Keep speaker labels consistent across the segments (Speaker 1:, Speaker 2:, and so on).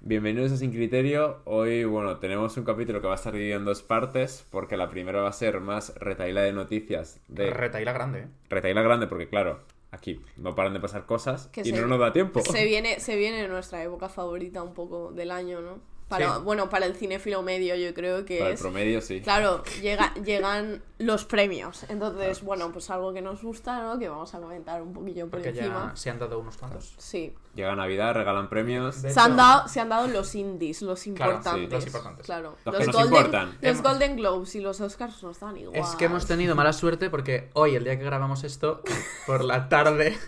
Speaker 1: Bienvenidos a Sin Criterio. Hoy, bueno, tenemos un capítulo que va a estar dividido en dos partes, porque la primera va a ser más retaila de noticias. De...
Speaker 2: Retaila grande, ¿eh?
Speaker 1: Retaila grande, porque claro, aquí no paran de pasar cosas
Speaker 3: Que
Speaker 1: y
Speaker 3: se-
Speaker 1: no nos da tiempo.
Speaker 3: Se viene, se viene nuestra época favorita un poco del año, ¿no? Para,
Speaker 2: Sí.
Speaker 3: Bueno, para el cinéfilo medio yo creo que
Speaker 1: Para el
Speaker 3: es...
Speaker 1: promedio, sí.
Speaker 3: Claro, llega- llegan los premios. Entonces, bueno, pues algo que nos gusta, ¿no? Que vamos a comentar un poquillo por
Speaker 2: Porque
Speaker 3: encima.
Speaker 2: ya se han dado unos cuantos.
Speaker 3: Sí.
Speaker 1: Llega Navidad, regalan premios.
Speaker 2: De
Speaker 3: Se han,
Speaker 2: hecho-
Speaker 3: dado, se han dado los indies,
Speaker 2: Claro,
Speaker 3: los
Speaker 2: sí,
Speaker 3: importantes.
Speaker 2: los importantes.
Speaker 3: Claro.
Speaker 1: Los que nos
Speaker 3: Golden,
Speaker 1: importan.
Speaker 3: los
Speaker 2: Hemos-
Speaker 3: Golden Globes y los Oscars nos dan igual.
Speaker 2: Es que hemos tenido mala suerte porque hoy, el día que grabamos esto, por la tarde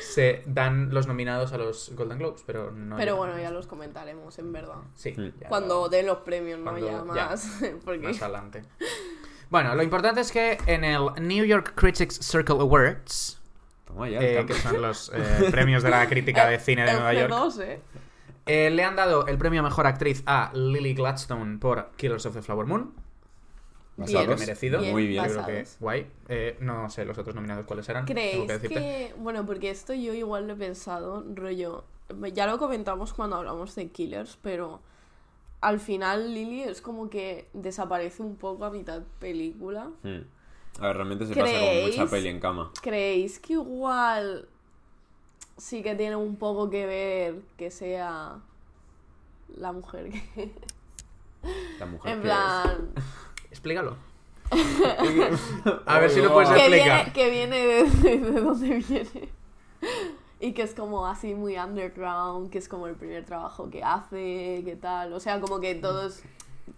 Speaker 2: se dan los nominados a los Golden Globes, pero no.
Speaker 3: Pero
Speaker 2: llegan.
Speaker 3: bueno, ya los comentaremos, en verdad.
Speaker 2: Sí.
Speaker 1: Mm.
Speaker 2: ya
Speaker 3: Cuando
Speaker 2: lo-
Speaker 3: den los premios, ¿no?
Speaker 2: Cuando-
Speaker 3: Ya
Speaker 2: ya.
Speaker 3: más. Porque...
Speaker 2: más adelante. Bueno, lo importante es que en el New York Critics Circle Awards,
Speaker 1: Toma ya. el
Speaker 2: eh, que
Speaker 1: cambio.
Speaker 2: son los eh, premios de la crítica de cine de
Speaker 3: El
Speaker 2: Nueva York,
Speaker 3: C2, ¿eh?
Speaker 2: eh, le han dado el premio a mejor actriz a Lily Gladstone por Killers of the Flower Moon.
Speaker 3: Bien.
Speaker 1: Basados.
Speaker 2: merecido.
Speaker 3: Bien
Speaker 1: Muy bien.
Speaker 2: Yo creo que
Speaker 3: Basados.
Speaker 2: guay. Eh, no sé los otros nominados cuáles eran. tengo
Speaker 3: ¿Creéis
Speaker 2: que
Speaker 3: que,
Speaker 2: decirte.
Speaker 3: Bueno, porque esto yo igual lo he pensado, rollo. Ya lo comentamos cuando hablamos de Killers, pero al final Lily es como que desaparece un poco a mitad película.
Speaker 1: Mm. A ver, realmente se pasa
Speaker 3: ¿Creéis?
Speaker 1: con mucha peli en cama.
Speaker 3: ¿Creéis que igual sí que tiene un poco que ver que sea la mujer que.
Speaker 1: La mujer
Speaker 3: en
Speaker 1: que
Speaker 3: plan.
Speaker 2: Explícalo.
Speaker 1: es.
Speaker 2: A ver si lo
Speaker 1: Ay,
Speaker 2: puedes
Speaker 1: guau.
Speaker 2: hacer.
Speaker 3: Que
Speaker 2: Replica.
Speaker 3: viene, que viene de, de- de donde viene. Y que es como así muy underground, que es como el primer trabajo que hace, que tal. O sea, como que todos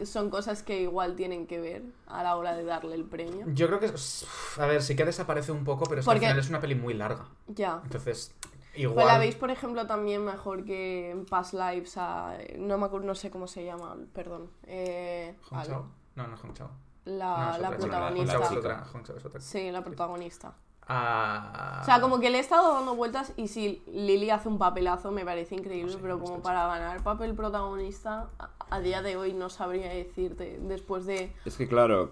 Speaker 3: son cosas que igual tienen que ver a la hora de darle el premio.
Speaker 2: Yo creo que. es- A ver, sí que desaparece un poco, pero es que al
Speaker 3: Porque-
Speaker 2: final es una peli muy larga.
Speaker 3: Ya.
Speaker 2: Entonces, igual.
Speaker 3: Pues la veis, por ejemplo, también mejor que en Past Lives a... No, me acuerdo, no sé cómo se llama, perdón. Eh,
Speaker 2: Hong
Speaker 3: al-
Speaker 2: Chao. No, no es Hong Chao. no,
Speaker 3: la,
Speaker 2: es
Speaker 3: Ah, la
Speaker 2: otra chica. Hong
Speaker 3: protagonista.
Speaker 2: Chao es
Speaker 1: chica.
Speaker 2: otra. Hong Chao es otra.
Speaker 3: Sí, la protagonista.
Speaker 2: Ah,
Speaker 3: O sea, como que le he estado dando vueltas y si Lily hace un papelazo me parece increíble,
Speaker 2: Sí,
Speaker 3: pero
Speaker 2: está
Speaker 3: como
Speaker 2: hecho.
Speaker 3: para ganar papel protagonista, a, a día de hoy no sabría decirte después de...
Speaker 1: Es que claro.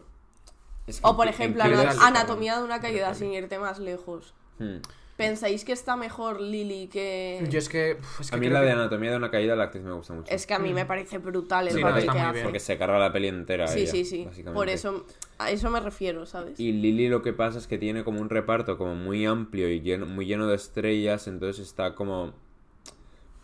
Speaker 1: es que
Speaker 3: O por
Speaker 1: en- en
Speaker 3: ejemplo,
Speaker 1: peli-
Speaker 3: ana-
Speaker 2: Dale,
Speaker 3: Anatomía de
Speaker 2: perdón.
Speaker 3: una caída
Speaker 2: Dale.
Speaker 3: sin irte más lejos.
Speaker 1: Mm.
Speaker 3: ¿Pensáis que está mejor Lily que...?
Speaker 2: Yo es que. uf, es que
Speaker 1: A mí
Speaker 2: creo
Speaker 1: la
Speaker 2: que-
Speaker 1: de Anatomía de una caída, la actriz me gusta mucho.
Speaker 3: Es que a mí me parece brutal el
Speaker 2: Sí,
Speaker 1: no,
Speaker 3: papel
Speaker 1: está
Speaker 3: que
Speaker 2: muy
Speaker 3: hace.
Speaker 2: bien.
Speaker 1: Porque se carga la peli entera.
Speaker 3: Sí,
Speaker 1: ella,
Speaker 3: sí, sí.
Speaker 1: básicamente.
Speaker 3: Por eso, a eso me refiero, ¿sabes?
Speaker 1: Y Lily lo que pasa es que tiene como un reparto como muy amplio y lleno- muy lleno de estrellas, entonces está como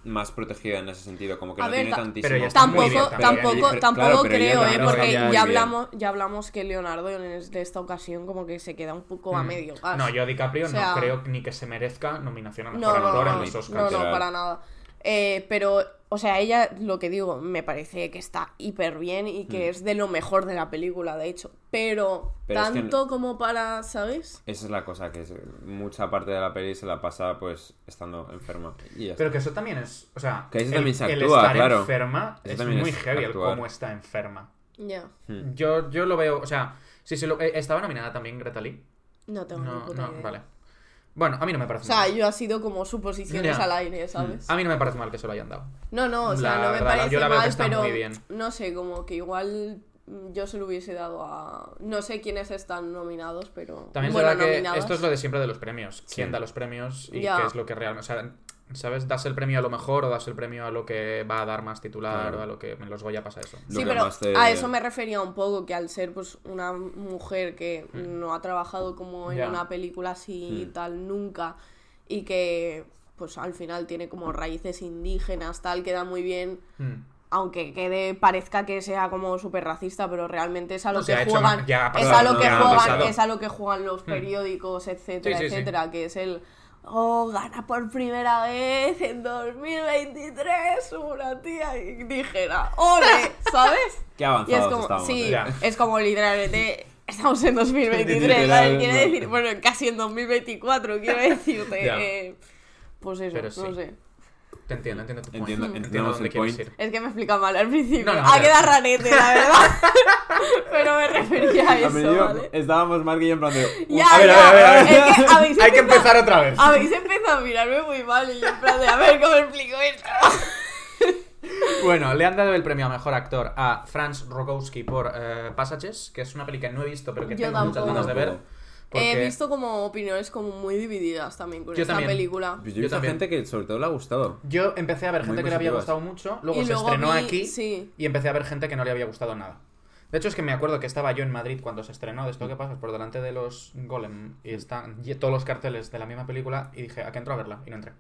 Speaker 1: más protegida en ese sentido, como que
Speaker 3: A
Speaker 1: no
Speaker 3: ver,
Speaker 1: tiene
Speaker 3: ta-
Speaker 1: tantísimo.
Speaker 2: Pero ya está
Speaker 3: Tampoco,
Speaker 2: muy bien, pero
Speaker 3: tampoco,
Speaker 1: pero-
Speaker 3: tampoco
Speaker 1: claro, pero
Speaker 3: creo,
Speaker 1: ella
Speaker 3: ¿eh?
Speaker 1: no
Speaker 3: Porque
Speaker 2: está muy
Speaker 3: ya
Speaker 1: bien.
Speaker 3: hablamos, ya hablamos que Leonardo en es- de esta ocasión como que se queda un poco a
Speaker 2: Mm.
Speaker 3: medio gas.
Speaker 2: No, yo a DiCaprio
Speaker 3: O sea-
Speaker 2: no creo ni que se merezca nominación a
Speaker 3: no,
Speaker 2: mejor
Speaker 3: no,
Speaker 2: actor
Speaker 3: no,
Speaker 2: en
Speaker 3: no,
Speaker 2: los
Speaker 3: no,
Speaker 2: Oscars.
Speaker 3: no, para nada. Eh, pero, o sea, ella, lo que digo, me parece que está hiper bien y que
Speaker 1: Mm.
Speaker 3: es de lo mejor de la película, de hecho. Pero,
Speaker 1: Pero es que
Speaker 3: tanto como para, ¿sabes?
Speaker 1: Esa es la cosa, que es- eh, mucha parte de la peli se la pasa pues estando enferma. Y ya
Speaker 2: Pero
Speaker 1: está.
Speaker 2: que eso también es. O sea,
Speaker 1: Que eso
Speaker 2: el-
Speaker 1: también se
Speaker 2: el
Speaker 1: actúa,
Speaker 2: estar
Speaker 1: claro.
Speaker 2: enferma
Speaker 1: Eso
Speaker 2: es
Speaker 1: también
Speaker 2: muy
Speaker 1: es
Speaker 2: heavy el
Speaker 1: actuar.
Speaker 2: cómo está enferma.
Speaker 3: Ya,
Speaker 1: Hmm.
Speaker 2: Yo, yo lo veo, o sea, sí, sí, lo- eh, estaba nominada también Greta Lee.
Speaker 3: no tengo ni
Speaker 2: No,
Speaker 3: puta
Speaker 2: no,
Speaker 3: idea.
Speaker 2: vale. Bueno, a mí no me
Speaker 3: O
Speaker 2: parece
Speaker 3: sea,
Speaker 2: mal.
Speaker 3: yo ha sido como suposiciones
Speaker 2: Ya.
Speaker 3: al aire, ¿sabes?
Speaker 2: A mí no me parece mal que se lo hayan dado.
Speaker 3: No, no, o
Speaker 2: La
Speaker 3: sea, no me
Speaker 2: verdad,
Speaker 3: parece
Speaker 2: yo la veo que
Speaker 3: mal,
Speaker 2: está
Speaker 3: pero
Speaker 2: muy bien.
Speaker 3: no sé, como que igual mm, yo se lo hubiese dado a... No sé quiénes están nominados, pero...
Speaker 2: También es
Speaker 3: bueno,
Speaker 2: verdad que
Speaker 3: nominadas.
Speaker 2: esto es lo de siempre de los premios. ¿Quién
Speaker 1: Sí.
Speaker 2: da los premios y
Speaker 3: Ya.
Speaker 2: qué es lo que realmente. O sea, ¿sabes? ¿Das el premio a lo mejor o das el premio a lo que va a dar más titular
Speaker 1: Claro.
Speaker 2: o a lo que en los Goya pasa eso?
Speaker 1: Lo
Speaker 3: Sí,
Speaker 1: que
Speaker 3: pero
Speaker 1: más te-
Speaker 3: a eso me refería un poco, que al ser pues una mujer que
Speaker 1: Hmm.
Speaker 2: Mm.
Speaker 3: no ha trabajado como en
Speaker 2: Ya.
Speaker 3: una película así y
Speaker 1: Mm.
Speaker 3: tal nunca, y que pues al final tiene como raíces indígenas, tal, queda muy bien,
Speaker 2: Hmm.
Speaker 3: aunque quede, parezca que sea como súper racista, pero realmente es a lo
Speaker 2: O
Speaker 3: que
Speaker 2: sea, ha hecho
Speaker 3: juegan,
Speaker 2: ma- ya ha
Speaker 3: es
Speaker 2: pasado,
Speaker 3: a lo
Speaker 1: ¿no?
Speaker 3: que
Speaker 1: Ya ha
Speaker 3: juegan,
Speaker 2: pasado. Hmm.
Speaker 3: es a lo que juegan los periódicos, etcétera,
Speaker 2: Sí, sí, sí.
Speaker 3: etcétera, que es el Oh, gana por primera vez en 2023 una tía indígena. ¡Ole! ¿Sabes?
Speaker 1: Qué
Speaker 3: Y es
Speaker 1: avanzados
Speaker 3: como,
Speaker 1: estamos.
Speaker 3: sí,
Speaker 1: ¿eh?
Speaker 2: Ya.
Speaker 3: es como literalmente estamos en 2023,
Speaker 1: Literal,
Speaker 3: ¿sabes? Quiere
Speaker 1: no.
Speaker 3: decir, bueno, casi en 2024, quiero decirte.
Speaker 2: Ya.
Speaker 3: eh, pues eso,
Speaker 2: Pero
Speaker 3: no
Speaker 2: sí.
Speaker 3: sé.
Speaker 2: Te entiendo, entiendo tu point.
Speaker 1: Entiendo-
Speaker 2: entiendo
Speaker 1: entendemos
Speaker 2: dónde
Speaker 1: el
Speaker 2: quieres
Speaker 1: point.
Speaker 2: ir.
Speaker 3: Es que me he explicado mal al principio.
Speaker 2: No, no,
Speaker 3: ha
Speaker 2: pero-
Speaker 3: quedado ranete, la verdad. Pero me refería a
Speaker 1: A
Speaker 3: eso,
Speaker 1: mí yo-
Speaker 3: ¿vale?
Speaker 1: Estábamos mal que yo en plan de.
Speaker 3: Ya,
Speaker 2: eh, A ver,
Speaker 3: ya,
Speaker 2: a ver, a ver, a ver.
Speaker 3: es que habéis
Speaker 2: Hay que
Speaker 3: empezado-
Speaker 2: empezar otra vez.
Speaker 3: Habéis empezado a mirarme muy mal y yo en plan de, a ver cómo explico esto.
Speaker 2: Bueno, le han dado el premio a mejor actor a Franz Rogowski por eh, Passages, que es una peli que no he visto, pero que
Speaker 3: Yo
Speaker 2: tengo muchas
Speaker 3: tampoco.
Speaker 2: ganas de ver. Porque-
Speaker 3: He visto como opiniones como muy divididas también con
Speaker 2: Yo
Speaker 3: esta
Speaker 2: también.
Speaker 3: película.
Speaker 1: Pues
Speaker 2: Yo
Speaker 1: yo he visto
Speaker 2: también.
Speaker 1: gente que sobre todo le ha gustado.
Speaker 2: Yo empecé a ver
Speaker 1: Muy
Speaker 2: gente que le había gustado
Speaker 1: positivas.
Speaker 2: mucho, luego
Speaker 3: Y
Speaker 2: se
Speaker 3: luego
Speaker 2: estrenó
Speaker 3: vi-
Speaker 2: aquí
Speaker 3: sí.
Speaker 2: y empecé a ver gente que no le había gustado nada. De hecho, es que me acuerdo que estaba yo en Madrid cuando se estrenó de esto que pasas por delante de los Golem y están y todos los carteles de la misma película y dije, ¿a qué entro a verla? Y no entré.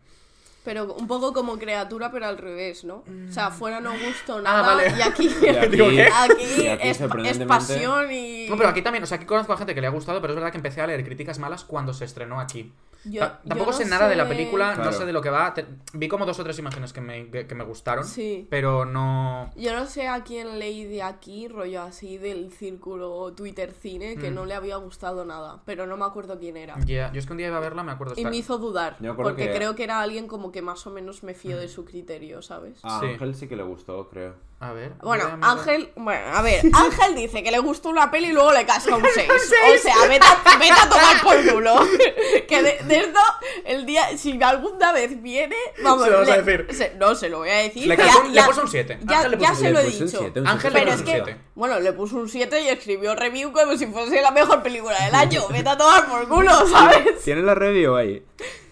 Speaker 3: Pero un poco como criatura, pero al revés, ¿no? O sea, fuera no gustó nada
Speaker 2: Ah, vale.
Speaker 3: y aquí,
Speaker 1: aquí-
Speaker 2: Digo, ¿qué?
Speaker 3: aquí
Speaker 1: y aquí,
Speaker 3: es, es
Speaker 1: sorprendentemente-
Speaker 3: pasión y...
Speaker 2: No, pero aquí también, o sea, aquí conozco a gente que le ha gustado, pero es verdad que empecé a leer críticas malas cuando se estrenó aquí.
Speaker 3: Yo-
Speaker 2: Ta-
Speaker 3: yo
Speaker 2: tampoco
Speaker 3: no
Speaker 2: sé nada de la
Speaker 3: sé-
Speaker 2: película, no
Speaker 1: Claro.
Speaker 2: sé de lo que va. te- vi como dos o tres imágenes que me, que- que me gustaron,
Speaker 3: Sí.
Speaker 2: pero no...
Speaker 3: Yo no sé a quién leí de aquí, rollo así del círculo Twitter cine, que
Speaker 2: Mm.
Speaker 3: no le había gustado nada, pero no me acuerdo quién era.
Speaker 2: Ya, Yo es que un día iba a verla, me acuerdo.
Speaker 3: Y
Speaker 2: estar-
Speaker 3: me hizo dudar,
Speaker 1: Yo creo
Speaker 3: porque
Speaker 1: que-
Speaker 3: creo que era alguien como que más o menos me fío de su criterio, ¿sabes?
Speaker 1: A
Speaker 2: Sí.
Speaker 1: Ah, Ángel sí que le gustó, creo.
Speaker 2: A Ah, ver.
Speaker 3: Bueno,
Speaker 2: voy a mirar.
Speaker 3: Ángel, bueno, a ver, Ángel dice que le gustó una peli y luego le casca un 6. O sea, vete a, vete a tomar por culo. Que de, de esto, el día, si alguna vez viene, vamos
Speaker 2: Se lo vas a
Speaker 3: le-
Speaker 2: decir.
Speaker 3: se- no, se lo voy a decir.
Speaker 2: Le,
Speaker 3: ya-
Speaker 2: puso- le
Speaker 3: ya-
Speaker 2: puso un 7.
Speaker 3: ya-
Speaker 2: Ángel le puso
Speaker 3: ya
Speaker 2: un Pues
Speaker 3: se
Speaker 2: siete.
Speaker 3: lo he
Speaker 1: puso un
Speaker 3: dicho.
Speaker 1: siete, un
Speaker 2: Ángel
Speaker 1: siete,
Speaker 2: le
Speaker 3: Pero
Speaker 1: un
Speaker 2: puso
Speaker 3: es
Speaker 2: un
Speaker 3: que,
Speaker 1: siete.
Speaker 2: 7.
Speaker 3: bueno, le puso un 7 y escribió review como si fuese la mejor película del año. Vete a tomar por culo, ¿sabes?
Speaker 1: ¿Tiene la review ahí?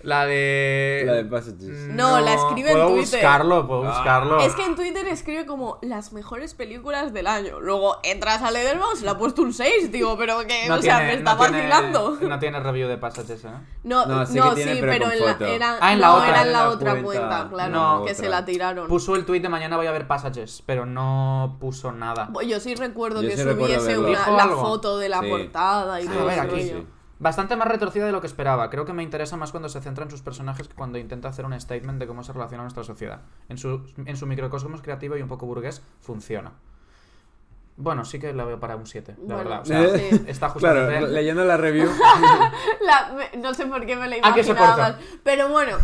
Speaker 2: La de. Ah.
Speaker 1: La de Passages.
Speaker 3: No, la escribe en
Speaker 2: puedo
Speaker 3: Twitter.
Speaker 2: buscarlo, puedo buscarlo.
Speaker 3: Es que en Twitter escribe como las mejores películas del año. Luego entras a Letterboxd, le ha puesto un 6. Digo, pero que, o sea, me está
Speaker 2: tiene-
Speaker 3: vacilando.
Speaker 2: no tiene review de Passages, ¿eh?
Speaker 3: No, no,
Speaker 1: No,
Speaker 3: sí,
Speaker 1: sí que tiene, pero
Speaker 3: pero
Speaker 1: con
Speaker 3: en la,
Speaker 1: foto.
Speaker 3: era,
Speaker 2: Ah, en la
Speaker 3: no,
Speaker 2: otra.
Speaker 3: era en la
Speaker 1: En la
Speaker 3: otra cuenta,
Speaker 1: cuenta.
Speaker 3: claro,
Speaker 2: No,
Speaker 3: que
Speaker 1: otra.
Speaker 3: se la tiraron.
Speaker 2: Puso el tweet de mañana voy a ver Passages, pero no puso nada.
Speaker 3: Bo- Yo sí recuerdo
Speaker 1: Yo
Speaker 3: que
Speaker 1: sí recuerdo
Speaker 3: subiese
Speaker 1: verlo.
Speaker 3: una-
Speaker 2: ¿Dijo
Speaker 3: la
Speaker 2: algo?
Speaker 3: foto de la
Speaker 1: Sí.
Speaker 3: portada y
Speaker 1: Sí,
Speaker 3: todo
Speaker 2: a ver,
Speaker 3: ese
Speaker 2: aquí.
Speaker 3: rollo.
Speaker 2: Bastante más retorcida de lo que esperaba. Creo que me interesa más cuando se centra en sus personajes que cuando intenta hacer un statement de cómo se relaciona nuestra sociedad. En su, en su microcosmos creativo y un poco burgués, funciona. Bueno, sí que la veo para un 7, la
Speaker 3: Bueno,
Speaker 2: verdad. O sea,
Speaker 3: sí.
Speaker 2: está justo.
Speaker 1: Eh. Claro,
Speaker 2: en el-
Speaker 1: leyendo la review,
Speaker 3: La- me- no sé por qué me la
Speaker 2: Ah, que se cortó.
Speaker 3: imaginaba mal, pero bueno.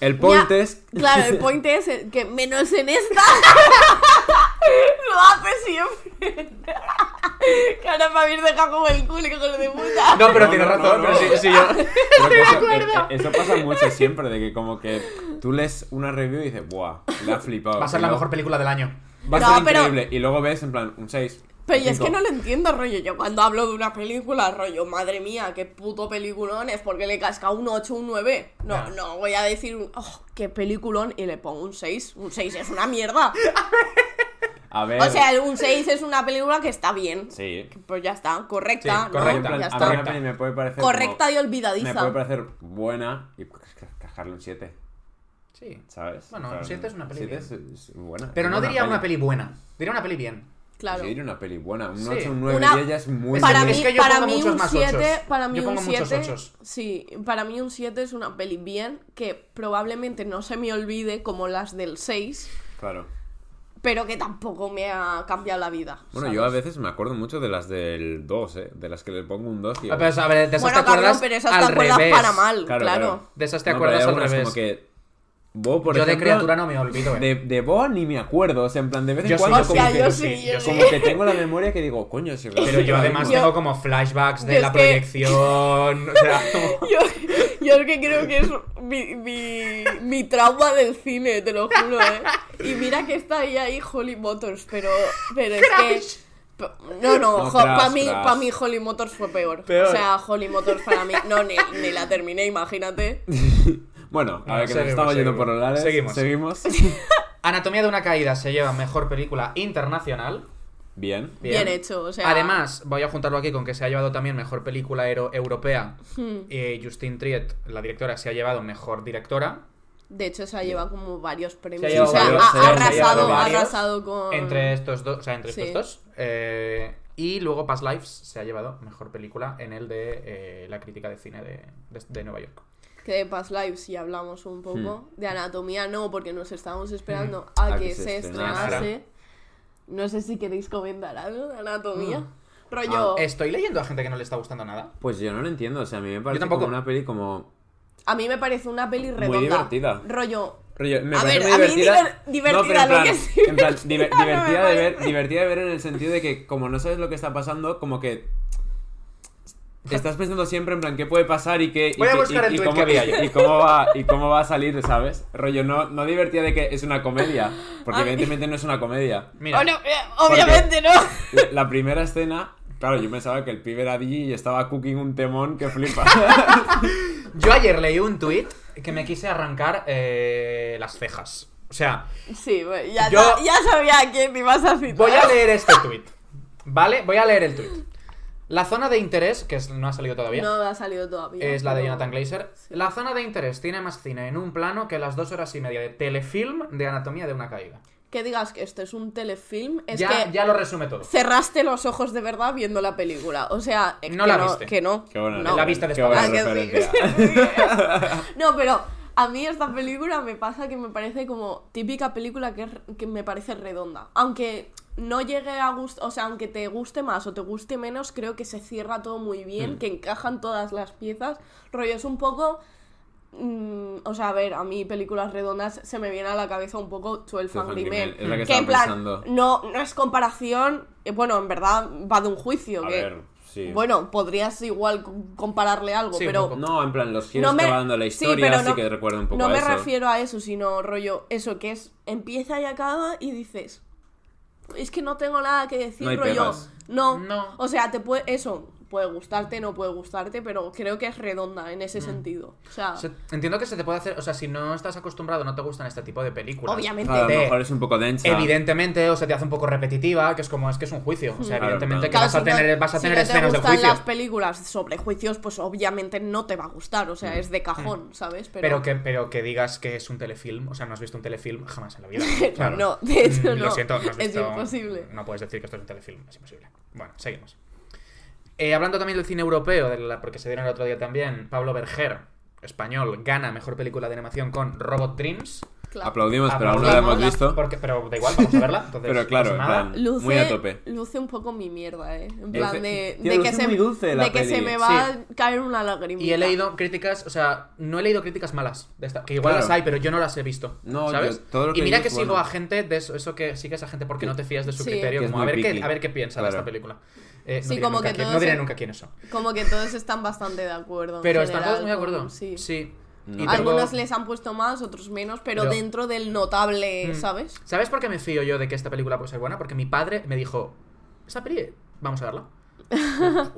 Speaker 1: el point
Speaker 3: ya-
Speaker 1: es...
Speaker 3: Claro, el point es el que menos en esta lo hace siempre. que ahora me habéis dejado como el culo con lo de puta.
Speaker 2: No, pero
Speaker 1: No,
Speaker 2: tienes
Speaker 1: no, no,
Speaker 2: razón,
Speaker 1: no.
Speaker 2: pero sí, sí, yo.
Speaker 1: Creo que eso,
Speaker 3: acuerdo.
Speaker 1: eh, eso pasa mucho siempre, de que como que tú lees una review y dices, ¡buah! La ha flipado.
Speaker 2: Va a ser
Speaker 1: Y
Speaker 2: la
Speaker 1: luego-
Speaker 2: mejor película del año.
Speaker 1: Va a
Speaker 3: No,
Speaker 1: ser
Speaker 3: pero-
Speaker 1: increíble. Y luego ves en plan un 6.
Speaker 3: Pero yo es que no lo entiendo, rollo. Yo cuando hablo de una película, rollo, madre mía, qué puto peliculón es, porque le casca un 8, un 9. No,
Speaker 2: Ya.
Speaker 3: no voy a decir, un, oh, qué peliculón, y le pongo un 6. Un 6 es una mierda.
Speaker 1: A ver.
Speaker 3: O sea, el- un 6 es una película que está bien.
Speaker 1: sí.
Speaker 3: Pues ya está, correcta,
Speaker 2: Sí,
Speaker 3: ¿no?
Speaker 1: En
Speaker 2: correcta,
Speaker 1: plan,
Speaker 3: ya
Speaker 1: a
Speaker 3: está.
Speaker 1: mí
Speaker 2: correcta.
Speaker 1: una peli me puede parecer.
Speaker 3: Correcta
Speaker 1: como-
Speaker 3: y olvidadiza.
Speaker 1: Me puede parecer buena y ca- cajarle un 7.
Speaker 2: Sí.
Speaker 1: ¿Sabes?
Speaker 2: Bueno,
Speaker 1: En plan,
Speaker 2: siete es una peli
Speaker 1: siete
Speaker 2: bien.
Speaker 1: es, es buena.
Speaker 2: Pero
Speaker 1: es
Speaker 2: no
Speaker 1: buena
Speaker 2: diría una peli buena. Diría una peli bien.
Speaker 3: Claro.
Speaker 1: Yo diría una peli buena. Un
Speaker 2: Sí.
Speaker 1: 8, un 9
Speaker 3: Una-
Speaker 1: y ella es muy
Speaker 3: para
Speaker 1: buena.
Speaker 3: mí,
Speaker 2: Es que yo
Speaker 3: para
Speaker 2: pongo
Speaker 3: mí
Speaker 2: muchos
Speaker 3: un
Speaker 2: más
Speaker 3: 7,
Speaker 2: ochos.
Speaker 3: para mí
Speaker 2: Yo
Speaker 3: un
Speaker 2: pongo muchos
Speaker 3: 7,
Speaker 2: ochos.
Speaker 3: sí, para mí un 7 es una peli bien que probablemente no se me olvide como las del 6,
Speaker 1: Claro.
Speaker 3: pero que tampoco me ha cambiado la vida.
Speaker 1: Bueno,
Speaker 3: ¿sabes?
Speaker 1: yo a veces me acuerdo mucho de las del 2, ¿eh? De las que le pongo un 2 y.
Speaker 2: Ah, pero, a ver, de esas
Speaker 3: Bueno,
Speaker 2: te acuerdas
Speaker 3: cabrón, pero esas te
Speaker 2: al
Speaker 3: acuerdas
Speaker 2: revés.
Speaker 3: para mal, claro.
Speaker 2: De esas te
Speaker 1: No,
Speaker 2: acuerdas
Speaker 1: pero hay
Speaker 2: al
Speaker 1: algunas
Speaker 2: revés.
Speaker 1: Como que. Bo, por
Speaker 2: Yo de
Speaker 1: ejemplo,
Speaker 2: criatura no me olvido, eh.
Speaker 1: De, de Boa ni me acuerdo, o sea, en plan, de vez en
Speaker 2: Yo sí,
Speaker 1: cuando
Speaker 2: yo sí,
Speaker 1: como,
Speaker 3: Hostia,
Speaker 1: que,
Speaker 3: yo sí, yo sí.
Speaker 1: como que tengo la memoria que digo, coño, si
Speaker 2: Pero yo además
Speaker 3: Yo-
Speaker 2: tengo como flashbacks
Speaker 3: yo
Speaker 2: de la
Speaker 3: es que-
Speaker 2: proyección. O sea, como-
Speaker 3: Yo, yo es que creo que es mi, mi, mi trauma del cine, te lo juro, ¿eh? Y mira que está ahí, ahí Holly Motors, pero, pero es que... p- No, no,
Speaker 1: No, crash,
Speaker 3: para mí,
Speaker 1: crash.
Speaker 3: pa' mí Holly Motors fue peor.
Speaker 2: Peor.
Speaker 3: O sea, Holly Motors para mí... No, ni, ni la terminé, imagínate.
Speaker 1: Bueno, a
Speaker 2: No,
Speaker 1: ver, que
Speaker 2: Ah, seguimos,
Speaker 1: nos estamos yendo
Speaker 2: seguimos.
Speaker 1: por los lares.
Speaker 2: Seguimos.
Speaker 1: Seguimos.
Speaker 2: Anatomía de una caída se lleva mejor película internacional.
Speaker 1: Bien.
Speaker 3: Bien hecho, o sea-
Speaker 2: Además, voy a juntarlo aquí con que se ha llevado también mejor película ero- europea.
Speaker 3: Hmm.
Speaker 2: Eh, Justine Triet, la directora, se ha llevado mejor directora.
Speaker 3: De hecho, se ha llevado como varios premios.
Speaker 2: llevado
Speaker 3: o sea,
Speaker 1: varios,
Speaker 3: ha,
Speaker 1: se ha
Speaker 3: ha
Speaker 1: llevado
Speaker 3: arrasado, ha
Speaker 2: varios.
Speaker 3: arrasado con.
Speaker 2: Entre estos dos, o sea, entre
Speaker 3: Sí.
Speaker 2: estos dos. Eh, y luego Past Lives se ha llevado mejor película en el de eh, la crítica de cine de, de- de Nueva York.
Speaker 3: Que de Past Lives ya hablamos un poco.
Speaker 2: Hmm.
Speaker 3: De anatomía no, porque nos estábamos esperando
Speaker 1: A
Speaker 3: a,
Speaker 1: que
Speaker 3: que,
Speaker 1: se
Speaker 3: se,
Speaker 1: estrenara.
Speaker 3: estrenase. No sé si queréis comentar algo de anatomía.
Speaker 2: Mm.
Speaker 3: Rollo.
Speaker 2: Estoy leyendo a gente que no le está gustando nada.
Speaker 1: Pues yo no lo entiendo, o sea, a mí me parece
Speaker 2: tampoco.
Speaker 1: como una peli como...
Speaker 3: A mí me parece una peli
Speaker 1: Muy
Speaker 3: redonda.
Speaker 1: divertida.
Speaker 3: Rollo.
Speaker 1: rollo, me
Speaker 3: A
Speaker 1: parece
Speaker 3: ver,
Speaker 1: muy
Speaker 3: a mí
Speaker 1: divertida.
Speaker 3: diver- divertida,
Speaker 1: no, pero en
Speaker 3: lo
Speaker 1: plan,
Speaker 3: que es
Speaker 1: en plan, diver-
Speaker 3: divertida no me
Speaker 1: divertida de ver,
Speaker 3: parece.
Speaker 1: divertida de ver en el sentido de que como no sabes lo que está pasando, como que te estás pensando siempre en plan qué puede pasar y qué y,
Speaker 2: Voy a
Speaker 1: qué-
Speaker 2: buscar
Speaker 1: y-
Speaker 2: el
Speaker 1: y
Speaker 2: tweet
Speaker 1: cómo,
Speaker 2: que había yo.
Speaker 1: y cómo va y cómo va a salir, ¿sabes? Rollo no no divertida de que es una comedia, porque
Speaker 3: A mí-
Speaker 1: evidentemente no es una comedia.
Speaker 2: Mira,
Speaker 3: Oh, no, eh, oh, obviamente no.
Speaker 1: La- La primera escena Claro, yo pensaba que el pibe era DJ y estaba cooking un temón que flipa.
Speaker 2: Yo ayer leí un tweet que me quise arrancar eh, las cejas. O sea,
Speaker 3: Sí, bueno, ya,
Speaker 2: Yo-
Speaker 3: sa- ya sabía que me ibas a citar.
Speaker 2: voy a leer este tweet. ¿Vale? Voy a leer el tweet. La zona de interés, que es- no ha salido todavía,
Speaker 3: No me ha salido todavía.
Speaker 2: es la de
Speaker 3: pero-
Speaker 2: Jonathan Glazer. La zona de interés tiene más cine en un plano que las dos horas y media de telefilm de Anatomía de una caída.
Speaker 3: Que digas que esto es un telefilm, es
Speaker 2: ya,
Speaker 3: que
Speaker 2: ya lo resume todo.
Speaker 3: cerraste los ojos de verdad viendo la película. O sea, eh,
Speaker 2: No
Speaker 3: que
Speaker 2: la
Speaker 3: no,
Speaker 2: viste.
Speaker 3: Que no.
Speaker 1: Qué buena,
Speaker 3: no.
Speaker 2: La vista de
Speaker 1: qué buena
Speaker 3: Ah, que sí.
Speaker 1: referencia.
Speaker 3: No, pero a mí esta película me pasa que me parece como típica película que, es- que me parece redonda. Aunque no llegue a gusto, o sea, aunque te guste más o te guste menos, creo que se cierra todo muy bien,
Speaker 1: Mm.
Speaker 3: que encajan todas las piezas. Rollo es un poco... mm, o sea, a ver, a mí películas redondas se me viene a la cabeza un poco 12
Speaker 1: Twelve
Speaker 3: Angry
Speaker 1: Angry
Speaker 3: Men.
Speaker 1: Men, es la que
Speaker 3: en
Speaker 1: estaba
Speaker 3: plan,
Speaker 1: pensando.
Speaker 3: no, no es comparación. eh, Bueno, en verdad va de un juicio.
Speaker 1: A
Speaker 3: que,
Speaker 1: ver, sí.
Speaker 3: Bueno, podrías igual compararle algo,
Speaker 2: Sí, un
Speaker 3: pero
Speaker 2: poco.
Speaker 1: No, en plan, los giros
Speaker 3: me-
Speaker 1: que va dando la
Speaker 3: sí,
Speaker 1: historia,
Speaker 3: pero
Speaker 1: así
Speaker 3: no-
Speaker 1: que recuerda un poco
Speaker 3: no
Speaker 1: a
Speaker 3: me
Speaker 1: eso.
Speaker 3: refiero a eso, sino rollo, eso que es, empieza y acaba y dices, es que no tengo nada que decir,
Speaker 1: No hay
Speaker 3: rollo,
Speaker 1: pegas.
Speaker 3: no.
Speaker 2: No.
Speaker 3: o sea, te puede, eso, puede gustarte, no puede gustarte, pero creo que es redonda en
Speaker 2: Mm.
Speaker 3: ese sentido, o sea,
Speaker 2: Se- entiendo que se te puede hacer, o sea, si no estás acostumbrado, no te gustan este tipo de películas.
Speaker 3: obviamente,
Speaker 1: Claro, a lo
Speaker 2: de-
Speaker 1: mejor es un poco densa.
Speaker 2: Evidentemente, o sea, te hace un poco repetitiva, que es como, es que es un juicio. O sea,
Speaker 1: Claro,
Speaker 2: evidentemente
Speaker 1: claro.
Speaker 2: que vas a
Speaker 3: Claro, si no-
Speaker 2: tener, vas a
Speaker 3: si
Speaker 2: tener
Speaker 3: no
Speaker 2: escenas
Speaker 3: te
Speaker 2: de
Speaker 3: gustan
Speaker 2: juicio.
Speaker 3: las películas sobre juicios, pues obviamente no te va a gustar, o sea, es de cajón, ¿sabes?
Speaker 2: Mm. Pero que, pero que digas que es un telefilm, o sea, no has visto un telefilm jamás en la vida. Claro.
Speaker 3: No, de hecho
Speaker 2: Mm,
Speaker 3: no.
Speaker 2: Lo siento, no has
Speaker 3: Es
Speaker 2: visto-
Speaker 3: imposible.
Speaker 2: No puedes decir que esto es un telefilm, es imposible. Bueno, seguimos. Eh, hablando también del cine europeo, de la- porque se dieron el otro día también, Pablo Berger, español, gana mejor película de animación con Robot Dreams. Ah,
Speaker 3: claro.
Speaker 1: Aplaudimos, pero aún no la
Speaker 3: Aplaudimos,
Speaker 1: hemos visto.
Speaker 2: Porque, pero da igual, vamos a verla. Entonces,
Speaker 1: Pero claro,
Speaker 2: no
Speaker 1: en
Speaker 2: pasa nada.
Speaker 1: plan,
Speaker 3: Luce,
Speaker 1: muy a tope.
Speaker 3: luce un poco mi mierda, ¿eh? En plan
Speaker 1: Efe-
Speaker 3: de,
Speaker 1: Tío,
Speaker 3: de
Speaker 1: luce
Speaker 3: que, se,
Speaker 1: muy dulce la
Speaker 3: de que se
Speaker 1: peli.
Speaker 3: me va a caer una lagrimita.
Speaker 2: Y he leído críticas, o sea, no he leído críticas malas de esta, que igual
Speaker 1: Claro.
Speaker 2: las hay, pero yo no las he visto.
Speaker 1: No,
Speaker 2: ¿sabes?
Speaker 1: yo- todo lo que
Speaker 2: y mira
Speaker 1: leí
Speaker 2: que
Speaker 1: es
Speaker 2: sigo
Speaker 1: bueno.
Speaker 2: a gente de eso, eso que sigues a gente porque no te fías de su
Speaker 3: Sí.
Speaker 2: criterio,
Speaker 1: Que es
Speaker 2: como a
Speaker 1: muy
Speaker 2: ver, qué,
Speaker 1: picky.
Speaker 2: a ver qué piensa de
Speaker 1: Claro.
Speaker 2: esta película. Eh, no
Speaker 3: Sí,
Speaker 2: diré
Speaker 3: como
Speaker 2: nunca
Speaker 3: que
Speaker 2: quién-
Speaker 3: todos
Speaker 2: no diré
Speaker 3: en-
Speaker 2: nunca quiénes son.
Speaker 3: Como que todos están bastante de acuerdo. en
Speaker 2: Pero están
Speaker 3: general
Speaker 2: todos muy de
Speaker 3: con-
Speaker 2: acuerdo.
Speaker 3: Sí.
Speaker 2: Sí.
Speaker 1: No.
Speaker 2: Y
Speaker 3: Algunos
Speaker 2: tengo-
Speaker 3: les han puesto más, otros menos, pero,
Speaker 2: Pero-
Speaker 3: dentro del notable,
Speaker 2: Mm.
Speaker 3: ¿sabes?
Speaker 2: ¿Sabes por qué me fío yo de que esta película puede ser buena? Porque mi padre me dijo, esta peli, vamos a verla.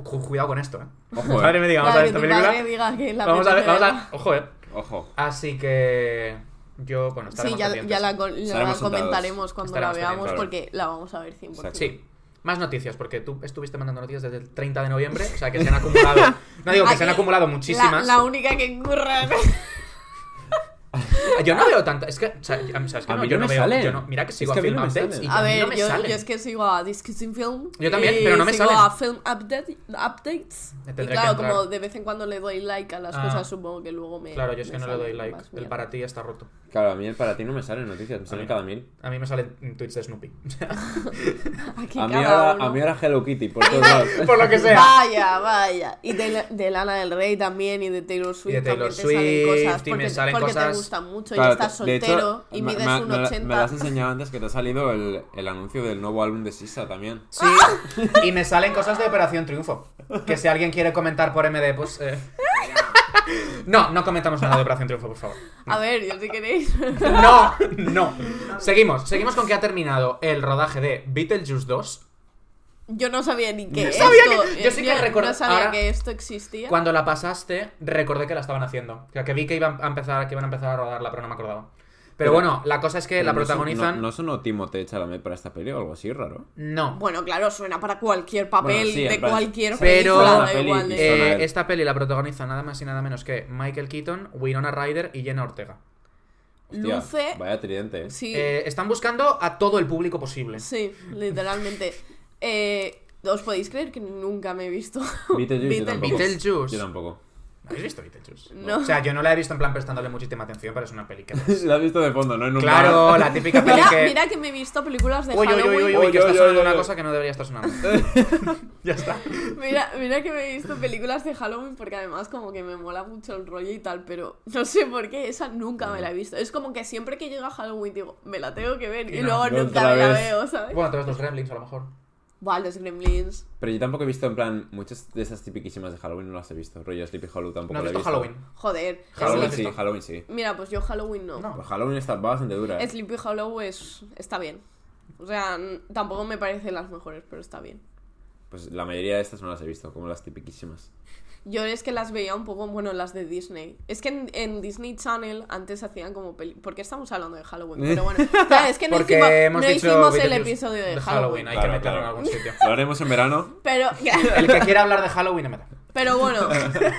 Speaker 2: Cu- Cuidado con esto, ¿eh?
Speaker 1: Ojo,
Speaker 2: Mi
Speaker 1: eh.
Speaker 2: padre me diga, vamos a
Speaker 3: Claro,
Speaker 2: ver
Speaker 3: que
Speaker 2: esta
Speaker 3: tu padre
Speaker 2: película.
Speaker 3: diga que la
Speaker 2: Vamos a ver,
Speaker 3: apetece
Speaker 2: vamos a ver.
Speaker 3: verla.
Speaker 2: Ojo, eh.
Speaker 1: Ojo.
Speaker 2: Así que yo, bueno, estaremos
Speaker 3: Sí, ya,
Speaker 2: pendientes.
Speaker 3: ya la, co- la
Speaker 1: Estaremos
Speaker 3: comentaremos cuando
Speaker 2: Estaremos
Speaker 3: la veamos
Speaker 1: pendientes.
Speaker 3: porque la vamos a ver 100%.
Speaker 1: Exacto.
Speaker 2: Sí. Más noticias, porque tú estuviste mandando noticias desde el 30 de noviembre, o sea que se han acumulado. No digo que se han
Speaker 3: Aquí,
Speaker 2: acumulado
Speaker 3: la-
Speaker 2: muchísimas.
Speaker 3: La, única que curra.
Speaker 2: Yo no veo tantas. Es que, o sea, a mí- ¿sabes que
Speaker 1: A
Speaker 2: no,
Speaker 1: mí
Speaker 2: yo
Speaker 1: no
Speaker 2: no
Speaker 1: me
Speaker 2: veo.
Speaker 1: salen.
Speaker 2: Yo no, mira que
Speaker 1: Es
Speaker 2: sigo
Speaker 1: que
Speaker 2: a
Speaker 1: a mí
Speaker 2: Film
Speaker 1: no me
Speaker 2: Updates
Speaker 1: salen.
Speaker 2: y
Speaker 3: A
Speaker 2: mí
Speaker 3: ver,
Speaker 2: no me
Speaker 3: yo,
Speaker 2: salen.
Speaker 3: yo es que sigo a Discussing Film.
Speaker 2: Yo también,
Speaker 3: y
Speaker 2: pero no me
Speaker 3: sigo
Speaker 2: salen.
Speaker 3: a Film Update- Updates.
Speaker 2: Me
Speaker 3: Y
Speaker 2: tendré que
Speaker 3: claro,
Speaker 2: entrar.
Speaker 3: como de vez en cuando le doy like a las
Speaker 2: Ah.
Speaker 3: cosas, supongo que luego me.
Speaker 2: Claro, yo es
Speaker 3: me
Speaker 2: que no le doy
Speaker 3: salen
Speaker 2: like.
Speaker 3: más
Speaker 2: El
Speaker 3: mierda.
Speaker 2: para ti está roto.
Speaker 1: Claro, a mí el para ti no me salen noticias, me salen
Speaker 2: mí-
Speaker 1: cada mil.
Speaker 2: A mí me salen tweets de Snoopy.
Speaker 3: Aquí
Speaker 1: A mí,
Speaker 3: cada
Speaker 1: ahora,
Speaker 3: uno.
Speaker 1: a mí ahora Hello Kitty, por todos lados.
Speaker 2: Por lo que sea.
Speaker 3: Vaya, vaya. Y de, la- de Lana del Rey también, y de Taylor Swift.
Speaker 2: Taylor
Speaker 3: también te
Speaker 2: Swift,
Speaker 3: salen cosas.
Speaker 2: y me
Speaker 3: Porque,
Speaker 2: salen
Speaker 3: porque
Speaker 2: cosas-
Speaker 3: te gusta mucho
Speaker 1: Claro,
Speaker 3: y estás
Speaker 1: de hecho,
Speaker 3: soltero y
Speaker 1: me-
Speaker 3: mides
Speaker 1: me-
Speaker 3: un
Speaker 1: me la-
Speaker 3: 80.
Speaker 1: Me lo has enseñado antes que te ha salido el, el anuncio del nuevo álbum de Sisa también.
Speaker 2: Sí, y me salen cosas de Operación Triunfo. Que si alguien quiere comentar por MD, pues. eh. No, no comentamos nada de Operación Triunfo, por favor.
Speaker 3: A ver, yo si queréis.
Speaker 2: No, no. Seguimos, seguimos con que ha terminado el rodaje de Beetlejuice 2.
Speaker 3: Yo no sabía ni que
Speaker 2: No
Speaker 3: esto.
Speaker 2: sabía que- yo sí que record-
Speaker 3: No sabía
Speaker 2: ahora-
Speaker 3: que esto existía.
Speaker 2: Cuando la pasaste, recordé que la estaban haciendo. O sea, que vi que iban a empezar, que iban a, empezar a rodarla, pero no me acordaba. Pero,
Speaker 1: Pero-
Speaker 2: bueno, la cosa es que Eh, la
Speaker 1: Pero no son-
Speaker 2: protagonizan.
Speaker 1: ¿No, no sonó Timothée Chalamet para esta peli o algo así raro?
Speaker 2: no.
Speaker 3: Bueno, claro, suena para cualquier papel
Speaker 1: Bueno, sí, en
Speaker 3: de
Speaker 1: plan,
Speaker 3: cualquier
Speaker 1: sí,
Speaker 2: Pero-
Speaker 3: película, da
Speaker 1: la peli
Speaker 3: igual,
Speaker 1: y
Speaker 3: eh.
Speaker 1: suena
Speaker 2: Eh,
Speaker 1: él.
Speaker 2: esta peli la protagoniza nada más y nada menos que Michael Keaton, Winona Ryder y Jenna Ortega.
Speaker 1: Hostia,
Speaker 3: Luce-
Speaker 1: Vaya tridente, ¿eh?
Speaker 3: Sí,
Speaker 2: Eh, están buscando a todo el público posible.
Speaker 3: sí, literalmente. Eh, ¿Os podéis creer que nunca me he visto?
Speaker 1: Beetlejuice, yo
Speaker 3: Beetle-
Speaker 1: tampoco.
Speaker 2: Beetlejuice.
Speaker 1: Yo tampoco.
Speaker 2: ¿Habéis visto Beetlejuice?
Speaker 3: No.
Speaker 2: O sea, yo no la he visto en plan prestándole muchísima atención, pero es una peli que...
Speaker 1: La has visto de fondo, ¿no? En un
Speaker 2: Claro,
Speaker 1: bar.
Speaker 2: la típica peli
Speaker 3: Mira,
Speaker 2: que...
Speaker 3: mira que me he visto películas de
Speaker 2: Uy, uy, uy,
Speaker 3: Halloween.
Speaker 2: uy, uy,
Speaker 1: Uy, uy,
Speaker 2: que está
Speaker 1: uy,
Speaker 2: sonando
Speaker 1: uy,
Speaker 2: una
Speaker 1: uy.
Speaker 2: cosa que no debería estar sonando. ya está.
Speaker 3: Mira, mira que me he visto películas de Halloween porque además como que me mola mucho el rollo y tal, pero no sé por qué esa nunca me la he visto. Es como que siempre que llega Halloween digo, me la tengo que ver y,
Speaker 2: Y no,
Speaker 3: luego
Speaker 1: no
Speaker 3: nunca
Speaker 1: otra
Speaker 3: me la
Speaker 1: vez.
Speaker 3: veo, ¿sabes?
Speaker 2: Bueno, te ves los Gremlins a lo mejor.
Speaker 3: Vale, los Gremlins.
Speaker 1: Pero yo tampoco he visto, en plan, muchas de esas tipiquísimas de Halloween no las he visto. Rollo Sleepy Hollow tampoco
Speaker 2: No has
Speaker 1: la he
Speaker 2: visto
Speaker 1: visto.
Speaker 2: Halloween.
Speaker 3: Joder. es
Speaker 2: Halloween.
Speaker 1: Halloween
Speaker 2: ¿Has
Speaker 1: sí,
Speaker 2: visto?
Speaker 1: Halloween sí.
Speaker 3: mi- Mira, pues yo Halloween no.
Speaker 2: No.
Speaker 1: Pues Halloween está bastante dura. ¿eh?
Speaker 3: Sleepy pues, Hollow es, está bien. O sea, n- tampoco me parecen las mejores, pero está bien.
Speaker 1: Pues la mayoría de estas no las he visto, como las tipiquísimas.
Speaker 3: Yo es que las veía un poco, bueno, las de Disney. Es que en, en Disney Channel antes hacían como peli... ¿Por qué estamos hablando de Halloween? Pero bueno, claro, es que no
Speaker 2: Porque
Speaker 3: hicimos,
Speaker 2: hemos
Speaker 3: no
Speaker 2: dicho
Speaker 3: hicimos el
Speaker 2: videoclips
Speaker 3: episodio de,
Speaker 2: de
Speaker 3: Halloween.
Speaker 2: Halloween, hay
Speaker 1: Claro,
Speaker 2: que meterlo
Speaker 1: claro.
Speaker 2: en algún sitio.
Speaker 1: Lo haremos en verano.
Speaker 3: Pero,
Speaker 2: El que quiera hablar de Halloween, meta.
Speaker 3: pero bueno,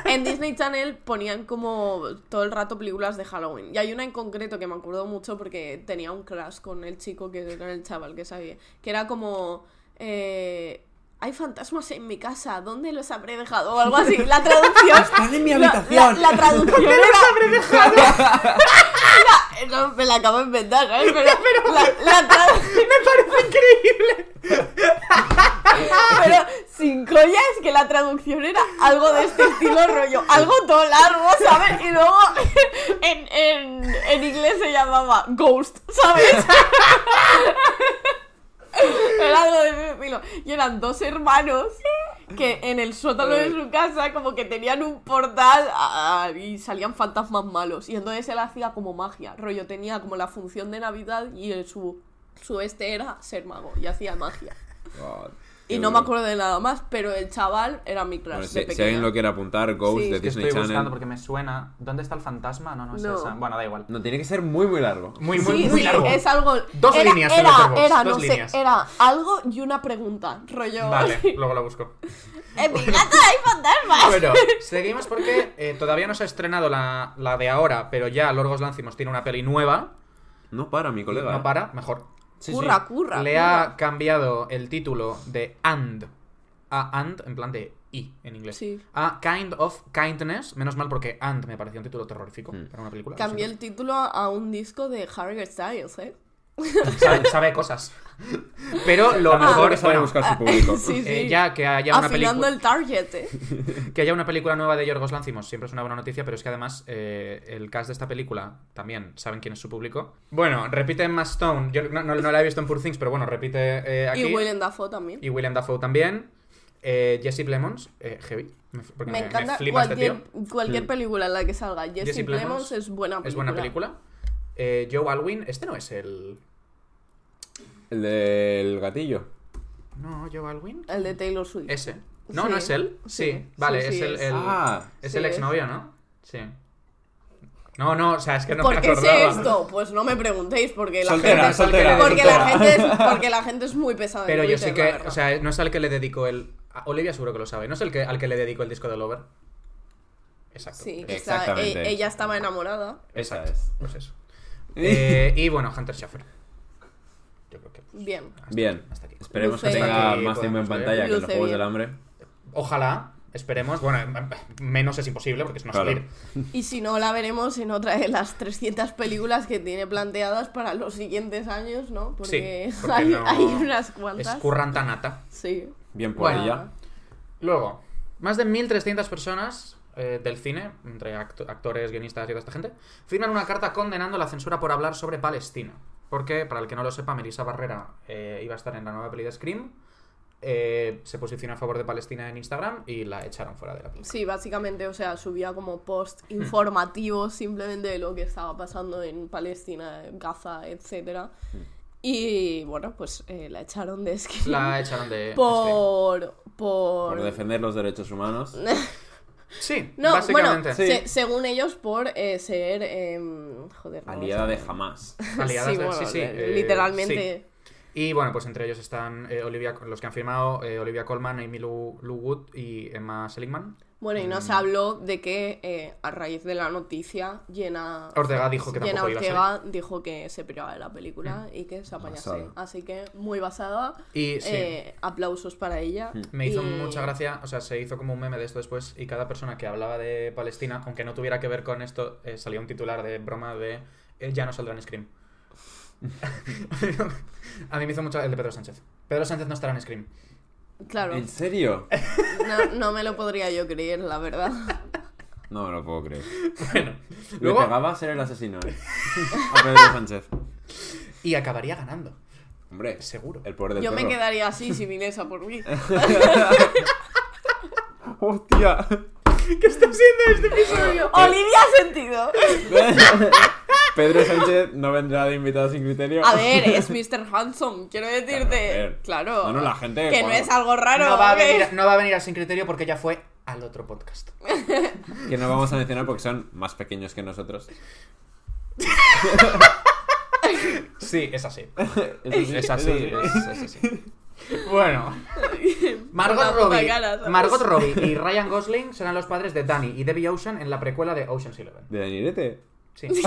Speaker 3: en Disney Channel ponían como todo el rato películas de Halloween. Y hay una en concreto que me acuerdo mucho porque tenía un crush con el chico, que con el chaval que sabía. Que era como... eh, hay fantasmas en mi casa, ¿dónde los habré dejado? O algo así. La traducción...
Speaker 1: ¡Están en mi
Speaker 3: La-
Speaker 1: habitación!
Speaker 3: La, la traducción era... La- no, me la acabo de inventar, ¿sabes? Pero, la, la tra-
Speaker 2: parece increíble!
Speaker 3: pero sin coña es que la traducción era algo de este estilo rollo, algo todo largo, ¿sabes? Y luego en, en, en inglés se llamaba ghost, ¿sabes? Era algo de ese estilo. Y eran dos hermanos que en el sótano
Speaker 1: Eh.
Speaker 3: de su casa como que tenían un portal ah, ah, y salían fantasmas malos. Y entonces él hacía como magia. Rollo tenía como la función de Navidad y el- su, su este era ser mago y hacía magia.
Speaker 1: God,
Speaker 3: Y
Speaker 1: qué
Speaker 3: no me
Speaker 1: duro.
Speaker 3: acuerdo de nada más, pero el chaval era mi crush
Speaker 1: Bueno,
Speaker 3: de
Speaker 1: si, si
Speaker 3: pequeña.
Speaker 1: alguien lo quiere apuntar, Ghost
Speaker 3: Sí,
Speaker 1: de
Speaker 3: es que
Speaker 2: Estoy
Speaker 1: Disney Channel.
Speaker 2: buscando porque me suena. ¿Dónde está el fantasma? No, no es
Speaker 3: No.
Speaker 2: esa. Bueno, da igual.
Speaker 1: No, tiene que ser muy, muy largo.
Speaker 2: Muy,
Speaker 3: Sí,
Speaker 2: muy, muy
Speaker 3: sí,
Speaker 2: largo.
Speaker 3: es algo...
Speaker 2: Dos
Speaker 3: era,
Speaker 2: líneas en
Speaker 3: Era,
Speaker 2: Letterboxd,
Speaker 3: era,
Speaker 2: dos
Speaker 3: no sé,
Speaker 2: líneas.
Speaker 3: era algo y una pregunta, rollo...
Speaker 2: Vale, luego la busco.
Speaker 3: En mi casa hay fantasmas.
Speaker 2: Bueno, seguimos porque eh, todavía no se ha estrenado la, la de ahora, pero ya Lorgos Lancimos tiene una peli nueva.
Speaker 1: No para, mi colega.
Speaker 2: No para, mejor.
Speaker 1: Sí, sí.
Speaker 3: curra, curra,
Speaker 2: Le ha
Speaker 3: curra.
Speaker 2: cambiado el título de And a And, en plan de I en inglés.
Speaker 3: Sí.
Speaker 2: A Kind of Kindness, menos mal porque And me pareció un título terrorífico
Speaker 1: Mm.
Speaker 2: para una película. lo
Speaker 3: Cambié el
Speaker 2: siento.
Speaker 3: título a un disco de Harry Styles, ¿eh?
Speaker 2: Sabe, sabe cosas. Pero lo
Speaker 1: Lo mejor
Speaker 2: mejor
Speaker 1: que
Speaker 2: es
Speaker 1: sabe
Speaker 2: bueno,
Speaker 1: buscar su
Speaker 3: Ah,
Speaker 1: público.
Speaker 3: sí, sí.
Speaker 2: eh, ya que haya una
Speaker 3: Afilando
Speaker 2: película.
Speaker 3: el target, ¿eh?
Speaker 2: Que haya una película nueva de Yorgos Lancimos siempre es una buena noticia, pero es que además eh, el cast de esta película también saben quién es su público. Bueno, repite Emma Stone. Yo no, no- no la he visto en Poor Things, pero bueno, repite eh, aquí.
Speaker 3: Y Willem Dafoe también.
Speaker 2: Y William Dafoe también. Eh, Jesse Plemons, eh, heavy. Me, f- porque
Speaker 3: Me
Speaker 2: me- me
Speaker 3: encanta
Speaker 2: flipa este
Speaker 3: cualquier,
Speaker 2: tío.
Speaker 3: cualquier
Speaker 1: Mm.
Speaker 3: película en la que salga. Jesse,
Speaker 2: Jesse Plemons
Speaker 3: Plemons es buena película.
Speaker 2: Es buena película. Eh, Joe Alwyn, este no es el.
Speaker 1: El del gatillo.
Speaker 2: No, Joe Alwyn.
Speaker 3: El de Taylor Swift.
Speaker 2: Ese. No,
Speaker 3: Sí.
Speaker 2: no es él. Sí,
Speaker 3: Sí,
Speaker 2: vale,
Speaker 3: sí,
Speaker 2: es
Speaker 3: sí,
Speaker 2: el.
Speaker 3: es.
Speaker 2: el-
Speaker 1: Ah,
Speaker 2: es
Speaker 3: Sí,
Speaker 2: el
Speaker 3: es.
Speaker 2: exnovio, ¿no? Sí. No, no, o sea, es que no me
Speaker 3: ¿Por qué sé
Speaker 2: acordaba.
Speaker 3: esto? Pues no me preguntéis, porque la
Speaker 1: Soltera,
Speaker 3: gente...
Speaker 1: soltera,
Speaker 3: Porque
Speaker 1: soltera.
Speaker 3: la, gente es, porque la gente es muy pesada. en
Speaker 2: Pero yo
Speaker 3: Twitter,
Speaker 2: sí
Speaker 3: la
Speaker 2: que,
Speaker 3: verdad.
Speaker 2: o sea, no es al que le dedico el... a Olivia seguro que lo sabe, no es el que, al que le dedico el disco de Lover. Exacto.
Speaker 3: Sí,
Speaker 2: Eh,
Speaker 3: que está-
Speaker 1: Exactamente.
Speaker 3: e- ella estaba enamorada.
Speaker 1: esa
Speaker 2: Exacto.
Speaker 1: es.
Speaker 2: Pues eso. Eh, y bueno, Hunter Schaffer. Yo creo que...
Speaker 3: Bien.
Speaker 2: hasta-
Speaker 1: Bien.
Speaker 2: Hasta aquí.
Speaker 1: Esperemos que
Speaker 3: Luce
Speaker 1: tenga
Speaker 2: bien.
Speaker 1: más tiempo en
Speaker 2: Luce
Speaker 1: pantalla que en los
Speaker 3: bien.
Speaker 1: Juegos del Hambre.
Speaker 2: Ojalá, esperemos. Bueno, em- em- menos es imposible porque es no
Speaker 1: Claro.
Speaker 2: salir.
Speaker 3: Y si no, la veremos en otra de las 300 películas que tiene planteadas para los siguientes años, ¿no? Porque,
Speaker 2: Sí, porque
Speaker 3: hay,
Speaker 2: no-
Speaker 3: hay unas
Speaker 2: Es
Speaker 3: cuantas.
Speaker 2: currantanata.
Speaker 3: Sí.
Speaker 1: Bien por
Speaker 2: Bueno.
Speaker 1: ella.
Speaker 2: Luego, más de 1.300 personas eh, del cine, entre acto- actores, guionistas y toda esta gente, firman una carta condenando la censura por hablar sobre Palestina. Porque, para el que no lo sepa, Melissa Barrera eh, iba a estar en la nueva peli de Scream, eh, se posicionó a favor de Palestina en Instagram y la echaron fuera de la película.
Speaker 3: Sí, básicamente, o sea, subía como post
Speaker 2: Hmm.
Speaker 3: informativos simplemente de lo que estaba pasando en Palestina, en Gaza, etcétera.
Speaker 2: Hmm.
Speaker 3: Y bueno, pues eh, la echaron de esquí
Speaker 2: La eh, este, echaron de...
Speaker 3: por, por...
Speaker 1: Por defender los derechos humanos.
Speaker 2: Scream. Sí,
Speaker 3: No,
Speaker 2: básicamente.
Speaker 3: bueno, se- según ellos por eh, ser... em, joder, no me
Speaker 1: Aliada de
Speaker 3: sale.
Speaker 1: jamás.
Speaker 2: Aliadas
Speaker 3: Sí,
Speaker 2: de-
Speaker 3: bueno,
Speaker 2: sí, sí,
Speaker 3: de-
Speaker 2: eh,
Speaker 3: literalmente...
Speaker 2: sí. Y bueno, pues entre ellos están eh, Olivia, los que han firmado, eh, Olivia Colman, Amy Lou, Lou Wood y Emma Seligman.
Speaker 3: Bueno, y nos
Speaker 2: Mm.
Speaker 3: habló de que eh, a raíz de la noticia, Jenna
Speaker 2: Ortega dijo que
Speaker 3: Jenna
Speaker 2: tampoco iba a
Speaker 3: Ortega dijo que se piraba de la película y que se apañase.
Speaker 1: Basada.
Speaker 3: Así que muy basada.
Speaker 2: Y sí.
Speaker 3: Eh, aplausos para ella.
Speaker 1: Mm.
Speaker 2: Me hizo
Speaker 3: Y-
Speaker 2: mucha gracia, o sea, se hizo como un meme de esto después y cada persona que hablaba de Palestina, aunque no tuviera que ver con esto, eh, salía un titular de broma de eh, ya no saldrá en Scream. a mí me hizo mucho el de Pedro Sánchez. Pedro Sánchez no estará en Scream.
Speaker 3: Claro,
Speaker 1: ¿En serio?
Speaker 3: no, no me lo podría yo creer, la verdad.
Speaker 1: No me lo puedo creer.
Speaker 2: Bueno,
Speaker 1: Luego... Le
Speaker 2: luego...
Speaker 1: pegaba a ser el asesino, ¿eh? A Pedro Sánchez.
Speaker 2: Y acabaría ganando,
Speaker 1: Hombre,
Speaker 2: seguro.
Speaker 1: el poder del
Speaker 3: Yo me
Speaker 1: perro.
Speaker 3: quedaría así si viniese a por mí.
Speaker 1: ¡Hostia!
Speaker 2: ¿Qué está haciendo este episodio?
Speaker 3: Olivia ha sentido.
Speaker 1: Pedro Sánchez no vendrá de invitado sin criterio.
Speaker 3: A ver, eh. es Mr. Handsome, quiero decirte.
Speaker 1: ver.
Speaker 3: Claro.
Speaker 1: No, no, la gente,
Speaker 3: Que no
Speaker 1: cuando-
Speaker 3: es algo raro.
Speaker 2: no, va a
Speaker 3: ¿ok?
Speaker 2: venir, no va a venir a Sin Criterio porque ya fue al otro podcast.
Speaker 1: Que no vamos a mencionar porque son más pequeños que nosotros.
Speaker 2: Sí, es así.
Speaker 1: Eso sí,
Speaker 2: Es
Speaker 1: eso
Speaker 2: así,
Speaker 1: sí.
Speaker 2: es, es así. Bueno,
Speaker 3: Una
Speaker 2: Margot
Speaker 3: puta
Speaker 2: Robbie,
Speaker 3: cara, ¿sabes?
Speaker 2: Margot Robbie y Ryan Gosling serán los padres de Danny y Debbie Ocean en la precuela de Ocean's Eleven.
Speaker 1: De Danielete.
Speaker 2: Sí.
Speaker 3: Oye,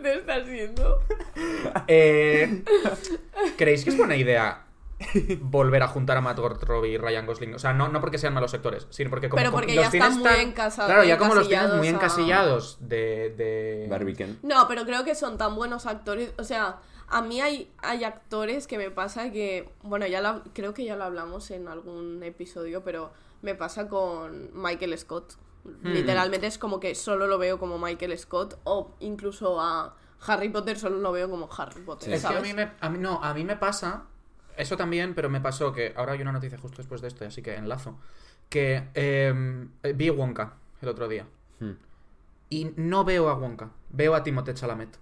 Speaker 3: ¿qué está haciendo?
Speaker 2: Eh, ¿Creéis que es buena idea volver a juntar a Margot Robbie y Ryan Gosling? O sea, no, no porque sean malos actores, sino porque como
Speaker 3: Pero
Speaker 2: como
Speaker 3: porque
Speaker 2: los
Speaker 3: ya
Speaker 2: tienes
Speaker 3: están muy
Speaker 2: tan-
Speaker 3: encasa-
Speaker 2: Claro, ya como los tienes
Speaker 3: encasillados
Speaker 2: muy
Speaker 3: a-
Speaker 2: encasillados de... de...
Speaker 1: Barbican.
Speaker 3: No, pero creo que son tan buenos actores. O sea, a mí hay, hay actores que me pasa que. Bueno, ya lo- creo que ya lo hablamos en algún episodio, pero me pasa con Michael Scott.
Speaker 2: Hmm.
Speaker 3: Literalmente es como que solo lo veo como Michael Scott o incluso a Harry Potter solo lo veo como Harry Potter,
Speaker 1: Sí.
Speaker 2: Es que
Speaker 3: ¿sabes?
Speaker 2: a mí me, a mí- no, a mí me pasa, eso también, pero me pasó que ahora hay una noticia justo después de esto, así que enlazo, que eh, vi Wonka el otro día
Speaker 1: Hmm.
Speaker 2: y no veo a Wonka, veo a Timothée Chalamet.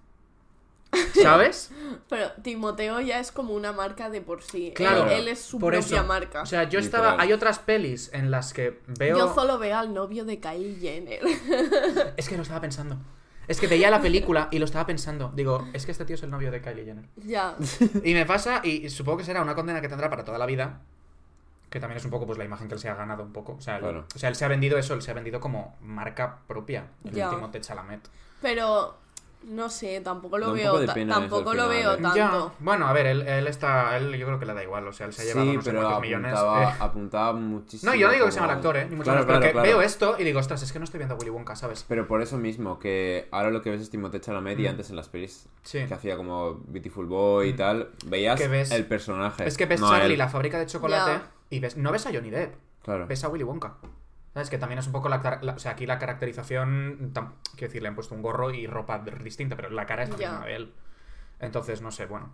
Speaker 2: ¿Sabes?
Speaker 3: Pero Timoteo ya es como una marca de por sí. Él-
Speaker 2: Claro.
Speaker 3: Él, es su propia marca.
Speaker 2: O sea, yo
Speaker 1: Literal.
Speaker 2: estaba. Hay otras pelis en las que veo.
Speaker 3: Yo solo veo al novio de Kylie Jenner.
Speaker 2: Es que lo estaba pensando. Es que veía la película y lo estaba pensando. Digo, es que este tío es el novio de Kylie Jenner.
Speaker 3: ya.
Speaker 2: Y me pasa, y supongo que será una condena que tendrá para toda la vida. Que también es un poco pues la imagen que él se ha ganado un poco. O sea, él,
Speaker 1: Claro.
Speaker 2: o sea, él se ha vendido eso, él se ha vendido como marca propia. El
Speaker 3: Ya.
Speaker 2: último Chalamet.
Speaker 3: Pero no sé, tampoco lo
Speaker 1: Da un
Speaker 3: veo.
Speaker 1: poco de
Speaker 3: ta-
Speaker 1: pena
Speaker 3: tampoco
Speaker 1: eso al
Speaker 3: lo
Speaker 1: final,
Speaker 3: veo
Speaker 1: ¿eh?
Speaker 3: tanto.
Speaker 2: Bueno, a ver, él, él está. Él yo creo que le da igual. O sea, él se ha llevado
Speaker 1: Sí,
Speaker 2: no sé
Speaker 1: pero
Speaker 2: cuántos
Speaker 1: apuntaba,
Speaker 2: millones. eh.
Speaker 1: apuntaba muchísimo.
Speaker 2: No, yo no digo que sea
Speaker 1: como-
Speaker 2: mal actor, ¿eh? Ni mucho
Speaker 1: Claro,
Speaker 2: menos,
Speaker 1: claro,
Speaker 2: pero que
Speaker 1: claro.
Speaker 2: veo esto y digo, ostras, es que no estoy viendo a Willy Wonka, ¿sabes?
Speaker 1: Pero por eso mismo, que ahora lo que ves es Timothée Chalamet y
Speaker 2: Mm.
Speaker 1: antes en las pelis
Speaker 2: Sí. Mm.
Speaker 1: que hacía como Beautiful Boy y tal, veías
Speaker 2: Que ves-
Speaker 1: el personaje.
Speaker 2: Es que ves
Speaker 1: no a
Speaker 2: Charlie,
Speaker 1: él.
Speaker 2: la fábrica de chocolate,
Speaker 3: Ya.
Speaker 2: y ves, no ves a Johnny Depp,
Speaker 1: Claro.
Speaker 2: ves a Willy Wonka. ¿Sabes? Que también es un poco la, car- la- O sea, aquí la caracterización. tam- Quiero decir, le han puesto un gorro y ropa d- distinta, pero la cara es la
Speaker 3: Ya.
Speaker 2: misma de él. Entonces, no sé, bueno.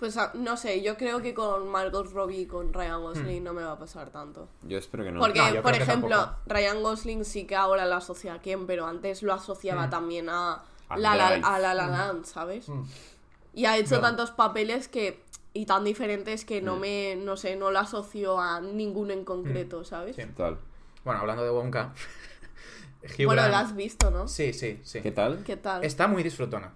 Speaker 3: Pues ah, no sé, yo creo que con Margot Robbie y con Ryan Gosling no me va a pasar tanto.
Speaker 1: Yo espero que no.
Speaker 3: Porque,
Speaker 2: No, yo
Speaker 3: por
Speaker 2: Hmm. creo que
Speaker 3: ejemplo,
Speaker 2: tampoco.
Speaker 3: Ryan Gosling sí que ahora lo asocia a quién, pero antes lo asociaba
Speaker 2: Mm.
Speaker 3: también a
Speaker 1: A
Speaker 3: la, la,
Speaker 1: Drive.
Speaker 3: a la La Land, ¿sabes?
Speaker 2: Mm.
Speaker 3: Y ha hecho
Speaker 2: Hmm. Ya. Hmm.
Speaker 3: tantos papeles que y tan diferentes que no
Speaker 1: Mm.
Speaker 3: me, no sé, no lo asocio a ninguno en concreto, ¿sabes?
Speaker 2: Hmm. Sí.
Speaker 1: Tal.
Speaker 2: Bueno, hablando de Wonka. Hugh
Speaker 3: Bueno,
Speaker 2: Grant-
Speaker 3: lo has visto, ¿no?
Speaker 2: Sí, sí, sí.
Speaker 1: ¿Qué tal?
Speaker 3: ¿Qué tal?
Speaker 2: Está muy disfrutona.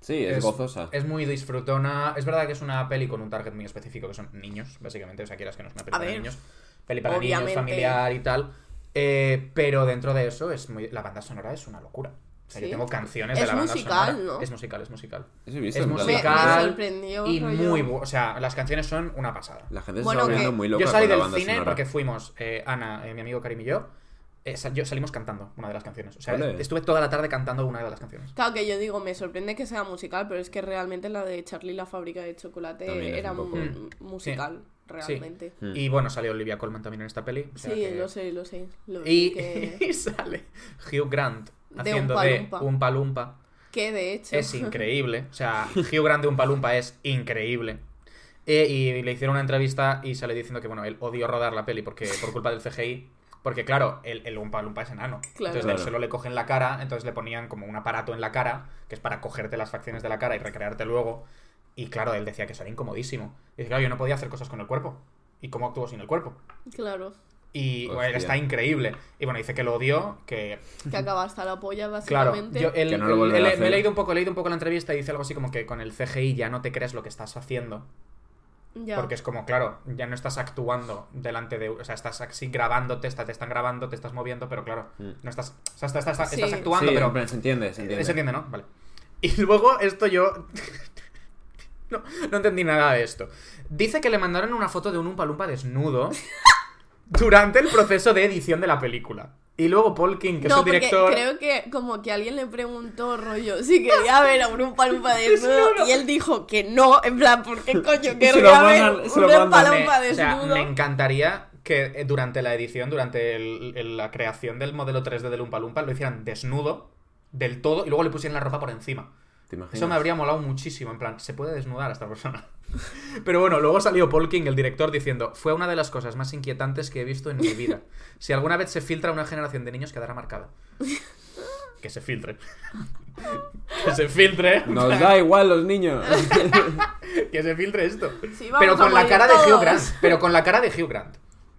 Speaker 1: Sí, es, gozosa.
Speaker 2: Es muy disfrutona. Es verdad que es una peli con un target muy específico, que son niños, básicamente. O sea, quieras que no es una peli
Speaker 3: A
Speaker 2: para
Speaker 3: ver,
Speaker 2: niños. Peli para
Speaker 3: obviamente.
Speaker 2: niños, familiar y tal. Eh, pero dentro de eso, es muy... la banda sonora es una locura. O sea, yo
Speaker 3: Sí.
Speaker 2: tengo canciones
Speaker 3: Es
Speaker 2: de la
Speaker 3: musical,
Speaker 2: banda sonora.
Speaker 3: ¿no?
Speaker 2: Es musical, es musical.
Speaker 1: Eso he visto
Speaker 2: es
Speaker 1: en plan,
Speaker 3: me, me
Speaker 2: musical
Speaker 3: sorprendió.
Speaker 2: y
Speaker 3: rollo.
Speaker 2: muy bu- O sea, las canciones son una pasada.
Speaker 1: La gente se
Speaker 3: Bueno,
Speaker 1: está
Speaker 3: que-
Speaker 1: volviendo muy loca
Speaker 2: yo salí
Speaker 1: con la
Speaker 2: del
Speaker 1: banda
Speaker 2: cine
Speaker 1: sonora.
Speaker 2: porque fuimos, eh, Ana, eh, mi amigo Karim y yo. eh, sal- yo salimos cantando una de las canciones. O sea,
Speaker 1: Ole.
Speaker 2: estuve toda la tarde cantando una de las canciones.
Speaker 3: Claro que yo digo, me sorprende que sea musical, pero es que realmente la de Charlie y la fábrica de
Speaker 1: También
Speaker 3: chocolate
Speaker 1: es
Speaker 3: era
Speaker 1: un poco-
Speaker 3: mu-
Speaker 2: Mm.
Speaker 3: musical, realmente.
Speaker 1: Mm.
Speaker 2: Y bueno, salió Olivia Colman también en esta peli. o
Speaker 3: Sí,
Speaker 2: sea que-
Speaker 3: lo sé, lo sé. Lo vi
Speaker 2: Y,
Speaker 3: que,
Speaker 2: y sale Hugh Grant
Speaker 3: De
Speaker 2: haciendo
Speaker 3: Oompa
Speaker 2: de
Speaker 3: Loompa.
Speaker 2: un palumpa.
Speaker 3: que de hecho.
Speaker 2: Es increíble. O sea, Hugh Grant de un palumpa es increíble. Eh, y le hicieron una entrevista y sale diciendo que, bueno, él odió rodar la peli porque por culpa del CGI. Porque, claro, el, el Oompa Loompa es enano.
Speaker 3: Claro.
Speaker 2: Entonces, del
Speaker 1: Claro.
Speaker 2: suelo le cogen la cara, entonces le ponían como un aparato en la cara, que es para cogerte las facciones de la cara y recrearte luego. Y, claro, él decía que eso era incomodísimo. Y dice, claro, yo no podía hacer cosas con el cuerpo. ¿Y cómo actúo sin el cuerpo?
Speaker 3: Claro.
Speaker 2: Y bueno,
Speaker 1: Hostia.
Speaker 2: está increíble. Y bueno, dice que lo odió, que...
Speaker 3: Que acaba hasta la polla,
Speaker 2: Claro,
Speaker 3: básicamente.
Speaker 2: yo eh, el-
Speaker 1: Que no lo
Speaker 2: el-
Speaker 1: volverá
Speaker 2: el-
Speaker 1: a hacer.
Speaker 2: me he leído un poco, he leído un poco la entrevista y dice algo así como que con el CGI ya no te crees lo que estás haciendo.
Speaker 3: Ya.
Speaker 2: Porque es como, claro, ya no estás actuando delante de... O sea, estás así grabándote, está- te están grabando, te estás moviendo, pero claro,
Speaker 1: Mm.
Speaker 2: no estás... o sea, estás, estás-
Speaker 3: Sí.
Speaker 2: estás actuando,
Speaker 1: Sí,
Speaker 2: pero...
Speaker 1: en plan, se entiende, se entiende.
Speaker 2: Se entiende, ¿no? Vale. Y luego esto yo... no, no entendí nada de esto. Dice que le mandaron una foto de un Umpalumpa desnudo durante el proceso de edición de la película. Y luego Paul King, que es
Speaker 3: no,
Speaker 2: el
Speaker 3: porque
Speaker 2: director...
Speaker 3: creo que como que alguien le preguntó rollo si quería ver a un Oompa Loompa desnudo y él dijo que no, en plan, ¿por qué coño
Speaker 1: Se lo
Speaker 3: querría
Speaker 1: mandan-
Speaker 3: ver
Speaker 1: se
Speaker 3: un
Speaker 1: lo
Speaker 3: Oompa
Speaker 1: mandan,
Speaker 3: Loompa
Speaker 2: Me- o sea,
Speaker 3: desnudo?
Speaker 2: me encantaría que eh, durante la edición, durante el- el- la creación del modelo 3D del Lumpa Lumpa, lo hicieran desnudo del todo y luego le pusieran la ropa por encima.
Speaker 1: ¿Te imaginas?
Speaker 2: Eso me habría molado muchísimo, en plan, se puede desnudar a esta persona. Pero bueno, luego salió Paul King, el director, diciendo, fue una de las cosas más inquietantes que he visto en mi vida. Si alguna vez se filtra una generación de niños, quedará marcada. que se filtre. que se filtre.
Speaker 1: Nos da igual los niños.
Speaker 2: que se filtre esto.
Speaker 3: Sí, vamos
Speaker 2: Pero
Speaker 3: a
Speaker 2: con la
Speaker 3: morir
Speaker 2: cara de Hugh
Speaker 3: todos.
Speaker 2: Grant. Pero con la cara de Hugh Grant.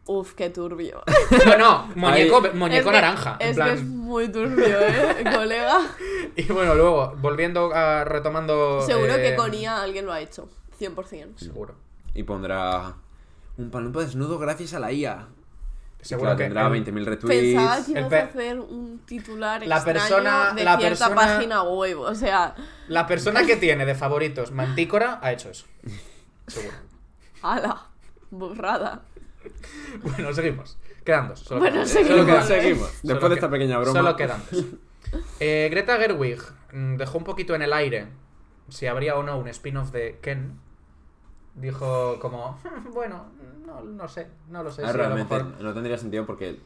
Speaker 3: Uf, qué turbio.
Speaker 2: Bueno, muñeco, muñeco
Speaker 3: Es que-
Speaker 2: naranja. en
Speaker 3: Es que
Speaker 2: plan.
Speaker 3: es muy turbio, ¿eh, colega?
Speaker 2: Y bueno, luego, volviendo a retomando.
Speaker 3: Seguro
Speaker 2: eh,
Speaker 3: que con IA alguien lo ha hecho. 100%.
Speaker 2: Seguro.
Speaker 1: y pondrá un palumpa desnudo gracias a la IA.
Speaker 2: Seguro
Speaker 1: Claro,
Speaker 2: que.
Speaker 1: tendrá 20.000
Speaker 2: el-
Speaker 3: Pensaba
Speaker 1: retweets.
Speaker 3: que ibas
Speaker 2: pe-
Speaker 3: a hacer un titular
Speaker 2: La
Speaker 3: extraño
Speaker 2: persona-
Speaker 3: de
Speaker 2: la
Speaker 3: cierta
Speaker 2: persona-
Speaker 3: página web. O sea,
Speaker 2: La persona que tiene de favoritos Mantícora ha hecho eso. Seguro.
Speaker 3: ala, borrada.
Speaker 2: Bueno, seguimos. Quedan dos. Solo
Speaker 3: Bueno,
Speaker 2: quedan dos.
Speaker 3: seguimos.
Speaker 2: Solo quedan dos.
Speaker 1: Seguimos.
Speaker 2: Solo
Speaker 1: Después de
Speaker 2: que-
Speaker 1: esta pequeña broma.
Speaker 2: Solo quedan dos. Eh, Greta Gerwig mm, dejó un poquito en el aire si habría o no un spin-off de Ken. Dijo como, "Hmm, bueno, no, no sé, no lo sé.
Speaker 1: Ah,
Speaker 2: si a lo
Speaker 1: realmente
Speaker 2: mejor-".
Speaker 1: no tendría sentido porque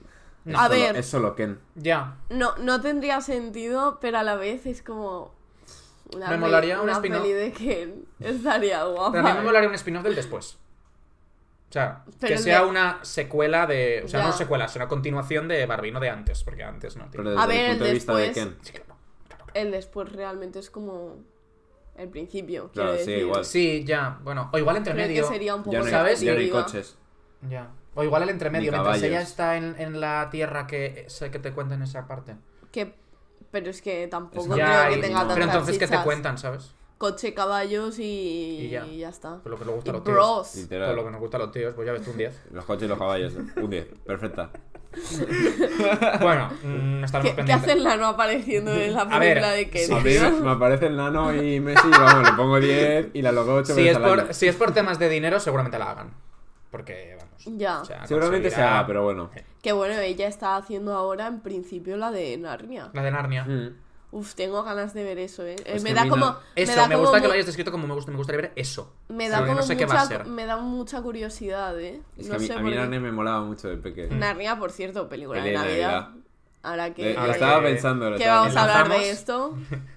Speaker 1: es,
Speaker 3: A
Speaker 1: solo,
Speaker 3: ver.
Speaker 1: es solo Ken.
Speaker 2: Ya,
Speaker 3: No, no tendría sentido, pero a la vez es como. Una
Speaker 2: Me
Speaker 3: peli-
Speaker 2: molaría un
Speaker 3: una
Speaker 2: spin-off.
Speaker 3: peli de Ken. Estaría guapa.
Speaker 2: Pero a mí me molaría un spin-off del después. O sea,
Speaker 3: Pero
Speaker 2: que
Speaker 3: el
Speaker 2: sea
Speaker 3: de-
Speaker 2: una secuela de. O sea,
Speaker 3: Ya.
Speaker 2: no secuela, sea una continuación de Barbie, no de antes, porque antes no.
Speaker 1: Pero
Speaker 2: tiene-
Speaker 1: desde
Speaker 3: A ver,
Speaker 1: el
Speaker 3: el
Speaker 1: punto de vista de
Speaker 3: después-
Speaker 1: Ken.
Speaker 2: Sí, claro, claro, claro.
Speaker 3: El después realmente es como. El principio.
Speaker 1: Claro,
Speaker 3: quiero
Speaker 1: sí,
Speaker 3: decir.
Speaker 1: igual.
Speaker 2: Sí, ya, bueno, o igual entre
Speaker 3: Creo
Speaker 2: medio.
Speaker 3: que sería un poco.
Speaker 1: Ya no hay-
Speaker 2: ¿sabes?
Speaker 1: ya no hay
Speaker 3: repetitiva.
Speaker 1: coches.
Speaker 2: Ya. O igual el entremedio,
Speaker 1: Ni
Speaker 2: mientras ella
Speaker 1: caballos.
Speaker 2: está en, en la tierra que sé que te cuentan esa parte.
Speaker 3: Que... Pero es que tampoco
Speaker 1: No
Speaker 2: ya,
Speaker 3: creo
Speaker 2: y-
Speaker 3: que tenga
Speaker 1: no.
Speaker 3: tantas
Speaker 2: pero entonces que te
Speaker 3: chichas.
Speaker 2: cuentan, ¿sabes?
Speaker 3: Coche, caballos y,
Speaker 2: Y ya.
Speaker 3: y ya está.
Speaker 2: Por lo que le gusta
Speaker 3: Y
Speaker 2: a los tíos.
Speaker 3: bros.
Speaker 1: Literal.
Speaker 2: Por lo que nos gusta a los tíos, pues ya ves tú un 10.
Speaker 1: Los coches y los caballos. Un 10. Perfecta.
Speaker 2: bueno, mm, estaremos
Speaker 3: ¿Qué, qué
Speaker 2: pendientes.
Speaker 3: hace el nano apareciendo en la
Speaker 2: A ver,
Speaker 3: película de Ken?
Speaker 2: sí.
Speaker 1: A mí me- me aparece el nano y Messi, vamos, le pongo 10 y la logo 8
Speaker 2: Si es, por, si es por temas de dinero, seguramente la hagan. Porque, vamos.
Speaker 3: Ya.
Speaker 2: sea,
Speaker 1: Seguramente se
Speaker 2: conseguirá-
Speaker 1: haga, pero bueno.
Speaker 3: Que bueno, ella está haciendo ahora en principio la de Narnia.
Speaker 2: La de
Speaker 1: Mm.
Speaker 2: Narnia.
Speaker 3: Uf, tengo ganas de ver eso, ¿eh? Eh,
Speaker 2: Pues
Speaker 1: Es que
Speaker 3: me,
Speaker 1: a
Speaker 3: da
Speaker 1: mí
Speaker 3: como,
Speaker 1: no-
Speaker 2: Eso, me,
Speaker 3: da como
Speaker 2: gusta que
Speaker 3: mu-
Speaker 2: lo hayas descrito como me gusta, me gustaría ver eso.
Speaker 3: me da
Speaker 2: porque
Speaker 3: como
Speaker 2: no sé qué va a
Speaker 3: mucha,
Speaker 2: ser.
Speaker 3: me da mucha curiosidad, ¿eh?
Speaker 1: Es que
Speaker 3: no
Speaker 1: a mí,
Speaker 3: sé
Speaker 1: a
Speaker 3: por
Speaker 1: mí
Speaker 3: qué.
Speaker 1: Narnia me molaba mucho de pequeño.
Speaker 3: Narnia, por cierto, película de
Speaker 1: Película de
Speaker 3: Navidad.
Speaker 1: Navidad.
Speaker 3: Ahora
Speaker 1: Le-
Speaker 3: que,
Speaker 1: lo
Speaker 2: Ahora
Speaker 1: estaba
Speaker 2: que-
Speaker 1: pensando, lo
Speaker 3: que
Speaker 1: estaba
Speaker 3: vamos a hablar
Speaker 2: Enlazamos.
Speaker 3: de esto.
Speaker 1: pensando.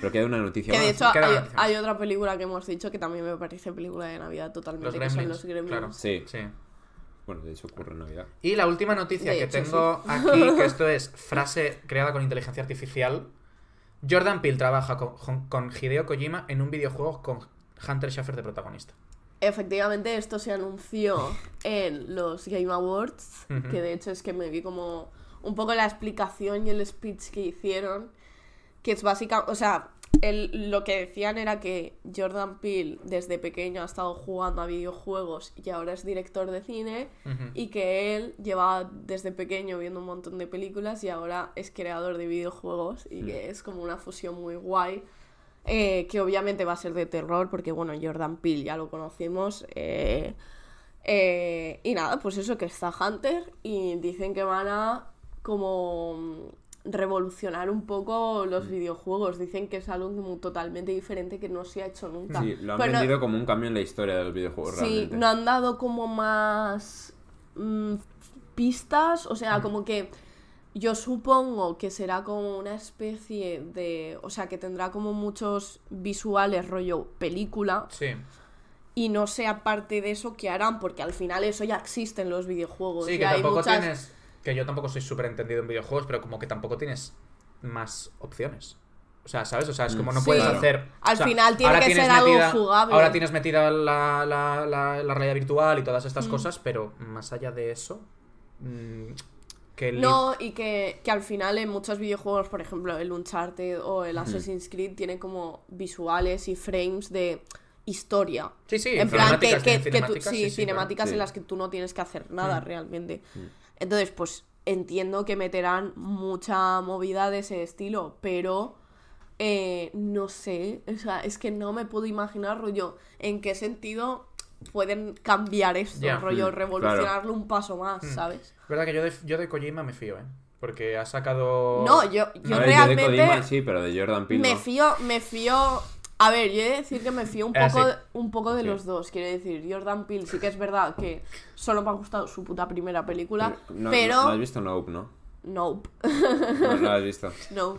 Speaker 1: Pero queda una noticia
Speaker 3: Que de
Speaker 1: más.
Speaker 3: hecho
Speaker 2: queda
Speaker 3: hay,
Speaker 2: la opción.
Speaker 3: hay otra película que hemos dicho que también me parece película de Navidad totalmente,
Speaker 2: Los
Speaker 3: que son
Speaker 2: gremlins.
Speaker 3: los Gremlins.
Speaker 2: Claro.
Speaker 1: Sí.
Speaker 2: Sí.
Speaker 1: Bueno, de hecho ocurre en Navidad.
Speaker 2: Y la última noticia
Speaker 3: De
Speaker 2: que
Speaker 3: hecho,
Speaker 2: tengo aquí, que esto es frase creada con inteligencia artificial. Jordan Peele trabaja con, con- con Hideo Kojima en un videojuego con Hunter Schafer de protagonista.
Speaker 3: Efectivamente, esto se anunció en los Game Awards,
Speaker 2: Ujú.
Speaker 3: que de hecho es que me vi como un poco la explicación y el speech que hicieron, que es básicamente, o sea, el- lo que decían era que Jordan Peele desde pequeño ha estado jugando a videojuegos y ahora es director de cine
Speaker 2: Ujú.
Speaker 3: y que él llevaba desde pequeño viendo un montón de películas y ahora es creador de videojuegos y que es como una fusión muy guay. eh, que obviamente va a ser de terror, porque bueno, Jordan Peele ya lo conocemos. eh, eh, y nada, pues eso que está Hunter y dicen que van a como mm, revolucionar un poco
Speaker 1: Mm.
Speaker 3: los videojuegos. Dicen que es algo como totalmente diferente que no se ha hecho nunca.
Speaker 1: Sí, lo han
Speaker 3: Pero no-
Speaker 1: vendido como un cambio en la historia del videojuego,
Speaker 3: Sí,
Speaker 1: realmente.
Speaker 3: no han dado como más mm, pistas, o sea, como que yo supongo que será como una especie de, o sea, que tendrá como muchos visuales rollo película
Speaker 2: Sí.
Speaker 3: y no sea parte de eso que harán, porque al final eso ya existe en los videojuegos.
Speaker 2: Sí,
Speaker 3: y
Speaker 2: que
Speaker 3: hay
Speaker 2: tampoco
Speaker 3: muchas-
Speaker 2: tienes. Que yo tampoco soy súper entendido en videojuegos, pero como que tampoco tienes más opciones. O sea, ¿sabes? O sea, es como no
Speaker 3: Sí.
Speaker 2: puedes
Speaker 1: Claro.
Speaker 2: hacer.
Speaker 3: Al
Speaker 2: o sea,
Speaker 3: final tiene
Speaker 2: ahora
Speaker 3: que
Speaker 2: tienes
Speaker 3: ser algo
Speaker 2: metida-
Speaker 3: jugable.
Speaker 2: Ahora tienes metida la, la, la- la realidad virtual y todas
Speaker 3: Mm.
Speaker 2: estas cosas, pero más allá de eso. mm, que el-
Speaker 3: No, y que, que al final en muchos videojuegos, por ejemplo, el Uncharted o el Assassin's Creed, tiene como visuales y frames de historia.
Speaker 2: Sí, sí,
Speaker 3: en plan, que,
Speaker 2: cinemáticas, tienen
Speaker 3: que- que tú-
Speaker 2: cinemáticas,
Speaker 3: sí,
Speaker 2: sí, sí,
Speaker 3: cinemáticas
Speaker 1: claro.
Speaker 3: en
Speaker 1: Sí.
Speaker 3: las que tú no tienes que hacer nada
Speaker 2: Mm.
Speaker 3: realmente. Entonces, pues entiendo que meterán mucha movida de ese estilo, pero eh, no sé, o sea, es que no me puedo imaginar, rollo, en qué sentido pueden cambiar esto,
Speaker 2: Ya.
Speaker 1: Mm,
Speaker 3: rollo,
Speaker 1: claro.
Speaker 3: revolucionarlo un paso más,
Speaker 2: Mm.
Speaker 3: ¿sabes?
Speaker 2: Es verdad que yo de, yo de Kojima me fío, ¿eh? Porque ha sacado.
Speaker 3: No, yo,
Speaker 1: A
Speaker 3: yo
Speaker 1: ver, yo de
Speaker 3: realmente...
Speaker 1: Kojima sí, pero de Jordan Peele
Speaker 3: Me
Speaker 1: no.
Speaker 3: fío, me fío. A ver, yo he de decir que me fío un
Speaker 2: Eh,
Speaker 3: poco,
Speaker 2: sí.
Speaker 3: un poco de
Speaker 1: Sí.
Speaker 3: los dos. Quiero decir, Jordan Peele sí que es verdad que solo me ha gustado su puta primera película,
Speaker 1: No- no-
Speaker 3: pero
Speaker 1: No, has visto Nope, ¿no?
Speaker 3: Nope.
Speaker 1: No lo has visto.
Speaker 3: nope.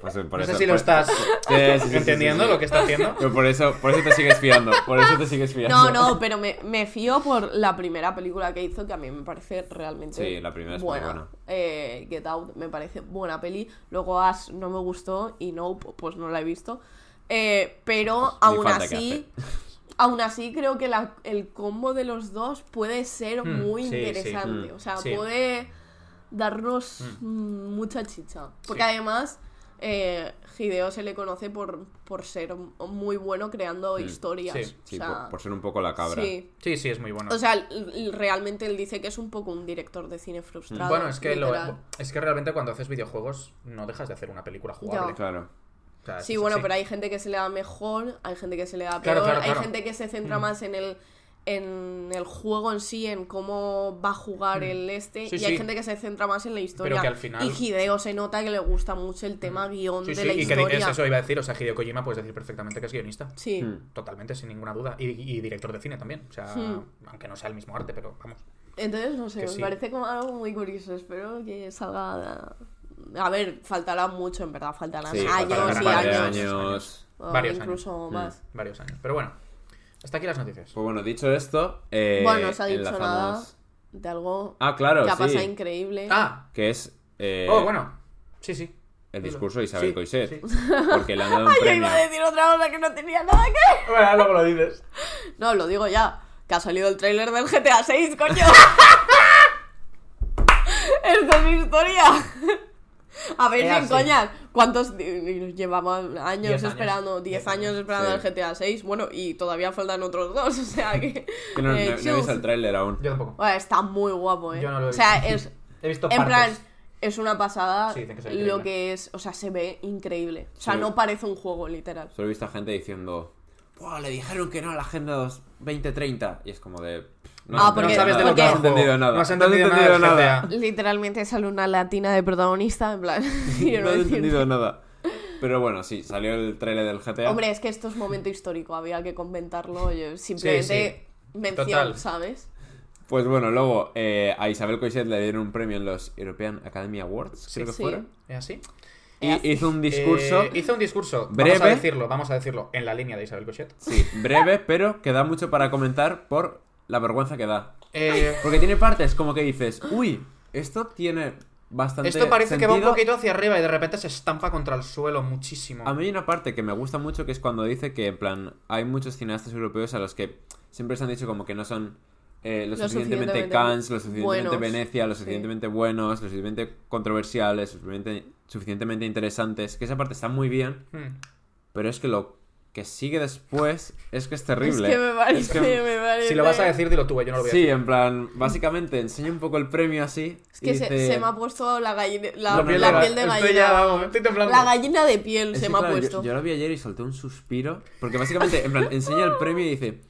Speaker 1: Pues por
Speaker 4: No sé
Speaker 1: eso-
Speaker 4: si lo
Speaker 1: por-
Speaker 4: estás
Speaker 1: Sí, sí, sí, sí,
Speaker 4: entendiendo
Speaker 1: sí, sí.
Speaker 4: lo que está haciendo.
Speaker 1: Pero por eso, por eso te sigues fiando. Por eso te sigues fiando.
Speaker 3: No, no, pero me, me fío por la primera película que hizo, que a mí me parece realmente
Speaker 1: Sí, la primera es muy buena.
Speaker 3: Eh, Get Out me parece buena peli. Luego Ash no me gustó y no, pues no la he visto. Eh, pero
Speaker 1: Ni
Speaker 3: aún
Speaker 1: falta que
Speaker 3: así, aún así creo que la- el combo de los dos puede ser
Speaker 2: Mm,
Speaker 3: muy
Speaker 2: sí, sí.
Speaker 3: interesante.
Speaker 1: Mm,
Speaker 3: o sea,
Speaker 2: sí. Hmm.
Speaker 3: puede darnos mm, mucha chicha. Porque
Speaker 4: Sí.
Speaker 3: además... Eh, Hideo se le conoce por, por ser muy bueno creando historias.
Speaker 2: Sí,
Speaker 1: Hmm. Sí,
Speaker 3: o sea,
Speaker 1: por, por ser un poco la cabra.
Speaker 3: Sí.
Speaker 2: Sí, sí, es muy bueno.
Speaker 3: O sea, l- l- realmente él dice que es un poco un director de cine frustrado.
Speaker 2: bueno, es que, lo-
Speaker 3: literal.
Speaker 2: es que realmente cuando haces videojuegos no dejas de hacer una película jugable.
Speaker 1: Claro.
Speaker 2: O sea,
Speaker 3: Sí,
Speaker 2: es
Speaker 3: bueno,
Speaker 2: así.
Speaker 3: pero hay gente que se le da mejor, hay gente que se le da peor,
Speaker 2: Claro, claro,
Speaker 3: hay
Speaker 2: claro.
Speaker 3: gente que se centra
Speaker 2: Mm.
Speaker 3: más en el en el juego en sí, en cómo va a jugar
Speaker 2: Mm.
Speaker 3: el este,
Speaker 2: Sí,
Speaker 3: y hay
Speaker 2: sí.
Speaker 3: gente que se centra más en la historia.
Speaker 2: que al final- Mm.
Speaker 3: Y Hideo se nota que le gusta mucho el tema guión
Speaker 2: Sí,
Speaker 3: de
Speaker 2: sí,
Speaker 3: la
Speaker 2: y que di-
Speaker 3: historia.
Speaker 2: es eso iba a decir, o sea, Hideo Kojima puedes decir perfectamente que es guionista.
Speaker 3: Sí.
Speaker 1: Mm.
Speaker 2: Totalmente, sin ninguna duda. Y, y director de cine también. O sea,
Speaker 3: Hmm.
Speaker 2: aunque no sea el mismo arte, pero vamos.
Speaker 3: Entonces, no sé,
Speaker 2: Que
Speaker 3: me
Speaker 2: sí.
Speaker 3: parece como algo muy curioso. Espero que salga. A ver, faltará mucho, en verdad, faltarán
Speaker 1: Sí,
Speaker 3: años
Speaker 2: faltarán
Speaker 3: y
Speaker 1: un
Speaker 2: varios
Speaker 1: par de
Speaker 3: años.
Speaker 1: años.
Speaker 2: años.
Speaker 3: o
Speaker 2: Varios
Speaker 3: incluso
Speaker 1: Mm.
Speaker 3: más.
Speaker 2: Varios años. Pero bueno, hasta aquí las noticias.
Speaker 1: Pues bueno, dicho esto, eh,
Speaker 3: Bueno, no se ha dicho
Speaker 1: enlazamos-
Speaker 3: nada de algo
Speaker 1: Ah, claro,
Speaker 3: que ha pasado
Speaker 1: sí.
Speaker 3: increíble.
Speaker 2: Ah,
Speaker 1: Que es eh,
Speaker 2: oh, bueno. Sí, sí.
Speaker 1: el
Speaker 2: Dilo.
Speaker 1: discurso de Isabel
Speaker 2: Sí,
Speaker 1: Coixet.
Speaker 2: sí.
Speaker 1: Porque le han dado un
Speaker 3: Yo
Speaker 1: premio.
Speaker 3: iba a decir otra cosa que no tenía nada que
Speaker 2: Bueno, luego lo dices.
Speaker 3: ver. No, lo digo ya. Que ha salido el tráiler del GTA 6, coño. Esto es mi historia. A ver,
Speaker 2: GTA
Speaker 3: sin
Speaker 2: 6.
Speaker 3: coñas. ¿Cuántos di- llevamos años
Speaker 2: Diez años.
Speaker 3: esperando? 10
Speaker 2: Diez
Speaker 3: años,
Speaker 2: años.
Speaker 3: esperando
Speaker 1: Sí.
Speaker 3: el GTA 6. Bueno, y todavía faltan otros dos, o sea que.
Speaker 1: Que no,
Speaker 3: eh,
Speaker 1: no- no he
Speaker 3: chus.
Speaker 1: visto el tráiler aún.
Speaker 2: Yo tampoco.
Speaker 3: Bueno, está muy guapo, eh.
Speaker 2: Yo no lo he
Speaker 3: o sea,
Speaker 2: visto.
Speaker 3: es.
Speaker 2: He visto
Speaker 3: En plan,
Speaker 2: partes.
Speaker 3: es una pasada
Speaker 2: Sí, dicen que se ve
Speaker 3: lo
Speaker 2: increíble.
Speaker 3: que es, o sea, se ve increíble. O sea,
Speaker 1: Sí.
Speaker 3: no parece un juego, literal.
Speaker 1: Solo he visto a gente diciendo. "Buah, le dijeron que no a la agenda dos- 2030. Y es como de. No,
Speaker 3: Ah,
Speaker 1: no
Speaker 3: porque-
Speaker 1: sabes de lo que
Speaker 3: porque-
Speaker 1: has entendido nada.
Speaker 2: No has entendido nada del GTA.
Speaker 3: Literalmente sale una latina de protagonista, en plan. quiero
Speaker 1: No he
Speaker 3: decir-
Speaker 1: entendido nada. Pero bueno, sí, salió el tráiler del GTA.
Speaker 3: Hombre, es que esto es momento histórico, había que comentarlo. yo simplemente mención,
Speaker 2: Total.
Speaker 3: ¿sabes?
Speaker 1: Pues bueno, luego eh, a Isabel Coixet le dieron un premio en los European Academy Awards, creo que
Speaker 3: Sí.
Speaker 1: fueron.
Speaker 2: ¿Es así?
Speaker 1: Y hizo un discurso
Speaker 2: Eh, hizo un discurso. Vamos a
Speaker 1: breve.
Speaker 2: decirlo, vamos a decirlo. En la línea de Isabel Cochet.
Speaker 1: sí, breve, pero que da mucho para comentar por la vergüenza que da.
Speaker 2: Eh,
Speaker 1: Porque tiene partes como que dices, uy, esto tiene bastante
Speaker 2: esto parece que va un
Speaker 1: sentido".
Speaker 2: poquito hacia arriba y de repente se estampa contra el suelo muchísimo.
Speaker 1: A mí hay una parte que me gusta mucho que es cuando dice que, en plan, hay muchos cineastas europeos a los que siempre se han dicho como que no son eh, lo,
Speaker 3: Lo
Speaker 1: suficientemente,
Speaker 3: suficientemente
Speaker 1: Cannes, lo suficientemente
Speaker 3: buenos.
Speaker 1: Venecia, lo suficientemente buenos, lo suficientemente controversiales, lo suficientemente, suficientemente interesantes. Que esa parte está muy bien,
Speaker 2: Hmm.
Speaker 1: pero es que lo que sigue después es que es terrible.
Speaker 3: Es que me parece.
Speaker 1: Es que-
Speaker 3: me parece-
Speaker 2: Si lo vas a decir, dilo tú, eh, yo no lo voy a
Speaker 1: Sí,
Speaker 2: decir.
Speaker 1: en plan, básicamente enseña un poco el premio así.
Speaker 3: Es que
Speaker 1: y
Speaker 3: se,
Speaker 1: dice-
Speaker 3: se me ha puesto la, gallina,
Speaker 1: La
Speaker 3: la, la
Speaker 1: piel
Speaker 3: piel,
Speaker 1: de ga-
Speaker 3: de
Speaker 2: Estoy
Speaker 3: gallina.
Speaker 2: ya, vamos, estoy temblando.
Speaker 3: La gallina de piel
Speaker 1: Es
Speaker 3: se
Speaker 1: que,
Speaker 3: me ha
Speaker 1: claro, yo-
Speaker 3: puesto.
Speaker 1: Yo, lo vi ayer y solté un suspiro. Porque básicamente, en plan, enseña el premio y dice: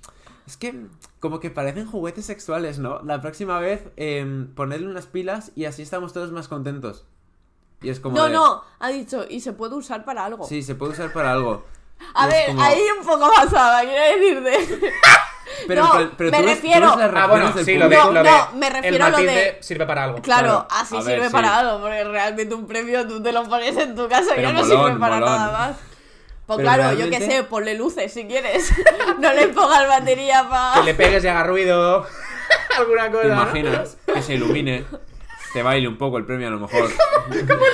Speaker 1: Es que, como que parecen juguetes sexuales, ¿no? La próxima vez, eh, ponedle unas pilas y así estamos todos más contentos. Y es como.
Speaker 3: No,
Speaker 1: de,
Speaker 3: no, ha dicho, y se puede usar para algo.
Speaker 1: Sí, se puede usar para algo.
Speaker 3: A
Speaker 1: Y es
Speaker 3: ver,
Speaker 1: como-
Speaker 3: ahí un poco pasada, quiero decirte.
Speaker 1: Pero,
Speaker 3: no,
Speaker 1: pero, pero
Speaker 3: me
Speaker 1: tú ves- tú ves
Speaker 3: refiero-
Speaker 1: las
Speaker 3: Ah,
Speaker 1: reacciones
Speaker 2: Ah, bueno,
Speaker 1: del
Speaker 2: sí, lo de,
Speaker 1: público.
Speaker 3: No,
Speaker 2: lo de
Speaker 3: no, me refiero a
Speaker 2: el
Speaker 3: lo de-
Speaker 2: Matilde sirve para algo.
Speaker 3: Claro,
Speaker 1: Claro,
Speaker 3: así
Speaker 1: a ver,
Speaker 3: sirve
Speaker 1: sí.
Speaker 3: para algo, porque realmente un premio tú te lo pones en tu casa y
Speaker 1: Pero
Speaker 3: no sirve
Speaker 1: molón,
Speaker 3: para
Speaker 1: molón.
Speaker 3: nada más. Pues
Speaker 1: Pero
Speaker 3: claro, yo
Speaker 1: realmente-
Speaker 3: qué sé, ponle luces si quieres. no le pongas batería
Speaker 2: Que
Speaker 3: para.
Speaker 2: le pegues y haga ruido. Alguna cosa.
Speaker 1: ¿Te
Speaker 2: ¿no?
Speaker 1: imaginas que se ilumine? Te baile un poco el premio, a lo mejor.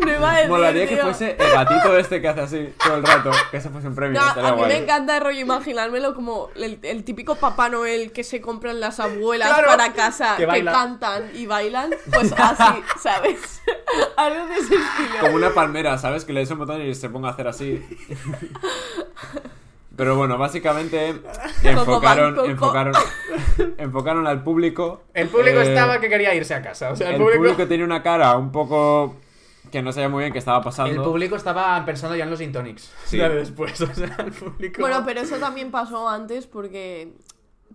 Speaker 3: No iba a decir,
Speaker 1: Molaría que
Speaker 3: tío.
Speaker 1: fuese el gatito este que hace así todo el rato. Que ese fuese un premio.
Speaker 3: No,
Speaker 1: estaría
Speaker 3: a mí me
Speaker 1: guay.
Speaker 3: encanta el rollo imaginármelo como el, el típico Papá Noel que se compran las abuelas
Speaker 2: Claro,
Speaker 3: para casa,
Speaker 2: que
Speaker 3: que,
Speaker 2: baila.
Speaker 3: cantan y bailan, pues así, ¿sabes? Algo de ese estilo.
Speaker 1: Como una palmera, ¿sabes? Que le des un botón y se ponga a hacer así. Pero bueno, básicamente enfocaron,
Speaker 3: Coco.
Speaker 1: enfocaron, enfocaron al público.
Speaker 2: El público
Speaker 1: Eh,
Speaker 2: estaba que quería irse a casa. O sea, el,
Speaker 1: el
Speaker 2: público.
Speaker 1: público tenía una cara un poco que no sabía muy bien qué estaba pasando.
Speaker 2: El público estaba pensando ya en los Intonics.
Speaker 1: Sí.
Speaker 2: Dale después. O sea, el público.
Speaker 3: Bueno, pero eso también pasó antes porque.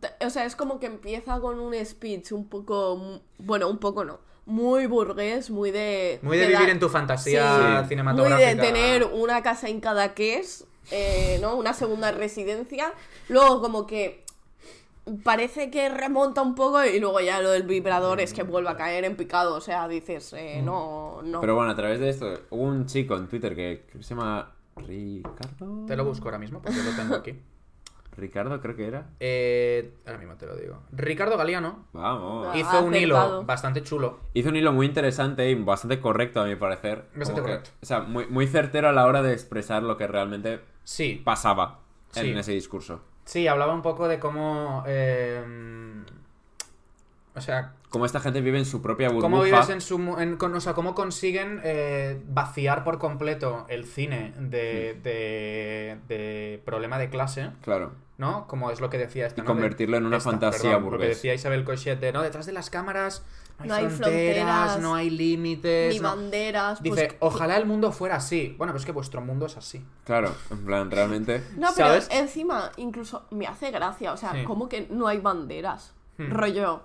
Speaker 3: t- O sea, es como que empieza con un speech un poco. mu- Bueno, un poco no. Muy burgués, muy de.
Speaker 2: Muy de
Speaker 3: dar-
Speaker 2: vivir en tu fantasía
Speaker 1: Sí.
Speaker 2: cinematográfica.
Speaker 3: Muy de tener una casa en cada que es, eh, ¿no? Una segunda residencia. Luego, como que parece que remonta un poco y luego ya lo del vibrador es que vuelve a caer en picado. O sea, dices,
Speaker 2: Mm.
Speaker 3: eh, no, no.
Speaker 1: Pero bueno, a través de esto, hubo un chico en Twitter que creo que se llama Ricardo.
Speaker 2: Te lo busco ahora mismo porque lo tengo aquí.
Speaker 1: Ricardo, creo que era.
Speaker 2: Eh, ahora mismo te lo digo. Ricardo Galeano
Speaker 1: Vamos.
Speaker 3: Ah,
Speaker 2: hizo un
Speaker 3: acertado.
Speaker 2: hilo bastante chulo.
Speaker 1: Hizo un hilo muy interesante y bastante correcto, a mi parecer.
Speaker 2: Bastante
Speaker 1: Como que-
Speaker 2: correcto.
Speaker 1: o sea, muy, muy certero a la hora de expresar lo que realmente
Speaker 2: Sí,
Speaker 1: pasaba
Speaker 2: Sí.
Speaker 1: en ese discurso.
Speaker 2: sí, hablaba un poco de cómo. eh, o sea,
Speaker 1: Cómo esta gente vive en su propia burbuja.
Speaker 2: ¿Cómo vives en su mu- en- con- o sea, cómo consiguen eh, vaciar por completo el cine de, de- de problema de clase,
Speaker 1: Claro.
Speaker 2: ¿no? Como es lo que decía esta.
Speaker 1: Y
Speaker 2: ¿no? De-
Speaker 1: convertirlo en una
Speaker 2: esta,
Speaker 1: fantasía
Speaker 2: perdón, Lo que
Speaker 1: burgués.
Speaker 2: decía Isabel Cochet de, no, detrás de las cámaras no hay,
Speaker 3: No hay
Speaker 2: fronteras,
Speaker 3: fronteras,
Speaker 2: no hay
Speaker 3: Ni
Speaker 2: límites. no-
Speaker 3: banderas. pues-
Speaker 2: Dice, ojalá el mundo fuera así. Bueno, pero es que vuestro mundo es así.
Speaker 1: Claro, en plan, realmente.
Speaker 3: No, pero
Speaker 2: ¿Sabes?
Speaker 3: encima incluso me hace gracia, o sea,
Speaker 2: Sí.
Speaker 3: como que no hay banderas.
Speaker 2: Hmm.
Speaker 3: Rollo.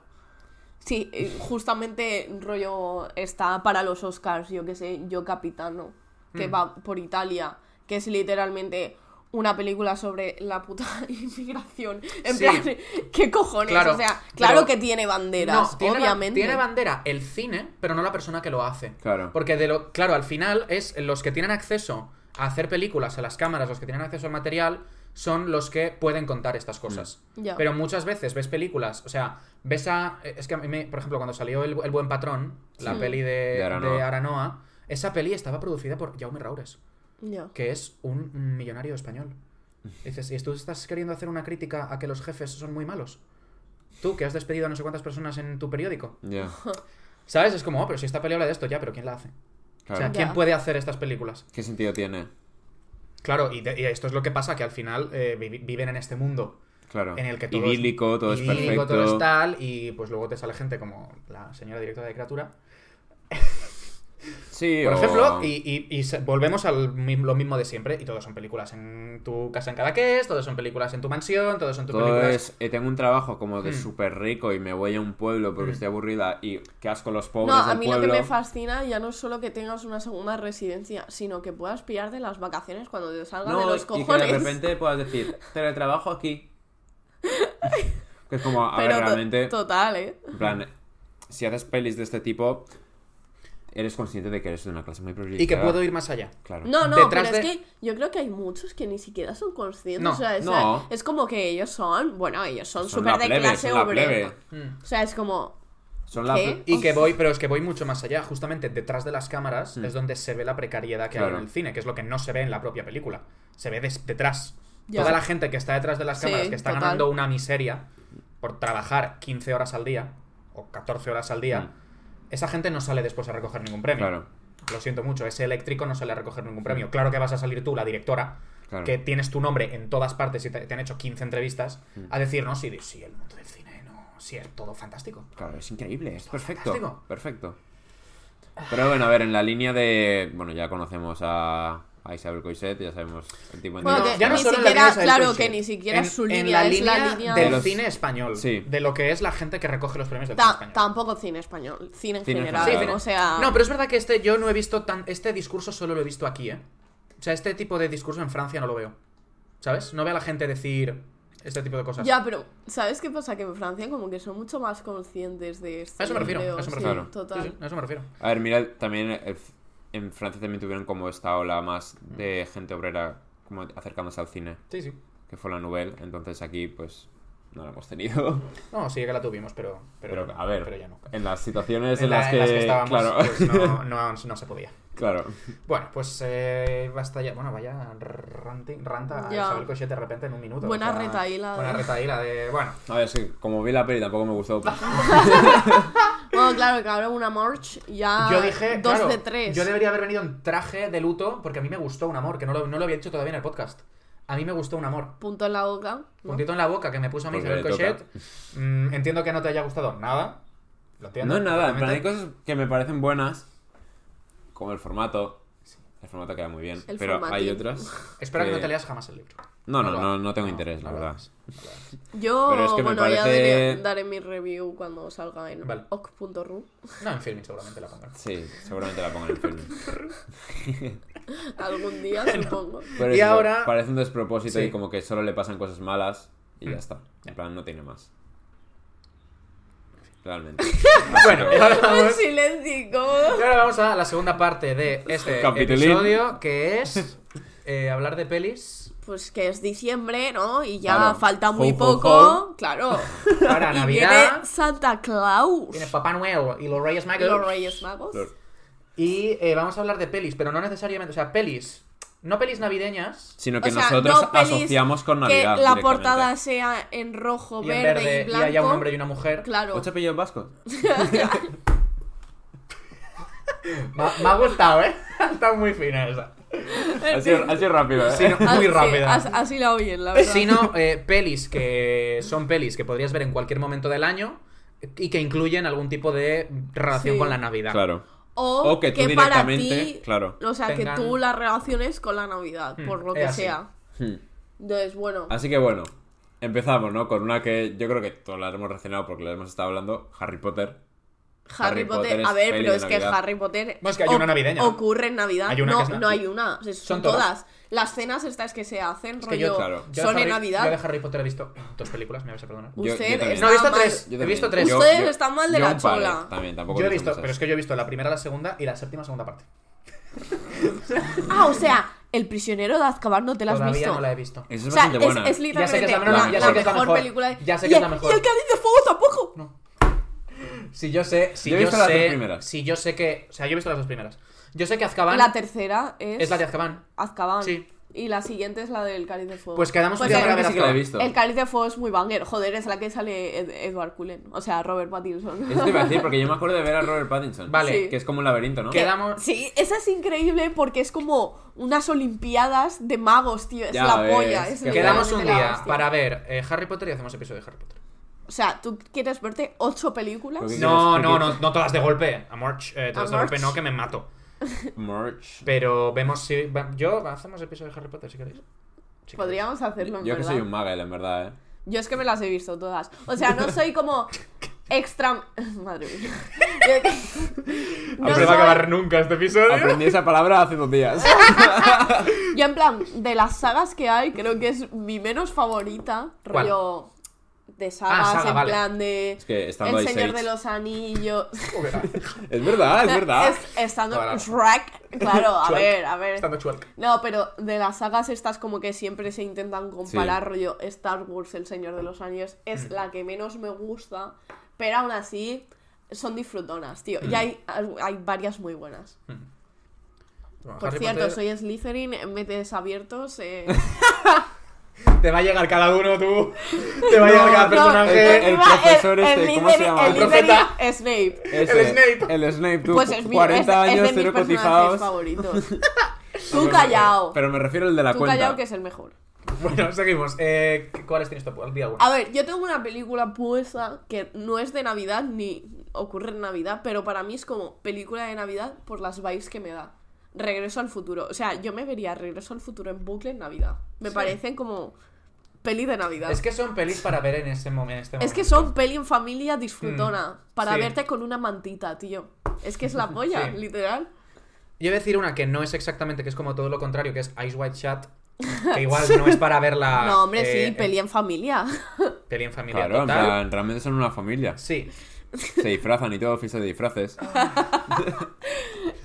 Speaker 3: Sí, eh, justamente rollo está para los Oscars, yo que sé, Yo Capitano, que
Speaker 2: Hmm.
Speaker 3: va por Italia, que es literalmente una película sobre la puta inmigración. En
Speaker 2: Sí.
Speaker 3: plan, ¿qué cojones?
Speaker 2: Claro,
Speaker 3: o sea, claro
Speaker 2: pero-
Speaker 3: que tiene banderas,
Speaker 2: No, tiene, ba-
Speaker 3: obviamente.
Speaker 2: tiene bandera el cine, pero no la persona que lo hace.
Speaker 1: Claro.
Speaker 2: Porque de lo, claro, al final es los que tienen acceso a hacer películas, a las cámaras, los que tienen acceso al material, son los que pueden contar estas cosas.
Speaker 1: Mm.
Speaker 3: Ya.
Speaker 2: Pero muchas veces ves películas, o sea, ves a... Es que a mí, me- por ejemplo, cuando salió El, El Buen Patrón, la
Speaker 3: Sí.
Speaker 2: peli de,
Speaker 1: De Aranoa.
Speaker 2: de Aranoa, esa peli estaba producida por Jaume Raures
Speaker 3: Ya.
Speaker 2: que es un millonario español. Dices, ¿y tú estás queriendo hacer una crítica a que los jefes son muy malos? Tú, que has despedido a no sé cuántas personas en tu periódico.
Speaker 1: Ya.
Speaker 2: ¿Sabes? Es como, oh, pero si esta peli habla de esto, ya, pero ¿quién la hace? O sea,
Speaker 1: Claro.
Speaker 3: Ya.
Speaker 2: ¿quién puede hacer estas películas?
Speaker 1: ¿Qué sentido tiene?
Speaker 2: Claro, y, de- y esto es lo que pasa, que al final eh, vi- viven en este mundo
Speaker 1: Claro.
Speaker 2: en el que todo
Speaker 1: Idílico,
Speaker 2: es,
Speaker 1: todo es
Speaker 2: idílico,
Speaker 1: perfecto.
Speaker 2: todo es tal, y pues luego te sale gente como la señora directora de criatura,
Speaker 1: Sí,
Speaker 2: Por
Speaker 1: o-
Speaker 2: ejemplo, y, y- y se- volvemos a lo mismo de siempre, y todos son películas en tu casa en Cadaqués, todos son películas en tu mansión, todos son tus
Speaker 1: Todo
Speaker 2: películas...
Speaker 1: es, eh, tengo un trabajo como de
Speaker 2: Mm.
Speaker 1: súper rico y me voy a un pueblo porque
Speaker 2: Mm.
Speaker 1: estoy aburrida y qué asco los
Speaker 3: No,
Speaker 1: pobres
Speaker 3: a
Speaker 1: del
Speaker 3: mí
Speaker 1: pueblo.
Speaker 3: lo que me fascina ya no es solo que tengas una segunda residencia, sino que puedas pillar de las vacaciones cuando te salgan de
Speaker 1: No,
Speaker 3: los
Speaker 1: y que
Speaker 3: cojones.
Speaker 1: de repente puedas decir, teletrabajo aquí. que es como, a
Speaker 3: Pero
Speaker 1: ver,
Speaker 3: to-
Speaker 1: realmente,
Speaker 3: total, ¿eh?
Speaker 1: en plan, si haces pelis de este tipo, eres consciente de que eres de una clase muy privilegiada.
Speaker 2: Y que puedo ir más allá.
Speaker 1: Claro.
Speaker 3: No, no,
Speaker 2: Detrás
Speaker 3: pero es
Speaker 2: de-
Speaker 3: que yo creo que hay muchos que ni siquiera son conscientes.
Speaker 2: No,
Speaker 3: o sea, es,
Speaker 1: no.
Speaker 3: es como que ellos son, bueno, ellos son
Speaker 1: Son
Speaker 3: súper
Speaker 1: la
Speaker 3: de
Speaker 1: plebe,
Speaker 3: clase
Speaker 1: son la
Speaker 3: obrera.
Speaker 1: plebe.
Speaker 2: Mm.
Speaker 3: O sea, es como,
Speaker 1: Son la
Speaker 3: ¿Qué?
Speaker 1: pl-
Speaker 2: Y que voy, pero es que voy mucho más allá. Justamente detrás de las cámaras
Speaker 1: Mm.
Speaker 2: es donde se ve la precariedad que hay
Speaker 1: Claro.
Speaker 2: en el cine, que es lo que no se ve en la propia película. Se ve des- detrás.
Speaker 3: Ya.
Speaker 2: Toda la gente que está detrás de las
Speaker 3: Sí,
Speaker 2: cámaras, que está
Speaker 3: total.
Speaker 2: ganando una miseria por trabajar 15 horas al día o 14 horas al día,
Speaker 1: Mm.
Speaker 2: esa gente no sale después a recoger ningún premio.
Speaker 1: Claro, Mm.
Speaker 2: Lo siento mucho, ese eléctrico no sale a recoger ningún premio. Claro que vas a salir tú, la directora,
Speaker 1: claro.
Speaker 2: que tienes tu nombre en todas partes y te, te han hecho 15 entrevistas,
Speaker 1: Mm.
Speaker 2: a decir, no, sí, sí, el mundo del cine, no, sí, es todo fantástico.
Speaker 1: Claro, es increíble, es perfecto.
Speaker 2: fantástico.
Speaker 1: Perfecto. Pero bueno, a ver, en la línea de. Bueno, ya conocemos a, a Isabel Coixet, ya sabemos el tipo en
Speaker 3: Bueno,
Speaker 1: directo.
Speaker 3: que ya
Speaker 2: no
Speaker 3: ni
Speaker 2: solo en la
Speaker 3: siquiera-
Speaker 2: línea de Isabel
Speaker 3: claro,
Speaker 2: Coixet,
Speaker 3: que ni siquiera
Speaker 2: en-
Speaker 3: es su
Speaker 2: en
Speaker 3: línea,
Speaker 2: la
Speaker 3: es la
Speaker 2: línea
Speaker 3: línea-
Speaker 2: del
Speaker 1: De los-
Speaker 2: cine español,
Speaker 1: Sí.
Speaker 2: de lo que es la gente que recoge los premios del
Speaker 3: ta-
Speaker 2: cine español.
Speaker 3: tampoco cine español, cine en
Speaker 1: Cine en
Speaker 3: general.
Speaker 1: general. Sí,
Speaker 3: o sea,
Speaker 2: No, pero es verdad que este yo no he visto tan este discurso solo lo he visto aquí, ¿eh? O sea, este tipo de discurso en Francia no lo veo. ¿Sabes? No veo a la gente decir este tipo de cosas.
Speaker 3: ya, pero ¿sabes qué pasa? Que en Francia como que son mucho más conscientes de esto.
Speaker 2: A eso me
Speaker 3: yo
Speaker 2: refiero,
Speaker 3: creo,
Speaker 2: a eso me
Speaker 3: sí,
Speaker 1: refiero. Claro.
Speaker 3: total.
Speaker 2: Sí, sí, a eso me refiero.
Speaker 1: A ver, mira, también eh, en Francia también tuvieron como esta ola más de gente obrera como acercándose al cine,
Speaker 2: Sí, sí.
Speaker 1: que fue la Nouvelle, entonces aquí pues no la hemos tenido.
Speaker 2: No, sí que la tuvimos, pero pero,
Speaker 1: Pero a ver,
Speaker 2: pero ya no.
Speaker 1: en las situaciones en,
Speaker 2: la-
Speaker 1: las, que,
Speaker 2: estábamos,
Speaker 1: claro,
Speaker 2: pues, no, no, no se podía.
Speaker 1: claro.
Speaker 2: Bueno, pues eh, basta ya. Bueno, vaya ranti- ranta a
Speaker 3: Ya.
Speaker 2: Isabel Coixet de repente en un minuto.
Speaker 3: Buena
Speaker 2: o sea,
Speaker 3: retaíla de-
Speaker 2: Buena retaíla de. Bueno,
Speaker 1: A ver, es que como vi la peli tampoco me gustó. pues,
Speaker 2: Ah,
Speaker 3: Bueno, claro, que ahora una march ya
Speaker 2: yo dije.
Speaker 3: Ah, dos
Speaker 2: claro,
Speaker 3: de tres.
Speaker 2: Yo debería haber venido en traje de luto porque a mí me gustó un amor, que no lo, no lo había dicho todavía en el podcast. A mí me gustó un amor.
Speaker 3: Punto en la boca. ¿no?
Speaker 2: Puntito en la boca que me puso a mí
Speaker 1: Porque
Speaker 2: Isabel
Speaker 1: le toca.
Speaker 2: Coixet. Mm, entiendo que no te haya gustado nada. Lo entiendo.
Speaker 1: No es nada, en plan, hay
Speaker 2: perfectamente.
Speaker 1: cosas que me parecen buenas, como el formato. El formato queda muy bien,
Speaker 3: El
Speaker 1: pero hay
Speaker 3: formatín.
Speaker 1: otras.
Speaker 2: Espero que no
Speaker 1: que-
Speaker 2: te leas jamás el libro.
Speaker 1: No, no,
Speaker 2: lo
Speaker 1: no,
Speaker 2: hagas.
Speaker 1: no tengo interés, la
Speaker 2: no lo
Speaker 1: verdad.
Speaker 2: hagas.
Speaker 3: Yo,
Speaker 1: Pero es que me
Speaker 3: bueno,
Speaker 1: parece-
Speaker 3: ya daré, daré mi review cuando salga en
Speaker 2: Vale.
Speaker 3: oc.ru.
Speaker 2: No, en filming seguramente la pondrán.
Speaker 1: Sí, seguramente la pongan en film.
Speaker 3: Algún día, supongo.
Speaker 1: Pero
Speaker 2: Y
Speaker 1: eso,
Speaker 2: ahora-
Speaker 1: Parece un despropósito
Speaker 2: Sí.
Speaker 1: y como que solo le pasan cosas malas. Y ya
Speaker 2: Mm.
Speaker 1: está. En
Speaker 2: Ya.
Speaker 1: plan, no tiene más. Realmente.
Speaker 2: Bueno, y ahora
Speaker 3: En
Speaker 2: vamos,
Speaker 3: silencio
Speaker 2: y
Speaker 3: incómodo.
Speaker 2: ahora vamos a la segunda parte de este
Speaker 1: Capitulín.
Speaker 2: episodio, que es eh, hablar de pelis
Speaker 3: Pues que es diciembre, ¿no? Y ya
Speaker 1: Claro.
Speaker 3: falta muy
Speaker 1: Ho, ho,
Speaker 3: poco.
Speaker 1: ho.
Speaker 3: Claro.
Speaker 2: para
Speaker 3: y
Speaker 2: Navidad.
Speaker 3: viene Santa Claus.
Speaker 2: Viene Papá Noel y los Reyes Magos.
Speaker 3: Los Reyes Magos.
Speaker 1: Lord.
Speaker 2: Y eh, vamos a hablar de pelis, pero no necesariamente, o sea, pelis. No pelis navideñas.
Speaker 1: Sino
Speaker 3: O
Speaker 1: que
Speaker 3: sea,
Speaker 1: nosotros
Speaker 3: no pelis
Speaker 1: asociamos con Navidad.
Speaker 3: Que la
Speaker 1: directamente.
Speaker 3: portada sea en rojo,
Speaker 2: Y en
Speaker 3: verde,
Speaker 2: verde
Speaker 3: y
Speaker 2: y
Speaker 3: blanco.
Speaker 2: haya un hombre y una mujer.
Speaker 3: Claro.
Speaker 1: ¿Ocho apellidos vascos?
Speaker 2: Me, ha- me ha gustado, ¿eh? Está muy fina esa.
Speaker 1: Ha sido, ha sido rápido, ¿eh?
Speaker 2: Sí, no. muy
Speaker 3: Así-
Speaker 2: rápida.
Speaker 3: as- Así la oyen, ah, la verdad.
Speaker 2: Si no, eh, pelis que son pelis que podrías ver en cualquier momento del año y que incluyen algún tipo de relación
Speaker 3: Sí.
Speaker 2: con la Navidad.
Speaker 1: Claro.
Speaker 3: O,
Speaker 1: O que tú
Speaker 3: para
Speaker 1: directamente.
Speaker 3: ti-
Speaker 1: Claro.
Speaker 3: O sea,
Speaker 2: Tengan-
Speaker 3: que tú la relaciones con la Navidad,
Speaker 2: Hmm,
Speaker 3: por lo
Speaker 2: es
Speaker 3: que
Speaker 2: así.
Speaker 3: sea.
Speaker 1: Hmm.
Speaker 3: Entonces, bueno.
Speaker 1: Así que bueno, empezamos, ¿no? Con una que yo creo que todos la hemos relacionado porque la hemos estado hablando, Harry Potter.
Speaker 3: Harry,
Speaker 1: Harry
Speaker 3: Potter,
Speaker 1: Potter es
Speaker 3: a ver,
Speaker 1: peli
Speaker 3: pero
Speaker 1: de
Speaker 3: es que
Speaker 1: Navidad.
Speaker 3: Harry Potter
Speaker 2: No, es que hay una
Speaker 3: oc-
Speaker 2: navideña.
Speaker 3: ocurre en Navidad.
Speaker 2: Hay una
Speaker 3: no,
Speaker 2: que es na-
Speaker 3: no hay una, o sea, son,
Speaker 2: Son todas.
Speaker 3: todas. Las cenas estas que se hacen,
Speaker 2: Es que
Speaker 3: rollo,
Speaker 2: yo-
Speaker 1: claro.
Speaker 2: Yo de
Speaker 3: son en
Speaker 2: Harry-
Speaker 3: Navidad.
Speaker 2: Yo de Harry Potter he visto dos películas, me vais a perdonar.
Speaker 1: Yo- yo
Speaker 3: Usted
Speaker 1: también.
Speaker 3: está
Speaker 2: No, he visto
Speaker 3: mal.
Speaker 2: tres. He visto tres.
Speaker 3: Ustedes están mal de
Speaker 1: yo
Speaker 3: la
Speaker 1: un par,
Speaker 3: chola.
Speaker 1: eh, También, tampoco
Speaker 2: Yo he
Speaker 1: he
Speaker 2: visto,
Speaker 1: muchas.
Speaker 2: pero es que yo he visto la primera, la segunda y la séptima, segunda parte.
Speaker 3: Ah, o sea, El prisionero de Azkaban no te la has
Speaker 2: Todavía
Speaker 3: visto.
Speaker 2: no la he visto.
Speaker 1: Esa
Speaker 3: o
Speaker 1: es
Speaker 3: sea,
Speaker 1: bastante
Speaker 3: es,
Speaker 1: buena.
Speaker 3: es
Speaker 2: Ya sé que
Speaker 3: literalmente
Speaker 2: es la
Speaker 3: la,
Speaker 2: mejor, ya
Speaker 3: la
Speaker 2: sé que es la
Speaker 3: mejor,
Speaker 2: mejor.
Speaker 3: película. de-
Speaker 2: Ya sé
Speaker 3: y
Speaker 2: que es
Speaker 3: el-
Speaker 2: la mejor.
Speaker 3: Y el Cádiz de Fuego tampoco.
Speaker 2: No. Si yo sé, si
Speaker 1: Yo
Speaker 2: yo,
Speaker 1: he visto las dos
Speaker 2: sé,
Speaker 1: primeras.
Speaker 2: si yo sé que, o sea, yo he visto las dos primeras. Yo sé que Azkaban
Speaker 3: La tercera es,
Speaker 2: es la de Azkaban.
Speaker 3: Azkaban.
Speaker 2: Sí.
Speaker 3: Y la siguiente es la del Cáliz de Fuego.
Speaker 2: Pues quedamos un
Speaker 1: Yo
Speaker 2: día
Speaker 3: el-
Speaker 2: para ver
Speaker 1: realmente sí que la he
Speaker 2: Azkaban.
Speaker 1: visto.
Speaker 3: El Cáliz de Fuego es muy banger. Joder, es la que sale Ed- Edward Cullen. O sea, Robert Pattinson.
Speaker 1: Eso te iba a decir porque yo me acuerdo de ver a Robert Pattinson.
Speaker 2: Vale.
Speaker 3: Sí.
Speaker 1: Que es como un laberinto, ¿no?
Speaker 2: Que- Quedamos-
Speaker 3: Sí, esa es increíble porque es como unas olimpiadas de magos, tío. Es
Speaker 1: Ya
Speaker 3: la
Speaker 1: ves,
Speaker 3: polla. es
Speaker 1: que
Speaker 2: Quedamos
Speaker 3: literalmente
Speaker 2: un
Speaker 3: la
Speaker 2: día
Speaker 3: hostia.
Speaker 2: para ver eh, Harry Potter y hacemos episodio de Harry Potter.
Speaker 3: O sea, ¿tú quieres verte ocho películas?
Speaker 1: Porque-
Speaker 2: No,
Speaker 1: quieres?
Speaker 2: no,
Speaker 1: ¿Qué
Speaker 2: no, no todas de golpe. A March, eh, todas de
Speaker 3: Amorch.
Speaker 2: golpe no, que me mato.
Speaker 1: Merch.
Speaker 2: Pero vemos si. va- Yo, hacemos episodio de Harry Potter si queréis. Si
Speaker 3: Podríamos hacerlo, en
Speaker 1: Yo que
Speaker 3: verdad.
Speaker 1: soy un Magel, en verdad, ¿eh?
Speaker 3: Yo es que me las he visto todas. O sea, no soy como extra... Madre mía. Yo-
Speaker 2: queréis.
Speaker 3: no
Speaker 2: No se va a
Speaker 3: soy-
Speaker 2: acabar nunca este episodio.
Speaker 1: Aprendí esa palabra hace dos días.
Speaker 3: Yo en plan, de las sagas que hay, creo que es mi menos favorita.
Speaker 2: ¿Cuál? Ah,
Speaker 3: Rollo de sagas,
Speaker 2: saga,
Speaker 3: en
Speaker 2: vale.
Speaker 3: plan de...
Speaker 1: Es que estando
Speaker 3: El
Speaker 1: ahí
Speaker 3: Señor
Speaker 1: seis-
Speaker 3: de los Anillos.
Speaker 1: Es verdad, es verdad.
Speaker 3: Es- estando
Speaker 2: Claro.
Speaker 3: Shrek, claro, a
Speaker 2: Shrek.
Speaker 3: ver, a ver.
Speaker 2: Estando chueca.
Speaker 3: No, pero de las sagas estas como que siempre se intentan comparar, rollo Star Wars, El Señor de los Anillos, es la que menos me gusta, pero aún así son disfrutonas, tío. Y hay, hay varias muy buenas.
Speaker 2: Bueno,
Speaker 3: Por
Speaker 2: Harry
Speaker 3: cierto,
Speaker 2: Potter,
Speaker 3: soy Slytherin, metes abiertos. eh.
Speaker 2: Te va a llegar cada uno, tú. Te va a llegar cada
Speaker 1: no, eh,
Speaker 2: personaje.
Speaker 3: eh,
Speaker 1: el- el profesor este, ¿cómo se
Speaker 3: Slytherin-
Speaker 1: llama?
Speaker 3: El
Speaker 2: El profeta.
Speaker 3: Slytherin, Snape.
Speaker 1: Ese,
Speaker 2: el Snape.
Speaker 1: El Snape, tú.
Speaker 3: Pues es mi,
Speaker 1: 40
Speaker 3: es-
Speaker 1: años,
Speaker 3: es, de
Speaker 1: cero
Speaker 3: mis personajes
Speaker 1: cotizados.
Speaker 3: favoritos. Tú callao.
Speaker 1: Pero me refiero al de la
Speaker 3: Tú
Speaker 1: cuenta.
Speaker 3: callao que es el mejor.
Speaker 2: Bueno, seguimos. Eh, ¿Cuáles tienes tú? Al día uno.
Speaker 3: A ver, yo tengo una película puesta que no es de Navidad ni ocurre en Navidad, pero para mí es como película de Navidad por las vibes que me da. Regreso al futuro. O sea, yo me vería Regreso al futuro en bucle en Navidad. Me
Speaker 2: Sí.
Speaker 3: parecen como peli de Navidad.
Speaker 2: Es que son pelis para ver en ese momento. en este
Speaker 3: Ah, Es que
Speaker 2: momento.
Speaker 3: son peli en familia disfrutona. para
Speaker 2: Mm, sí.
Speaker 3: verte con una mantita, tío. Es que es la polla,
Speaker 2: Sí.
Speaker 3: literal.
Speaker 2: Yo voy a decir una que no es exactamente, que es como todo lo contrario, que es Ice White Chat. Que igual no es para verla.
Speaker 3: no, hombre,
Speaker 2: eh,
Speaker 3: sí,
Speaker 2: en-
Speaker 3: peli en familia.
Speaker 2: peli en familia.
Speaker 1: Claro, en
Speaker 2: total.
Speaker 1: plan, realmente son una familia.
Speaker 2: Sí.
Speaker 1: Se disfrazan y todo, fiesta de disfraces.
Speaker 3: Ah.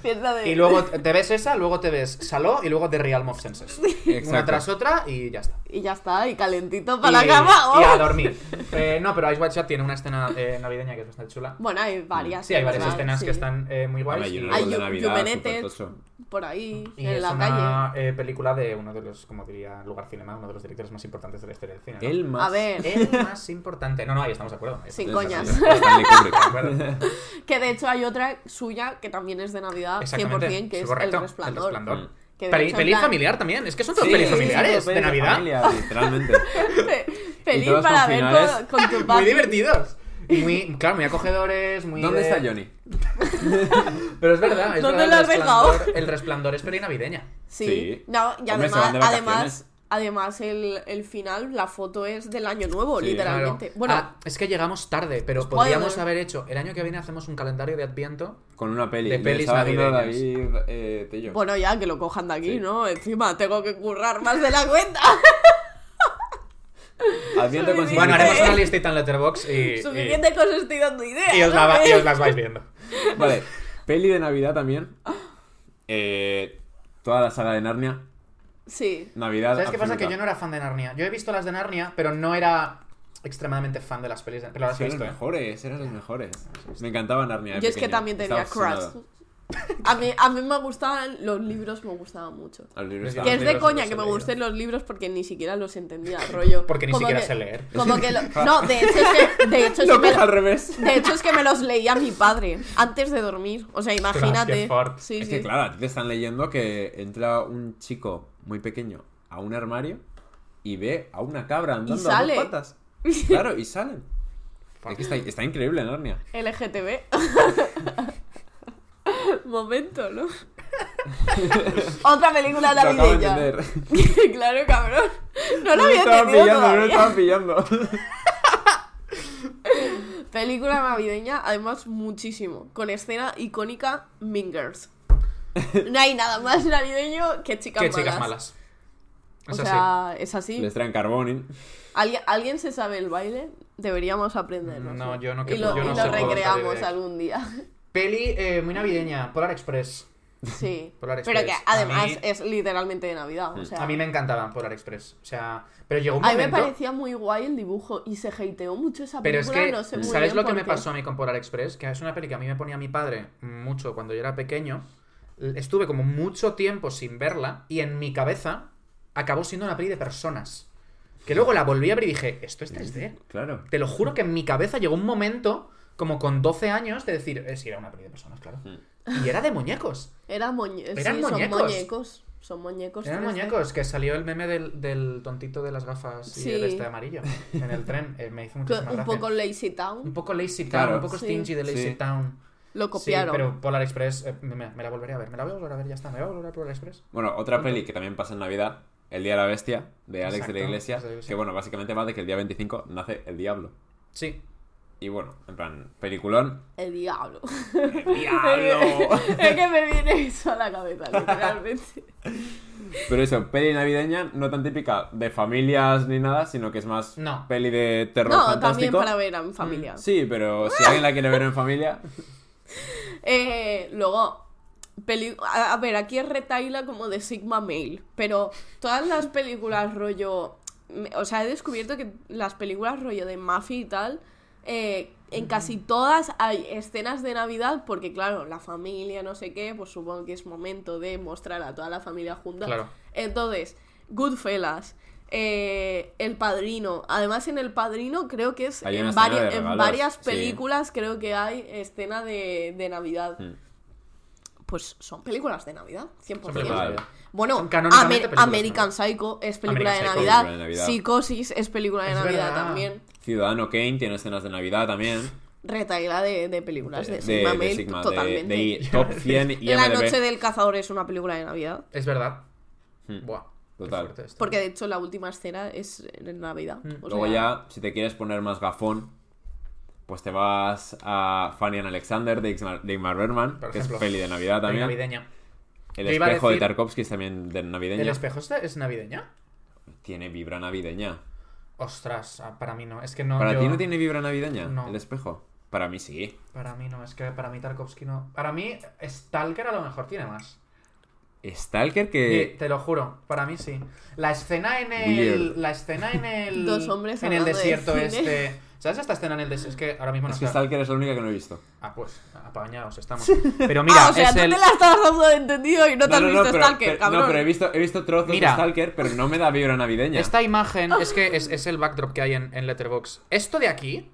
Speaker 3: Piensa de...
Speaker 2: Y luego te ves esa, luego te ves Saló y luego The Realm of Senses. Una
Speaker 1: Exacto.
Speaker 2: tras otra y ya está.
Speaker 3: Y ya está, y calentito para
Speaker 2: y,
Speaker 3: la cama.
Speaker 2: Y a
Speaker 3: ¡oh!
Speaker 2: dormir. Eh, no, pero Ice White Chat tiene una escena eh, navideña que es bastante chula.
Speaker 3: Bueno, hay varias.
Speaker 2: Sí, hay varias
Speaker 3: ¿verdad?
Speaker 2: escenas que
Speaker 3: Sí.
Speaker 2: están eh, muy guays.
Speaker 1: Hay
Speaker 2: y-
Speaker 1: un
Speaker 3: Hay
Speaker 1: árbol de
Speaker 3: yu-
Speaker 1: Navidad,
Speaker 3: yuvenetes.
Speaker 1: supertocho.
Speaker 3: por ahí,
Speaker 2: Y
Speaker 3: en
Speaker 2: es
Speaker 3: la
Speaker 2: una
Speaker 3: calle.
Speaker 2: eh, película de uno de los, como diría Lugar Cinema, uno de los directores más importantes de la historia del cine. ¿no?
Speaker 1: El más.
Speaker 3: A ver,
Speaker 2: El más importante. No, no, ahí estamos de acuerdo. Ahí
Speaker 3: Sí,
Speaker 2: estamos
Speaker 1: Es
Speaker 3: coñas.
Speaker 1: así, Stanley Kubrick.
Speaker 2: de acuerdo.
Speaker 3: que de hecho hay otra suya que también es de Navidad,
Speaker 2: Exactamente.
Speaker 3: 100%, que
Speaker 2: Sí,
Speaker 3: es
Speaker 2: correcto.
Speaker 3: El Resplandor.
Speaker 1: Mm.
Speaker 3: Que de
Speaker 2: Peli,
Speaker 3: hecho, en
Speaker 2: peli
Speaker 3: plan-
Speaker 2: familiar también. Es que son todos
Speaker 1: Sí,
Speaker 2: pelis
Speaker 1: sí, sí,
Speaker 2: familiares
Speaker 1: son
Speaker 2: de
Speaker 1: pelis
Speaker 2: Navidad.
Speaker 1: familia, literalmente. Y
Speaker 3: Feliz
Speaker 1: todos
Speaker 3: para
Speaker 1: con
Speaker 3: ver con,
Speaker 1: finales
Speaker 3: con tu
Speaker 2: Muy
Speaker 3: padre.
Speaker 2: divertidos. Y muy, claro, muy acogedores, muy.
Speaker 1: ¿Dónde
Speaker 2: de-
Speaker 1: está Johnny?
Speaker 2: Pero es verdad, es
Speaker 3: ¿Dónde
Speaker 2: verdad.
Speaker 3: lo has
Speaker 2: el, resplandor,
Speaker 3: dejado?
Speaker 2: el resplandor es peli navideña.
Speaker 3: Sí.
Speaker 1: Sí.
Speaker 3: No, y
Speaker 1: Hombre, se
Speaker 3: además,
Speaker 1: van de vacaciones.
Speaker 3: además, además el, el final, la foto es del año nuevo,
Speaker 1: Sí,
Speaker 3: literalmente.
Speaker 2: Claro.
Speaker 3: Bueno,
Speaker 2: Ah, es que llegamos tarde, pero
Speaker 3: Spoiler.
Speaker 2: podríamos haber hecho. El año que viene hacemos un calendario de Adviento.
Speaker 1: Con una peli.
Speaker 2: De
Speaker 1: Le
Speaker 2: pelis
Speaker 1: estaba haciendo
Speaker 2: navideñas.
Speaker 1: David eh, Tello.
Speaker 3: bueno, ya que lo cojan de aquí,
Speaker 1: Sí.
Speaker 3: ¿no? Encima tengo que currar más de la cuenta.
Speaker 1: Habiendo
Speaker 3: Suficiente.
Speaker 1: conseguido-
Speaker 2: Bueno, haremos una listita en Letterboxd y, y,
Speaker 3: Suficiente cosas estoy dando ideas.
Speaker 2: y os la va- y os
Speaker 3: ¿sabes?
Speaker 2: las vais viendo.
Speaker 1: Vale, peli de Navidad también. Eh, toda la saga de Narnia.
Speaker 3: Sí.
Speaker 1: Navidad.
Speaker 2: ¿Sabes qué pasa?
Speaker 1: absoluta.
Speaker 2: Que yo no era fan de Narnia. Yo he visto las de Narnia, pero no era extremadamente fan de las pelis de Pero las
Speaker 1: Sí,
Speaker 2: he
Speaker 1: eran
Speaker 2: visto,
Speaker 1: los
Speaker 2: ¿eh?
Speaker 1: mejores, eran los mejores. Me encantaba Narnia. de
Speaker 3: Yo es que
Speaker 1: pequeño,
Speaker 3: también tenía
Speaker 1: estaba
Speaker 3: crush.
Speaker 1: obsesionado.
Speaker 3: A mí, a mí me gustaban los libros, me gustaban mucho.
Speaker 1: Los libros
Speaker 2: Que
Speaker 1: estaban
Speaker 3: Que es de
Speaker 2: libros no
Speaker 3: coña
Speaker 2: los he
Speaker 3: que me
Speaker 2: leído.
Speaker 3: gusten los libros porque ni siquiera los entendía, rollo.
Speaker 2: Porque ni
Speaker 3: Como
Speaker 2: siquiera
Speaker 3: que-
Speaker 2: sé leer.
Speaker 3: Como que lo- No, de hecho es que, de hecho es
Speaker 1: Lo que
Speaker 3: que me
Speaker 1: es al
Speaker 3: lo-
Speaker 1: revés.
Speaker 3: de hecho es que me los leía mi padre antes de dormir. O sea,
Speaker 2: Ostras, qué
Speaker 3: imagínate.
Speaker 2: fuerte.
Speaker 3: Sí,
Speaker 1: Es
Speaker 3: sí.
Speaker 1: que claro, a ti te están leyendo que entra un chico muy pequeño a un armario y ve a una cabra andando
Speaker 3: sale.
Speaker 1: a dos patas. Claro, y salen. Es que está, está increíble Narnia.
Speaker 3: LGTB. Momento, ¿no? Otra película
Speaker 1: Lo acabo de
Speaker 3: navideña.
Speaker 1: entender.
Speaker 3: claro, cabrón. No lo
Speaker 1: me
Speaker 3: había
Speaker 1: estaba
Speaker 3: entendido
Speaker 1: pillando, no me
Speaker 3: todavía.
Speaker 1: estaba pillando.
Speaker 3: Película navideña, además muchísimo. Con escena icónica Mingers. No hay nada más navideño que chicas
Speaker 2: Qué
Speaker 3: malas.
Speaker 2: chicas malas.
Speaker 3: O
Speaker 2: Es así.
Speaker 3: sea, es así.
Speaker 1: Les traen carbón.
Speaker 3: ¿Alguien, alguien se sabe el baile? Deberíamos aprendernos.
Speaker 2: No, yo no que-
Speaker 3: Y lo,
Speaker 2: yo
Speaker 3: y
Speaker 2: no
Speaker 3: lo
Speaker 2: sé juegos
Speaker 3: recreamos
Speaker 2: navideños.
Speaker 3: algún día.
Speaker 2: Peli eh, muy navideña, Polar Express.
Speaker 3: Sí.
Speaker 2: Polar
Speaker 3: Pero que
Speaker 2: Express. A
Speaker 3: además
Speaker 2: mí- Mm.
Speaker 3: es literalmente de Navidad. O sea,
Speaker 2: A mí me encantaba Polar Express. O sea, pero llegó un
Speaker 3: a mí me
Speaker 2: momento...
Speaker 3: parecía muy guay el dibujo y se hateó mucho esa
Speaker 2: Pero
Speaker 3: película.
Speaker 2: es que,
Speaker 3: no sé muy
Speaker 2: ¿sabes
Speaker 3: bien
Speaker 2: lo que
Speaker 3: por
Speaker 2: me
Speaker 3: qué.
Speaker 2: pasó a mí con Polar Express? Que es una peli que a mí me ponía mi padre mucho cuando yo era pequeño. L- Estuve como mucho tiempo sin verla y en mi cabeza acabó siendo una peli de personas. Que luego la volví a ver y dije, esto es 3D.
Speaker 1: Claro.
Speaker 2: Te lo juro que en mi cabeza llegó un momento, como con 12 años, de decir, eh, sí, era una peli de personas, claro.
Speaker 1: Mm.
Speaker 2: Y era de muñecos.
Speaker 3: Era moñe-
Speaker 2: Eran
Speaker 3: sí,
Speaker 2: muñecos.
Speaker 3: Son muñecos. Son muñecos.
Speaker 2: Eran
Speaker 3: 3D.
Speaker 2: muñecos, que salió el meme del, del tontito de las gafas y
Speaker 3: Sí.
Speaker 2: el este amarillo en el tren. Eh, me hizo
Speaker 3: Que-
Speaker 2: muchísima
Speaker 3: Un
Speaker 2: gracia.
Speaker 3: poco Lazy Town.
Speaker 2: Un poco Lazy Town,
Speaker 1: Claro.
Speaker 2: un poco
Speaker 3: Sí.
Speaker 2: Stingy de Lazy
Speaker 1: Sí.
Speaker 2: Town.
Speaker 3: Lo copiaron.
Speaker 2: Mm. Sí, pero Polar Express, eh, me, me la volveré a ver. Me la voy a volver a ver, ya está. Me voy a volver a ver Polar Express.
Speaker 1: Bueno, otra peli que también pasa en Navidad, El Día de la Bestia, de Alex de la
Speaker 2: Exacto,
Speaker 1: Iglesia,
Speaker 2: Alex de la Iglesia.
Speaker 1: que bueno, básicamente va de que el día 25 nace el diablo.
Speaker 2: Sí.
Speaker 1: Y bueno, en plan, peliculón.
Speaker 3: El diablo.
Speaker 1: ¡Diablo!
Speaker 3: es que me viene eso a la cabeza, literalmente.
Speaker 1: Pero eso, peli navideña, no tan típica de familias ni nada, sino que es más
Speaker 2: No.
Speaker 1: peli de terror
Speaker 3: no, también
Speaker 1: fantástico.
Speaker 3: para ver a mi
Speaker 2: Mm.
Speaker 3: familia.
Speaker 1: Sí, pero si alguien la quiere ver en familia,
Speaker 3: Eh, luego, peli- a, a ver, aquí es retaila como de Sigma Male, pero todas las películas rollo... me- O sea, he descubierto que las películas rollo de mafia y tal, eh, en casi todas hay escenas de Navidad, porque claro, la familia, no sé qué, pues supongo que es momento de mostrar a toda la familia junta.
Speaker 2: Claro.
Speaker 3: Entonces, Goodfellas. eh, el Padrino. Además, en El Padrino creo que es
Speaker 1: Hay una
Speaker 3: en,
Speaker 1: escena
Speaker 3: varia-
Speaker 1: de
Speaker 3: en
Speaker 1: regalos,
Speaker 3: varias
Speaker 1: sí.
Speaker 3: películas creo que hay escena de, de Navidad.
Speaker 1: Mm.
Speaker 3: Pues son películas de Navidad, 100%.
Speaker 2: Son películas de Navidad.
Speaker 3: Bueno,
Speaker 2: Son canónicamente
Speaker 3: Amer-
Speaker 2: películas de
Speaker 3: American
Speaker 2: Navidad.
Speaker 3: Psycho es película,
Speaker 2: American
Speaker 3: de,
Speaker 2: Psycho,
Speaker 3: Navidad.
Speaker 1: película de Navidad.
Speaker 3: Psicosis es película de
Speaker 2: Es
Speaker 3: Navidad
Speaker 2: verdad.
Speaker 3: también.
Speaker 1: Ciudadano Kane tiene escenas de Navidad también.
Speaker 3: Retaila de, de películas de,
Speaker 1: de
Speaker 3: Sigma
Speaker 1: de
Speaker 3: Male,
Speaker 1: Sigma, de-
Speaker 3: totalmente.
Speaker 1: de Top 100 y
Speaker 3: La noche
Speaker 1: MDB.
Speaker 3: del cazador es una película de Navidad.
Speaker 2: Es verdad.
Speaker 1: Hmm.
Speaker 2: Buah. qué
Speaker 1: Total.
Speaker 2: fuerte esto.
Speaker 3: Porque de hecho la última escena es en Navidad.
Speaker 2: Mm.
Speaker 3: O
Speaker 1: Luego
Speaker 3: sea,
Speaker 1: ya, si te quieres poner más gafón, pues te vas a Fanny and Alexander de Ingmar, de Ingmar Bergman,
Speaker 2: Por
Speaker 1: que es
Speaker 2: ejemplo.
Speaker 1: peli de Navidad
Speaker 2: Peli
Speaker 1: también.
Speaker 2: navideña.
Speaker 1: El
Speaker 2: Yo iba a
Speaker 1: espejo de
Speaker 2: decir-
Speaker 1: Tarkovsky es también de navideña.
Speaker 2: ¿El espejo este es navideña?
Speaker 1: Tiene vibra navideña.
Speaker 2: Ostras, ah, para mí no. Es que no.
Speaker 1: ¿Para
Speaker 2: yo-
Speaker 1: ti no tiene vibra navideña?
Speaker 2: No.
Speaker 1: El espejo. Para mí sí.
Speaker 2: Para mí no. Es que para mí Tarkovsky no. Para mí, Stalker a lo mejor tiene más.
Speaker 1: Stalker
Speaker 2: Y
Speaker 1: que.
Speaker 2: Te lo juro. Para mí sí. La escena en el.
Speaker 1: Weird.
Speaker 2: La escena en el.
Speaker 3: Dos hombres
Speaker 2: En el
Speaker 3: hablando de
Speaker 2: desierto
Speaker 3: cine.
Speaker 2: este. ¿Sabes esta escena en el desierto? Es que ahora mismo no
Speaker 1: Es que
Speaker 2: está.
Speaker 1: Stalker es la única que no he visto.
Speaker 2: Ah, pues, apañados estamos. Pero mira,
Speaker 3: ah, o sea,
Speaker 2: es
Speaker 3: tú
Speaker 2: el...
Speaker 3: te la estás dando de entendido y no te has visto
Speaker 1: pero,
Speaker 3: Stalker,
Speaker 1: pero-
Speaker 3: cabrón.
Speaker 1: no, pero he visto, he visto trozos
Speaker 2: Mira.
Speaker 1: de Stalker, pero no me da vibra navideña.
Speaker 2: Esta imagen es que es, es el backdrop que hay en, en Letterboxd. Esto de aquí,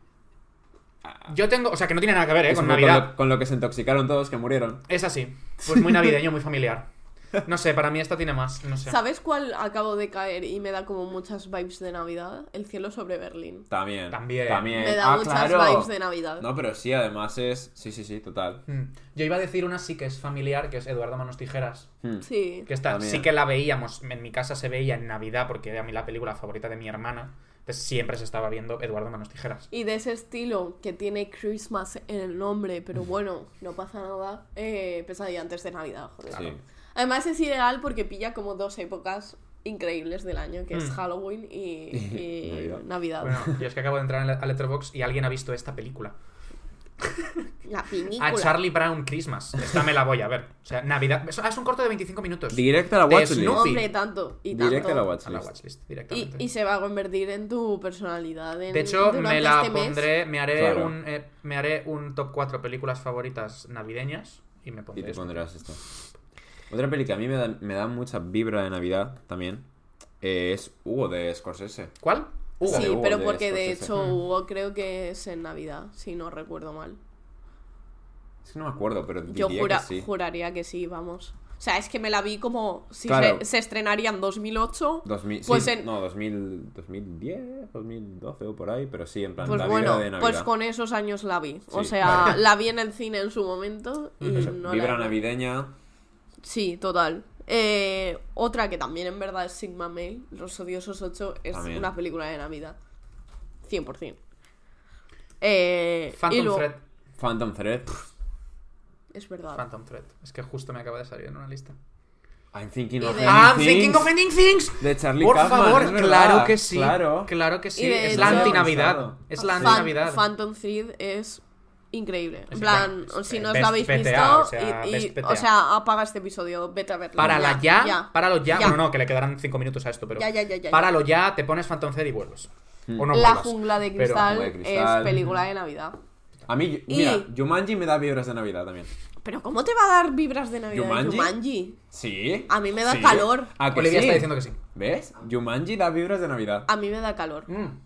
Speaker 2: yo tengo, o sea, que no tiene nada que ver, ¿eh?
Speaker 1: Es
Speaker 2: Con
Speaker 1: un poco
Speaker 2: Navidad.
Speaker 1: Con lo, con lo que se intoxicaron todos que murieron.
Speaker 2: Es así. Pues muy navideño, muy familiar. No sé, para mí esta tiene más, no sé.
Speaker 3: ¿Sabes cuál acabo de caer y me da como muchas vibes de Navidad? El cielo sobre Berlín.
Speaker 1: También.
Speaker 2: También.
Speaker 3: Me da
Speaker 1: Ah,
Speaker 3: muchas
Speaker 1: claro.
Speaker 3: vibes de Navidad.
Speaker 1: No, pero sí, además es. Sí, sí, sí, total.
Speaker 2: Mm. Yo iba a decir una sí que es familiar, que es Eduardo Manos Tijeras.
Speaker 1: Hmm.
Speaker 3: Sí.
Speaker 2: Que esta
Speaker 1: También.
Speaker 2: sí que la veíamos, en mi casa se veía en Navidad, porque era a mí la película favorita de mi hermana. Entonces siempre se estaba viendo Eduardo Manos Tijeras.
Speaker 3: Y de ese estilo que tiene Christmas en el nombre, pero bueno, no pasa nada. Eh, pesadilla antes de Navidad, joder.
Speaker 1: Sí.
Speaker 3: Además es ideal porque pilla como dos épocas increíbles del año, que es
Speaker 2: Mm.
Speaker 3: Halloween y, y
Speaker 1: Navidad.
Speaker 3: Navidad.
Speaker 2: Bueno, yo es que acabo de entrar en la- a Letterboxd y alguien ha visto esta película.
Speaker 3: La película.
Speaker 2: A Charlie Brown Christmas. Esta me la voy a ver. O sea, Navidad. Es- ah, es un corto de 25 minutos.
Speaker 1: Directo a la
Speaker 2: De
Speaker 1: watchlist.
Speaker 3: No,
Speaker 2: Snoopy.
Speaker 3: hombre, tanto. Y tanto.
Speaker 1: Directo a la
Speaker 2: A la
Speaker 1: watchlist.
Speaker 2: watchlist,
Speaker 3: Y,
Speaker 2: directamente.
Speaker 3: y se va a convertir en tu personalidad. en-
Speaker 2: De hecho,
Speaker 3: durante
Speaker 2: me la
Speaker 3: este mes.
Speaker 2: pondré, me haré,
Speaker 1: Claro.
Speaker 2: un, eh, me haré un top 4 películas favoritas navideñas y me
Speaker 1: Y
Speaker 2: pondré.
Speaker 1: te
Speaker 2: eso.
Speaker 1: pondrás esto. Otra peli que a mí me da, me da mucha vibra de Navidad también eh, es Hugo de Scorsese.
Speaker 2: ¿Cuál? Uh, Hugo.
Speaker 1: de
Speaker 3: Sí,
Speaker 1: Hugo,
Speaker 3: pero
Speaker 1: de
Speaker 3: porque de
Speaker 1: Scorsese.
Speaker 3: hecho
Speaker 2: Mm.
Speaker 3: Hugo creo que es en Navidad, si no recuerdo mal.
Speaker 1: Es que no me acuerdo, pero diría
Speaker 3: Yo jura-
Speaker 1: que sí.
Speaker 3: juraría que sí, vamos. O sea, es que me la vi como si
Speaker 1: Claro.
Speaker 3: se, se estrenaría en 2008.
Speaker 1: 2000, sí,
Speaker 3: Pues en-
Speaker 1: No, 2000, 2010, 2012 o por ahí, pero sí, en plan
Speaker 3: Pues
Speaker 1: la
Speaker 3: bueno,
Speaker 1: vibra de Navidad.
Speaker 3: pues con esos años la vi. O
Speaker 1: Sí.
Speaker 3: sea, la vi en el cine en su momento y
Speaker 2: Ujú.
Speaker 3: no
Speaker 1: vibra
Speaker 3: la...
Speaker 1: navideña.
Speaker 3: Sí, total. Eh, otra que también en verdad es Sigma Mail, Los Odiosos 8, es
Speaker 1: También.
Speaker 3: una película de Navidad. 100%. Eh, y
Speaker 2: Phantom
Speaker 3: luego-
Speaker 2: Thread.
Speaker 1: Phantom Thread. pff,
Speaker 3: Es verdad.
Speaker 2: Phantom Thread. Es que justo me acaba de salir en una lista.
Speaker 1: I'm thinking
Speaker 3: Y
Speaker 1: of
Speaker 3: de-
Speaker 1: Ending
Speaker 2: ¡Ah, I'm
Speaker 1: Things,
Speaker 2: thinking of ending things!
Speaker 1: De Charlie
Speaker 2: Por
Speaker 1: Kaufman, es
Speaker 2: favor,
Speaker 1: verdad,
Speaker 2: claro que sí.
Speaker 1: Claro.
Speaker 2: Claro, que sí.
Speaker 3: Y de
Speaker 2: Es la
Speaker 3: hecho-
Speaker 2: antinavidad. Es la
Speaker 3: Fan-
Speaker 2: antinavidad.
Speaker 3: Phantom Thread es increíble. En
Speaker 2: Es-
Speaker 3: plan,
Speaker 2: bueno, es-
Speaker 3: si no os
Speaker 2: ves-
Speaker 3: la habéis
Speaker 2: vete
Speaker 3: visto,
Speaker 2: a, o sea,
Speaker 3: y- y-
Speaker 2: ves- vete a.
Speaker 3: o sea, apaga este episodio, vete a verlo.
Speaker 2: Párala ya, páralo ya.
Speaker 3: Ya.
Speaker 2: Bueno, no, que le quedarán 5 minutos a esto, pero.
Speaker 3: Ya, ya, ya, ya, ya.
Speaker 2: Páralo ya, te pones Phantom Thread y vuelves. O no
Speaker 3: la
Speaker 2: vuelvas.
Speaker 3: jungla de
Speaker 2: Pero-
Speaker 3: cristal,
Speaker 1: Jungla de Cristal.
Speaker 3: es película de Navidad.
Speaker 1: A mí,
Speaker 3: Y-
Speaker 1: mira, Jumanji me da vibras de Navidad también.
Speaker 3: Pero ¿cómo te va a dar vibras de Navidad
Speaker 1: ¿Jumanji?
Speaker 3: Jumanji?
Speaker 1: Sí.
Speaker 3: A mí me da
Speaker 1: Sí.
Speaker 3: calor.
Speaker 1: ¿A que
Speaker 2: Olivia
Speaker 1: sí?
Speaker 2: está diciendo que sí.
Speaker 1: ¿Ves? Jumanji da vibras de Navidad.
Speaker 3: A mí me da calor.
Speaker 2: Mm.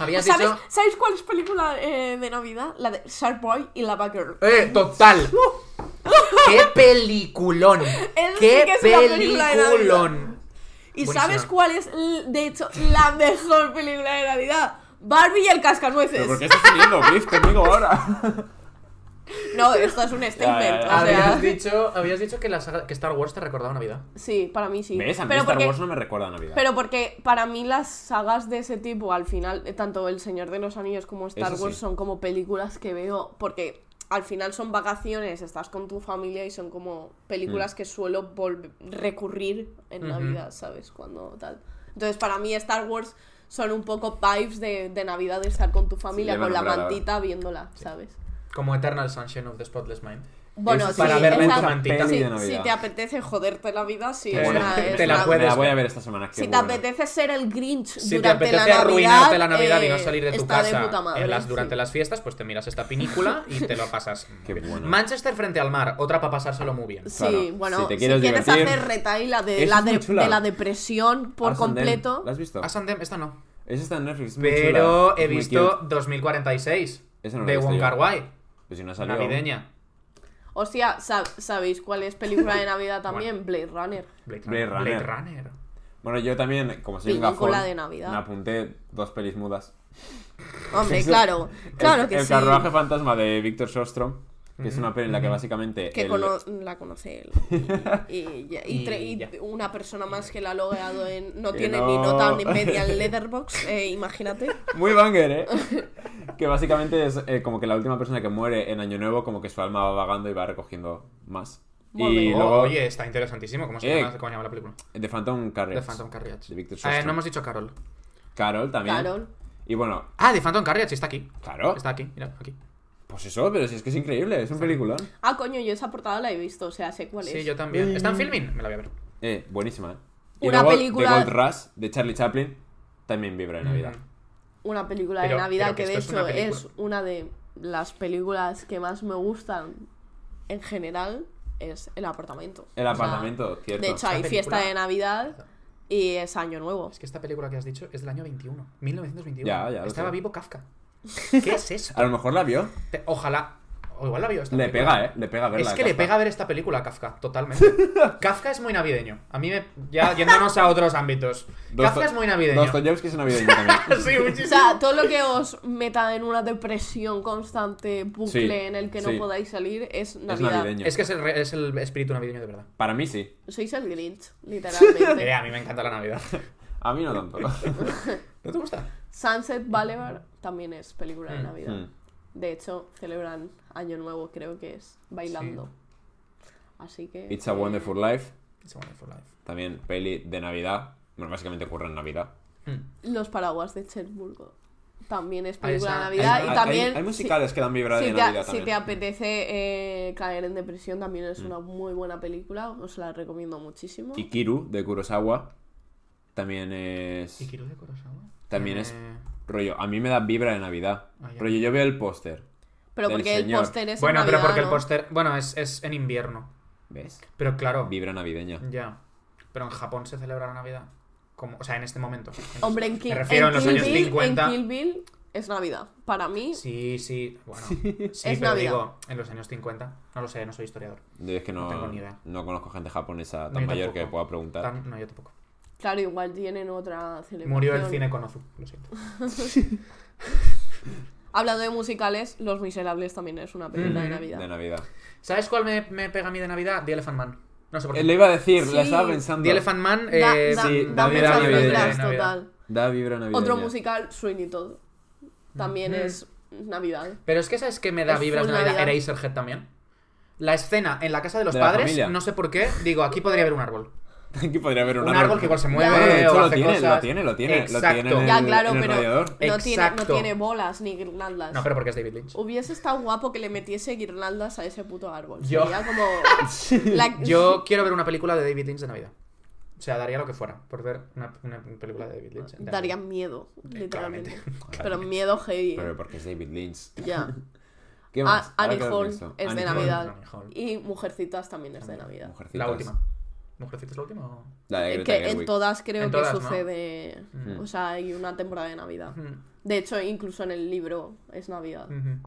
Speaker 2: Habías
Speaker 3: Pues, ¿Sabes,
Speaker 2: dicho.
Speaker 3: ¿Sabes cuál es película eh, de Navidad? La de Shark Boy y la Girl.
Speaker 2: ¡Eh! ¡Total! ¡Qué peliculón!
Speaker 3: sí
Speaker 2: ¡Qué
Speaker 3: que es una película de Navidad.
Speaker 2: peliculón!
Speaker 3: ¿Y
Speaker 2: Buenísima.
Speaker 3: sabes cuál es, l- de hecho, la mejor película de Navidad? Barbie y el cascanueces.
Speaker 1: ¿Pero por qué estás teniendo beef conmigo ahora?
Speaker 3: No, esto es un
Speaker 1: ya,
Speaker 3: statement. o sea,
Speaker 2: Habías dicho, habías dicho que, la saga- que Star Wars te recordaba Navidad.
Speaker 3: sí, para mí sí.
Speaker 1: ¿Ves? A mí
Speaker 3: pero,
Speaker 1: Star
Speaker 3: porque,
Speaker 1: Wars no me recuerda a Navidad.
Speaker 3: pero porque para mí las sagas de ese tipo, al final, eh, tanto El Señor de los Anillos como Star
Speaker 1: Eso
Speaker 3: Wars
Speaker 1: sí.
Speaker 3: son como películas que veo porque al final son vacaciones, estás con tu familia y son como
Speaker 1: Mm.
Speaker 3: películas que suelo volve- recurrir en
Speaker 2: Ujú.
Speaker 3: Navidad, ¿sabes? Cuando tal. Entonces, para mí Star Wars son un poco vibes de, de Navidad, de estar con tu familia,
Speaker 1: ya me
Speaker 3: con la
Speaker 1: nombrará ahora.
Speaker 3: mantita, viéndola, ¿sabes?
Speaker 2: Como Eternal Sunshine of the Spotless Mind.
Speaker 3: Bueno,
Speaker 1: Es
Speaker 3: sí,
Speaker 2: para verla en
Speaker 3: esa-
Speaker 2: tu mantita.
Speaker 1: peli
Speaker 3: Sí,
Speaker 1: de Navidad.
Speaker 3: si te apetece joderte la vida, sí,
Speaker 2: Te
Speaker 3: es
Speaker 2: la-
Speaker 3: una, es
Speaker 2: te la
Speaker 3: una-
Speaker 1: me
Speaker 2: puedes
Speaker 1: la voy a
Speaker 2: ver.
Speaker 1: ver esta semana. qué
Speaker 3: Si te
Speaker 1: buena.
Speaker 3: apetece ser el Grinch
Speaker 2: Si te
Speaker 3: durante
Speaker 2: apetece
Speaker 3: la Navidad,
Speaker 2: arruinarte la Navidad y no
Speaker 3: eh,
Speaker 2: salir de tu
Speaker 3: está
Speaker 2: casa
Speaker 3: puta madre,
Speaker 2: en las- durante
Speaker 3: sí.
Speaker 2: las fiestas, pues te miras esta pinícula y te lo pasas.
Speaker 1: Qué bueno.
Speaker 2: Manchester frente al mar, otra para pasárselo muy bien.
Speaker 3: Sí,
Speaker 1: Claro,
Speaker 3: bueno,
Speaker 1: si
Speaker 3: si,
Speaker 1: te quieres
Speaker 3: quieres
Speaker 1: divertir.
Speaker 3: hacer retail la de,
Speaker 1: Esa
Speaker 3: la
Speaker 1: es muy
Speaker 3: de,
Speaker 1: chula.
Speaker 3: de la depresión por
Speaker 1: Arts and Them,
Speaker 3: completo.
Speaker 1: ¿La has visto?
Speaker 2: Us and Them, esta no.
Speaker 1: Esa está en Netflix. es muy
Speaker 2: Pero
Speaker 1: chula,
Speaker 2: he
Speaker 1: es muy
Speaker 2: visto
Speaker 1: cute.
Speaker 2: 2046
Speaker 1: Esa no la he
Speaker 2: de
Speaker 1: visto
Speaker 2: Wong
Speaker 1: yo.
Speaker 2: Kar Wai,
Speaker 1: Pues si no ha salido.
Speaker 2: navideña.
Speaker 3: Hostia, sa- ¿sabéis cuál es película de Navidad también? Blade Runner.
Speaker 2: Blade,
Speaker 1: Blade
Speaker 2: Runner.
Speaker 1: Runner.
Speaker 2: Blade Runner.
Speaker 1: Bueno, yo también, como soy un
Speaker 3: Película
Speaker 1: gafón,
Speaker 3: de Navidad.
Speaker 1: me apunté dos pelis mudas.
Speaker 3: Hombre,
Speaker 1: Eso-
Speaker 3: claro,
Speaker 1: El-
Speaker 3: claro que
Speaker 1: El
Speaker 3: sí.
Speaker 1: carruaje fantasma de Víctor Sostrom, que es una peli en la que básicamente...
Speaker 3: Que
Speaker 1: el-
Speaker 3: cono- la conoce él. Y, y ya- y tre-
Speaker 2: Y
Speaker 3: y
Speaker 2: ya. Eh,
Speaker 3: una persona más que la ha logueado en. No
Speaker 1: Que
Speaker 3: tiene
Speaker 1: no.
Speaker 3: ni nota ni media en Letterbox, imagínate.
Speaker 1: Muy banger, ¿eh? que básicamente es eh, como que la última persona que muere en Año Nuevo, como que su alma va vagando y va recogiendo más.
Speaker 3: Muy
Speaker 1: y
Speaker 3: bien.
Speaker 2: Oh,
Speaker 1: luego...
Speaker 2: Oye, está interesantísimo. ¿Cómo se,
Speaker 1: Eh.
Speaker 2: llama, cómo se llama la película?
Speaker 1: The Phantom Carriage.
Speaker 2: The Phantom Carriage.
Speaker 1: De Victor
Speaker 2: Eh,
Speaker 1: Sostrom.
Speaker 2: no hemos dicho Carol.
Speaker 1: Carol también.
Speaker 3: Carol.
Speaker 1: Y bueno,
Speaker 2: Ah, The Phantom Carriage está aquí.
Speaker 1: claro.
Speaker 2: Está aquí, mira, aquí.
Speaker 1: Pues eso, pero si es que es increíble, es un peliculón.
Speaker 3: Ah, coño, yo esa portada la he visto, o sea, sé cuál
Speaker 2: Sí,
Speaker 3: es.
Speaker 2: yo también. ¿Está en filming? Me la voy a ver.
Speaker 1: Eh, buenísima, ¿eh?
Speaker 3: Una
Speaker 1: luego,
Speaker 3: película-
Speaker 1: The Gold Rush, de Charlie Chaplin, también vibra de Navidad.
Speaker 3: Una película
Speaker 2: Pero-
Speaker 3: de Navidad
Speaker 2: pero que
Speaker 3: que, de
Speaker 2: esto es
Speaker 3: hecho
Speaker 2: una película.
Speaker 3: es una de las películas que más me gustan en general es El apartamento.
Speaker 1: El
Speaker 3: O sea,
Speaker 1: apartamento, cierto.
Speaker 3: de hecho, hay
Speaker 2: Esta
Speaker 3: fiesta
Speaker 2: película-
Speaker 3: de Navidad y es Año Nuevo.
Speaker 2: Es que esta película que has dicho es del año 21, 1921.
Speaker 1: Ya, ya lo
Speaker 2: Estaba
Speaker 1: sé.
Speaker 2: vivo Kafka. ¿Qué es eso?
Speaker 1: A lo mejor la vio.
Speaker 2: Te- Ojalá. O igual la vio esta
Speaker 1: Le
Speaker 2: película.
Speaker 1: pega, ¿eh? Le pega verla.
Speaker 2: Es que le
Speaker 1: Kafka.
Speaker 2: pega ver esta película a Kafka, totalmente. Kafka es muy navideño. A mí me. Ya yéndonos a otros ámbitos.
Speaker 1: Dosto-
Speaker 2: Kafka es muy navideño.
Speaker 1: Dostoyevsky es navideño también.
Speaker 2: sí,
Speaker 3: O
Speaker 2: muchísimo.
Speaker 3: sea, todo lo que os meta en una depresión constante, bucle
Speaker 1: Sí,
Speaker 3: en el que no
Speaker 1: sí.
Speaker 3: podáis salir,
Speaker 1: es
Speaker 3: es Navidad.
Speaker 1: navideño.
Speaker 2: Es que es el, re- es el espíritu navideño de verdad.
Speaker 1: Para mí sí.
Speaker 3: Sois el Grinch,
Speaker 2: Eh,
Speaker 3: literalmente.
Speaker 2: a mí me encanta la Navidad.
Speaker 1: A mí no tanto.
Speaker 2: ¿No te gusta?
Speaker 3: Sunset Boulevard también es película de
Speaker 2: Mm.
Speaker 3: Navidad.
Speaker 1: Mm.
Speaker 3: De hecho, celebran Año Nuevo, creo que es, bailando. Así que...
Speaker 1: It's a
Speaker 3: eh,
Speaker 1: Wonderful Life.
Speaker 2: It's a Wonderful Life.
Speaker 1: También peli de Navidad. Bueno, básicamente ocurre en Navidad.
Speaker 3: Los paraguas de Cherburgo. También es
Speaker 2: Ahí
Speaker 3: película de
Speaker 2: está.
Speaker 3: Navidad
Speaker 1: hay,
Speaker 3: y
Speaker 1: hay-
Speaker 3: también...
Speaker 1: hay,
Speaker 3: si-
Speaker 1: musicales que dan vibra
Speaker 3: si
Speaker 1: de
Speaker 3: te,
Speaker 1: Navidad
Speaker 3: si
Speaker 1: también. Mm.
Speaker 3: te apetece eh, caer en depresión, también es una muy buena película, os la recomiendo muchísimo.
Speaker 1: Ikiru, de Kurosawa, también es...
Speaker 2: ¿Y Kiro de Kurosawa?
Speaker 1: También es-
Speaker 2: Eh,
Speaker 1: Rollo, a mí me da vibra de Navidad.
Speaker 2: Ah, ya.
Speaker 1: Rollo, yo veo el póster.
Speaker 3: Pero
Speaker 1: del
Speaker 3: porque el
Speaker 1: señor.
Speaker 3: póster es en
Speaker 2: Bueno, pero
Speaker 3: Navidad,
Speaker 2: porque el
Speaker 3: ¿no?
Speaker 2: póster. Bueno, es, es en invierno.
Speaker 1: ¿Ves?
Speaker 2: Pero claro.
Speaker 1: Vibra navideña.
Speaker 2: Ya. Pero en Japón se celebra la Navidad. Como, o sea, en este momento. En-
Speaker 3: Hombre, en, Ki-
Speaker 2: Me refiero
Speaker 3: en
Speaker 2: en los
Speaker 3: Kill
Speaker 2: años
Speaker 3: Bill, en
Speaker 2: 50.
Speaker 3: Kill Bill es Navidad. Para mí,
Speaker 2: Sí, sí. Bueno. Sí,
Speaker 3: Es
Speaker 2: pero
Speaker 3: Navidad.
Speaker 2: digo, en los años 50. No lo sé, no soy historiador.
Speaker 1: Yo es que no,
Speaker 2: No tengo ni idea.
Speaker 1: no conozco gente japonesa
Speaker 2: No,
Speaker 1: tan
Speaker 2: yo
Speaker 1: mayor que
Speaker 2: tampoco.
Speaker 1: pueda preguntar.
Speaker 2: Tan- no, yo tampoco.
Speaker 3: claro, igual tienen otra celebración.
Speaker 2: Murió el cine con Ozu, lo siento.
Speaker 3: Hablando de musicales, Los Miserables también es una película de
Speaker 2: Ujú.
Speaker 3: Navidad.
Speaker 1: Mm. De Navidad.
Speaker 2: ¿Sabes cuál me, me pega a mí de Navidad? The Elephant Man. No sé por
Speaker 1: Eh,
Speaker 2: qué.
Speaker 1: Le iba a decir,
Speaker 3: Sí.
Speaker 1: la estaba pensando.
Speaker 2: The Elephant Man.
Speaker 3: Da-
Speaker 2: eh,
Speaker 3: da-
Speaker 1: sí,
Speaker 3: da
Speaker 1: Navidad,
Speaker 3: muchas
Speaker 1: Navidad,
Speaker 3: vibras,
Speaker 2: Navidad.
Speaker 3: total.
Speaker 1: Da vibra navideña.
Speaker 3: Otro musical, Sweeney Todd. También
Speaker 2: Mm.
Speaker 3: es Navidad.
Speaker 2: Pero es que sabes que me da
Speaker 3: Es
Speaker 2: vibras de
Speaker 3: full
Speaker 2: Navidad.
Speaker 3: Navidad.
Speaker 2: Eraserhead también. La escena en la casa de los
Speaker 1: De la
Speaker 2: padres,
Speaker 1: familia.
Speaker 2: no sé por qué, digo, aquí podría haber un árbol.
Speaker 1: Aquí podría haber un,
Speaker 2: Un árbol que igual se mueve
Speaker 1: Bueno, de
Speaker 2: o
Speaker 1: hecho, lo
Speaker 2: hace
Speaker 1: tiene,
Speaker 2: cosas.
Speaker 1: lo tiene, lo tiene, lo
Speaker 2: Exacto.
Speaker 1: tiene en el-
Speaker 3: ya, claro,
Speaker 1: en el
Speaker 3: pero
Speaker 1: radiador.
Speaker 3: no tiene, no
Speaker 2: Exacto.
Speaker 3: tiene bolas ni guirnaldas.
Speaker 2: No, pero porque es David Lynch.
Speaker 3: Hubiese estado guapo que le metiese guirnaldas a ese puto árbol.
Speaker 2: Yo-
Speaker 3: Sería como. la-
Speaker 2: Yo quiero ver una película de David Lynch de Navidad. O sea, daría lo que fuera por ver una, una película de David Lynch. de Navidad.
Speaker 3: Daría miedo,
Speaker 2: claramente.
Speaker 3: literalmente. Pero miedo heavy.
Speaker 1: Pero porque es David Lynch.
Speaker 3: Ya.
Speaker 1: ¿Qué
Speaker 3: Ah,
Speaker 1: más? Ahora
Speaker 3: Annie
Speaker 1: que lo
Speaker 3: Hall
Speaker 1: pienso.
Speaker 3: es de
Speaker 1: Annie Hall,
Speaker 3: Navidad.
Speaker 2: Annie Hall.
Speaker 3: Y Mujercitas también es de Navidad.
Speaker 1: Mujercitas.
Speaker 2: La última. ¿Mujercita es la última? o...?
Speaker 1: La de Greta
Speaker 3: Que en
Speaker 1: Gerwig.
Speaker 3: todas creo
Speaker 2: En todas,
Speaker 3: que
Speaker 2: ¿no?
Speaker 3: sucede.
Speaker 2: Mm.
Speaker 3: O sea, hay una temporada de Navidad.
Speaker 2: Mm,
Speaker 3: De hecho, incluso en el libro es Navidad.
Speaker 2: mhm.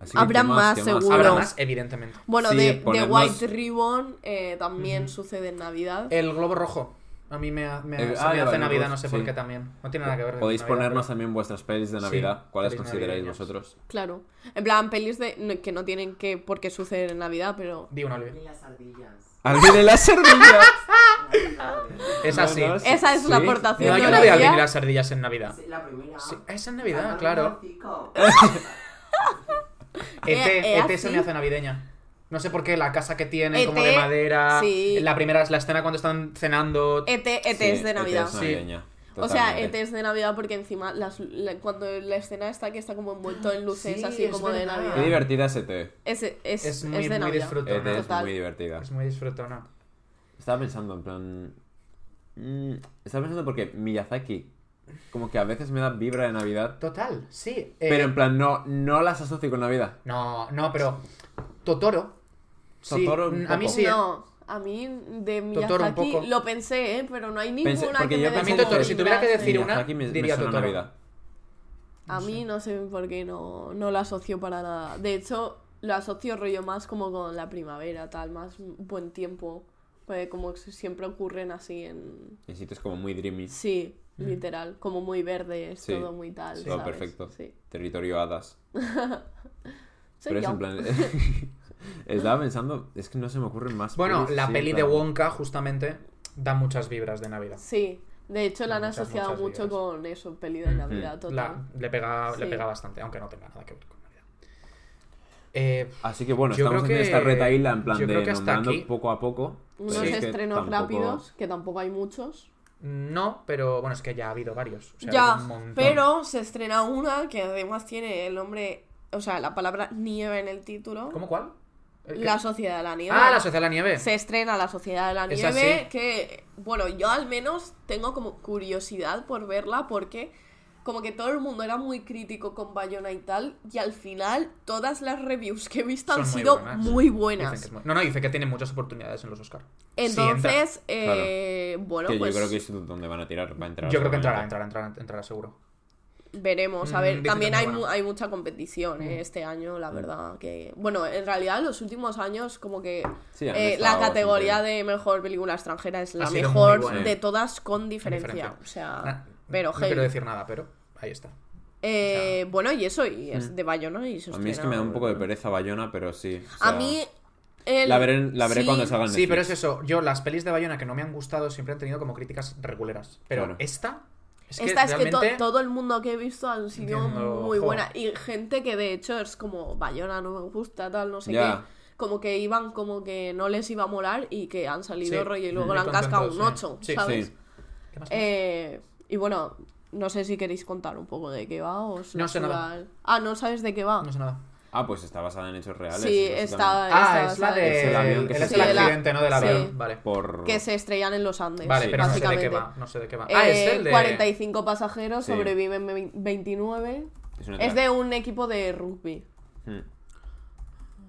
Speaker 1: Así que, ¿qué
Speaker 3: Habrá más,
Speaker 1: ¿Qué
Speaker 3: seguro.
Speaker 2: Habrá
Speaker 3: Bueno.
Speaker 2: más, evidentemente.
Speaker 3: Bueno,
Speaker 1: Sí,
Speaker 3: de, de
Speaker 1: ponernos-
Speaker 3: White Ribbon eh, también
Speaker 2: Ujú.
Speaker 3: sucede en Navidad.
Speaker 2: El globo rojo. A mí me, ha- me,
Speaker 1: Eh,
Speaker 2: se
Speaker 1: ah,
Speaker 2: me
Speaker 1: el globo
Speaker 2: hace Navidad,
Speaker 1: rojo,
Speaker 2: no sé por
Speaker 1: sí.
Speaker 2: qué también. No tiene nada que ver con
Speaker 1: Podéis
Speaker 2: Navidad,
Speaker 1: ponernos
Speaker 2: pero-
Speaker 1: también vuestras pelis de
Speaker 2: Sí,
Speaker 1: Navidad. ¿Cuáles
Speaker 2: pelis
Speaker 1: consideráis
Speaker 2: navideñas.
Speaker 1: vosotros?
Speaker 3: Claro. En plan, pelis de, no- que no tienen que por qué suceden en Navidad, pero.
Speaker 2: Di una, Olivia.
Speaker 4: las ardillas.
Speaker 1: ¡Alguien en las ardillas!
Speaker 2: Es
Speaker 1: No,
Speaker 2: así.
Speaker 1: no, sí.
Speaker 3: Esa es la
Speaker 1: Sí.
Speaker 3: aportación
Speaker 2: No,
Speaker 3: de
Speaker 2: yo no vi a
Speaker 3: Olivia.
Speaker 2: Alvin y las ardillas en Navidad.
Speaker 4: Sí, La primera.
Speaker 2: Sí, es en
Speaker 4: Ah,
Speaker 2: Navidad,
Speaker 4: no,
Speaker 2: claro. E
Speaker 4: chico.
Speaker 2: ET,
Speaker 3: Eh, eh,
Speaker 2: ET se
Speaker 3: así.
Speaker 2: me hace navideña. No sé por qué, la casa que tiene, como
Speaker 3: ET,
Speaker 2: de madera.
Speaker 3: sí. E
Speaker 2: La primera es la escena cuando están cenando.
Speaker 3: ET, ET
Speaker 1: Sí,
Speaker 3: es de
Speaker 2: E
Speaker 1: ET
Speaker 3: Navidad.
Speaker 1: es navideña,
Speaker 3: O sea, E ET
Speaker 1: totalmente.
Speaker 3: es de Navidad porque encima las, la- cuando la escena está que está como envuelto en luces
Speaker 2: Sí,
Speaker 3: así
Speaker 2: es
Speaker 3: como de
Speaker 2: verdad.
Speaker 1: Qué
Speaker 3: Navidad.
Speaker 1: divertida es E ET.
Speaker 3: Ese- Es,
Speaker 2: Es
Speaker 3: es
Speaker 2: muy-
Speaker 3: de
Speaker 2: muy
Speaker 3: Navidad.
Speaker 2: disfrutable.
Speaker 1: ET es
Speaker 3: Total.
Speaker 1: muy divertida.
Speaker 2: Es muy disfrutona.
Speaker 1: Estaba pensando, en plan. mm, estaba pensando porque Miyazaki, como que a veces me da vibra de Navidad.
Speaker 2: Total, sí. eh,
Speaker 1: Pero en plan, no, no las asocio con Navidad.
Speaker 2: No, no, pero. Totoro. Sí,
Speaker 1: Totoro un
Speaker 2: mm, a mí
Speaker 1: poco.
Speaker 2: sí. eh.
Speaker 3: No, a mí de
Speaker 2: Totoro un
Speaker 3: Miyazaki
Speaker 2: poco.
Speaker 3: lo pensé, ¿eh? pero no hay ninguna
Speaker 1: Pensé- porque
Speaker 3: que
Speaker 1: yo
Speaker 3: me
Speaker 1: pensé
Speaker 3: dé
Speaker 1: en
Speaker 3: como
Speaker 1: Totoro. Si
Speaker 2: tuviera que
Speaker 3: vibras de-
Speaker 2: decir una,
Speaker 1: Miyazaki me, me
Speaker 2: diría
Speaker 1: suena a
Speaker 2: Totoro.
Speaker 1: Navidad.
Speaker 3: A mí no sé por qué no, no la asocio para nada. De hecho, lo asocio rollo más como con la primavera, tal, más buen tiempo. Pues como siempre ocurren así en...
Speaker 1: En sitios como muy dreamy.
Speaker 3: Sí,
Speaker 2: Mm.
Speaker 3: literal, como muy verde, es
Speaker 1: Sí,
Speaker 3: todo muy tal.
Speaker 2: sí.
Speaker 1: Todo
Speaker 3: ¿sabes?
Speaker 1: perfecto.
Speaker 3: Sí.
Speaker 1: Territorio hadas.
Speaker 3: Soy
Speaker 1: Pero es
Speaker 3: yo.
Speaker 1: en plan. estaba pensando, es que no se me ocurren más.
Speaker 2: Bueno,
Speaker 1: pelis,
Speaker 2: la
Speaker 1: sí, en
Speaker 2: peli de
Speaker 1: plan-
Speaker 2: Wonka, justamente, da muchas vibras de Navidad.
Speaker 3: Sí, de hecho la han
Speaker 2: Muchas,
Speaker 3: asociado
Speaker 2: muchas
Speaker 3: mucho
Speaker 2: vibras.
Speaker 3: con eso, peli de
Speaker 1: Mm.
Speaker 3: Navidad, total.
Speaker 2: La- le, pega, le
Speaker 3: Sí.
Speaker 2: pega bastante, aunque no tenga nada que ver con Navidad. Eh,
Speaker 1: Así que bueno,
Speaker 2: Yo
Speaker 1: estamos
Speaker 2: creo
Speaker 1: haciendo
Speaker 2: que-
Speaker 1: esta retaíla en plan
Speaker 2: yo creo
Speaker 1: de
Speaker 2: que hasta
Speaker 1: nombrando
Speaker 2: aquí-
Speaker 1: poco a poco. pero
Speaker 3: Unos
Speaker 1: es que
Speaker 3: estrenos
Speaker 1: tampoco-
Speaker 3: rápidos, que tampoco hay muchos.
Speaker 2: no, pero bueno, es que ya ha habido varios. o sea,
Speaker 3: ya,
Speaker 2: un montón.
Speaker 3: pero se estrena una que además tiene el nombre, o sea, la palabra nieve en el título.
Speaker 2: ¿Cómo cuál? ¿El qué?
Speaker 3: La Sociedad de la Nieve.
Speaker 2: Ah, la Sociedad de la Nieve.
Speaker 3: Se estrena La Sociedad de la
Speaker 2: Esa
Speaker 3: Nieve,
Speaker 2: sí.
Speaker 3: que, bueno, yo al menos tengo como curiosidad por verla porque como que todo el mundo era muy crítico con Bayona y tal, y al final todas las reviews que he visto
Speaker 2: Son
Speaker 3: han
Speaker 2: muy
Speaker 3: sido
Speaker 2: buenas.
Speaker 3: muy
Speaker 2: Dicen que
Speaker 3: buenas.
Speaker 2: es muy- No, no, dice que tiene muchas oportunidades en los Oscar.
Speaker 3: Entonces, eh, bueno,
Speaker 1: Que
Speaker 3: pues
Speaker 1: yo creo que es donde van a tirar. Va a entrar
Speaker 2: Yo creo que entrará,
Speaker 1: seguramente.
Speaker 2: entrará, entrará, entrará seguro.
Speaker 3: veremos. A
Speaker 2: Mm,
Speaker 3: ver,
Speaker 2: dicen que
Speaker 3: también
Speaker 2: es
Speaker 3: hay,
Speaker 2: muy
Speaker 3: mu-
Speaker 2: buena.
Speaker 3: hay mucha competición eh,
Speaker 2: Mm.
Speaker 3: este año, la verdad. que Bueno, en realidad en los últimos años como que
Speaker 1: Sí, han
Speaker 3: eh, la
Speaker 1: estado
Speaker 3: categoría
Speaker 1: bastante-
Speaker 3: de mejor película extranjera es la
Speaker 2: Ha sido
Speaker 3: mejor
Speaker 2: muy buena.
Speaker 3: de todas con diferencia.
Speaker 2: diferencia.
Speaker 3: O sea,
Speaker 1: Ah,
Speaker 2: Na-
Speaker 3: Ah, pero
Speaker 2: no
Speaker 3: heavy.
Speaker 2: quiero decir nada, pero ahí está.
Speaker 3: Eh, Bueno, y eso, y es de Bayona y se
Speaker 1: mm. A mí es que
Speaker 3: estrena-
Speaker 1: me da un poco de pereza Bayona, pero sí. o sea,
Speaker 3: A mí... el-
Speaker 1: La veré, la veré
Speaker 3: sí,
Speaker 1: cuando salga en
Speaker 2: Sí, pero es
Speaker 1: Netflix.
Speaker 2: eso. Yo, las pelis de Bayona que no me han gustado siempre han tenido como críticas reguleras. Pero
Speaker 1: Claro.
Speaker 2: esta. Es que
Speaker 3: Esta es que to-
Speaker 2: realmente-
Speaker 3: todo el mundo que he visto han sido
Speaker 2: Entiendo,
Speaker 3: muy
Speaker 2: jo.
Speaker 3: buena. Y gente que de hecho es como Bayona no me gusta, tal, no sé
Speaker 1: Ya.
Speaker 3: qué. como que iban como que no les iba a molar y que han salido
Speaker 2: Sí,
Speaker 3: rollo y luego
Speaker 2: muy
Speaker 3: le han cascado
Speaker 2: contentos,
Speaker 3: un
Speaker 2: sí.
Speaker 3: 8,
Speaker 2: Sí,
Speaker 3: ¿sabes?
Speaker 1: Sí.
Speaker 2: ¿Qué más?
Speaker 3: Eh, y bueno, no sé si queréis contar un poco de qué va o es
Speaker 2: No sé nada.
Speaker 3: natural. Ah, no sabes de qué va.
Speaker 2: No sé nada.
Speaker 1: Ah, pues está basada en hechos reales.
Speaker 3: sí,
Speaker 1: es
Speaker 3: está,
Speaker 2: Ah,
Speaker 3: está-
Speaker 2: es la
Speaker 3: está-
Speaker 2: de.
Speaker 1: Es el avión que
Speaker 2: él
Speaker 1: se
Speaker 2: es el
Speaker 1: estrella.
Speaker 2: accidente, ¿no? Del
Speaker 3: Sí.
Speaker 2: avión. Vale.
Speaker 1: Por...
Speaker 3: que se estrellan en los Andes.
Speaker 2: Vale,
Speaker 1: Sí,
Speaker 2: pero no sé de qué
Speaker 3: básicamente.
Speaker 2: va. No sé de qué va. Ah, es
Speaker 3: Eh,
Speaker 2: el de.
Speaker 3: 45 pasajeros,
Speaker 1: Sí.
Speaker 3: sobreviven ve- 29.
Speaker 1: Es, una
Speaker 3: Es
Speaker 1: trampa.
Speaker 3: de un equipo de rugby.
Speaker 1: Hmm.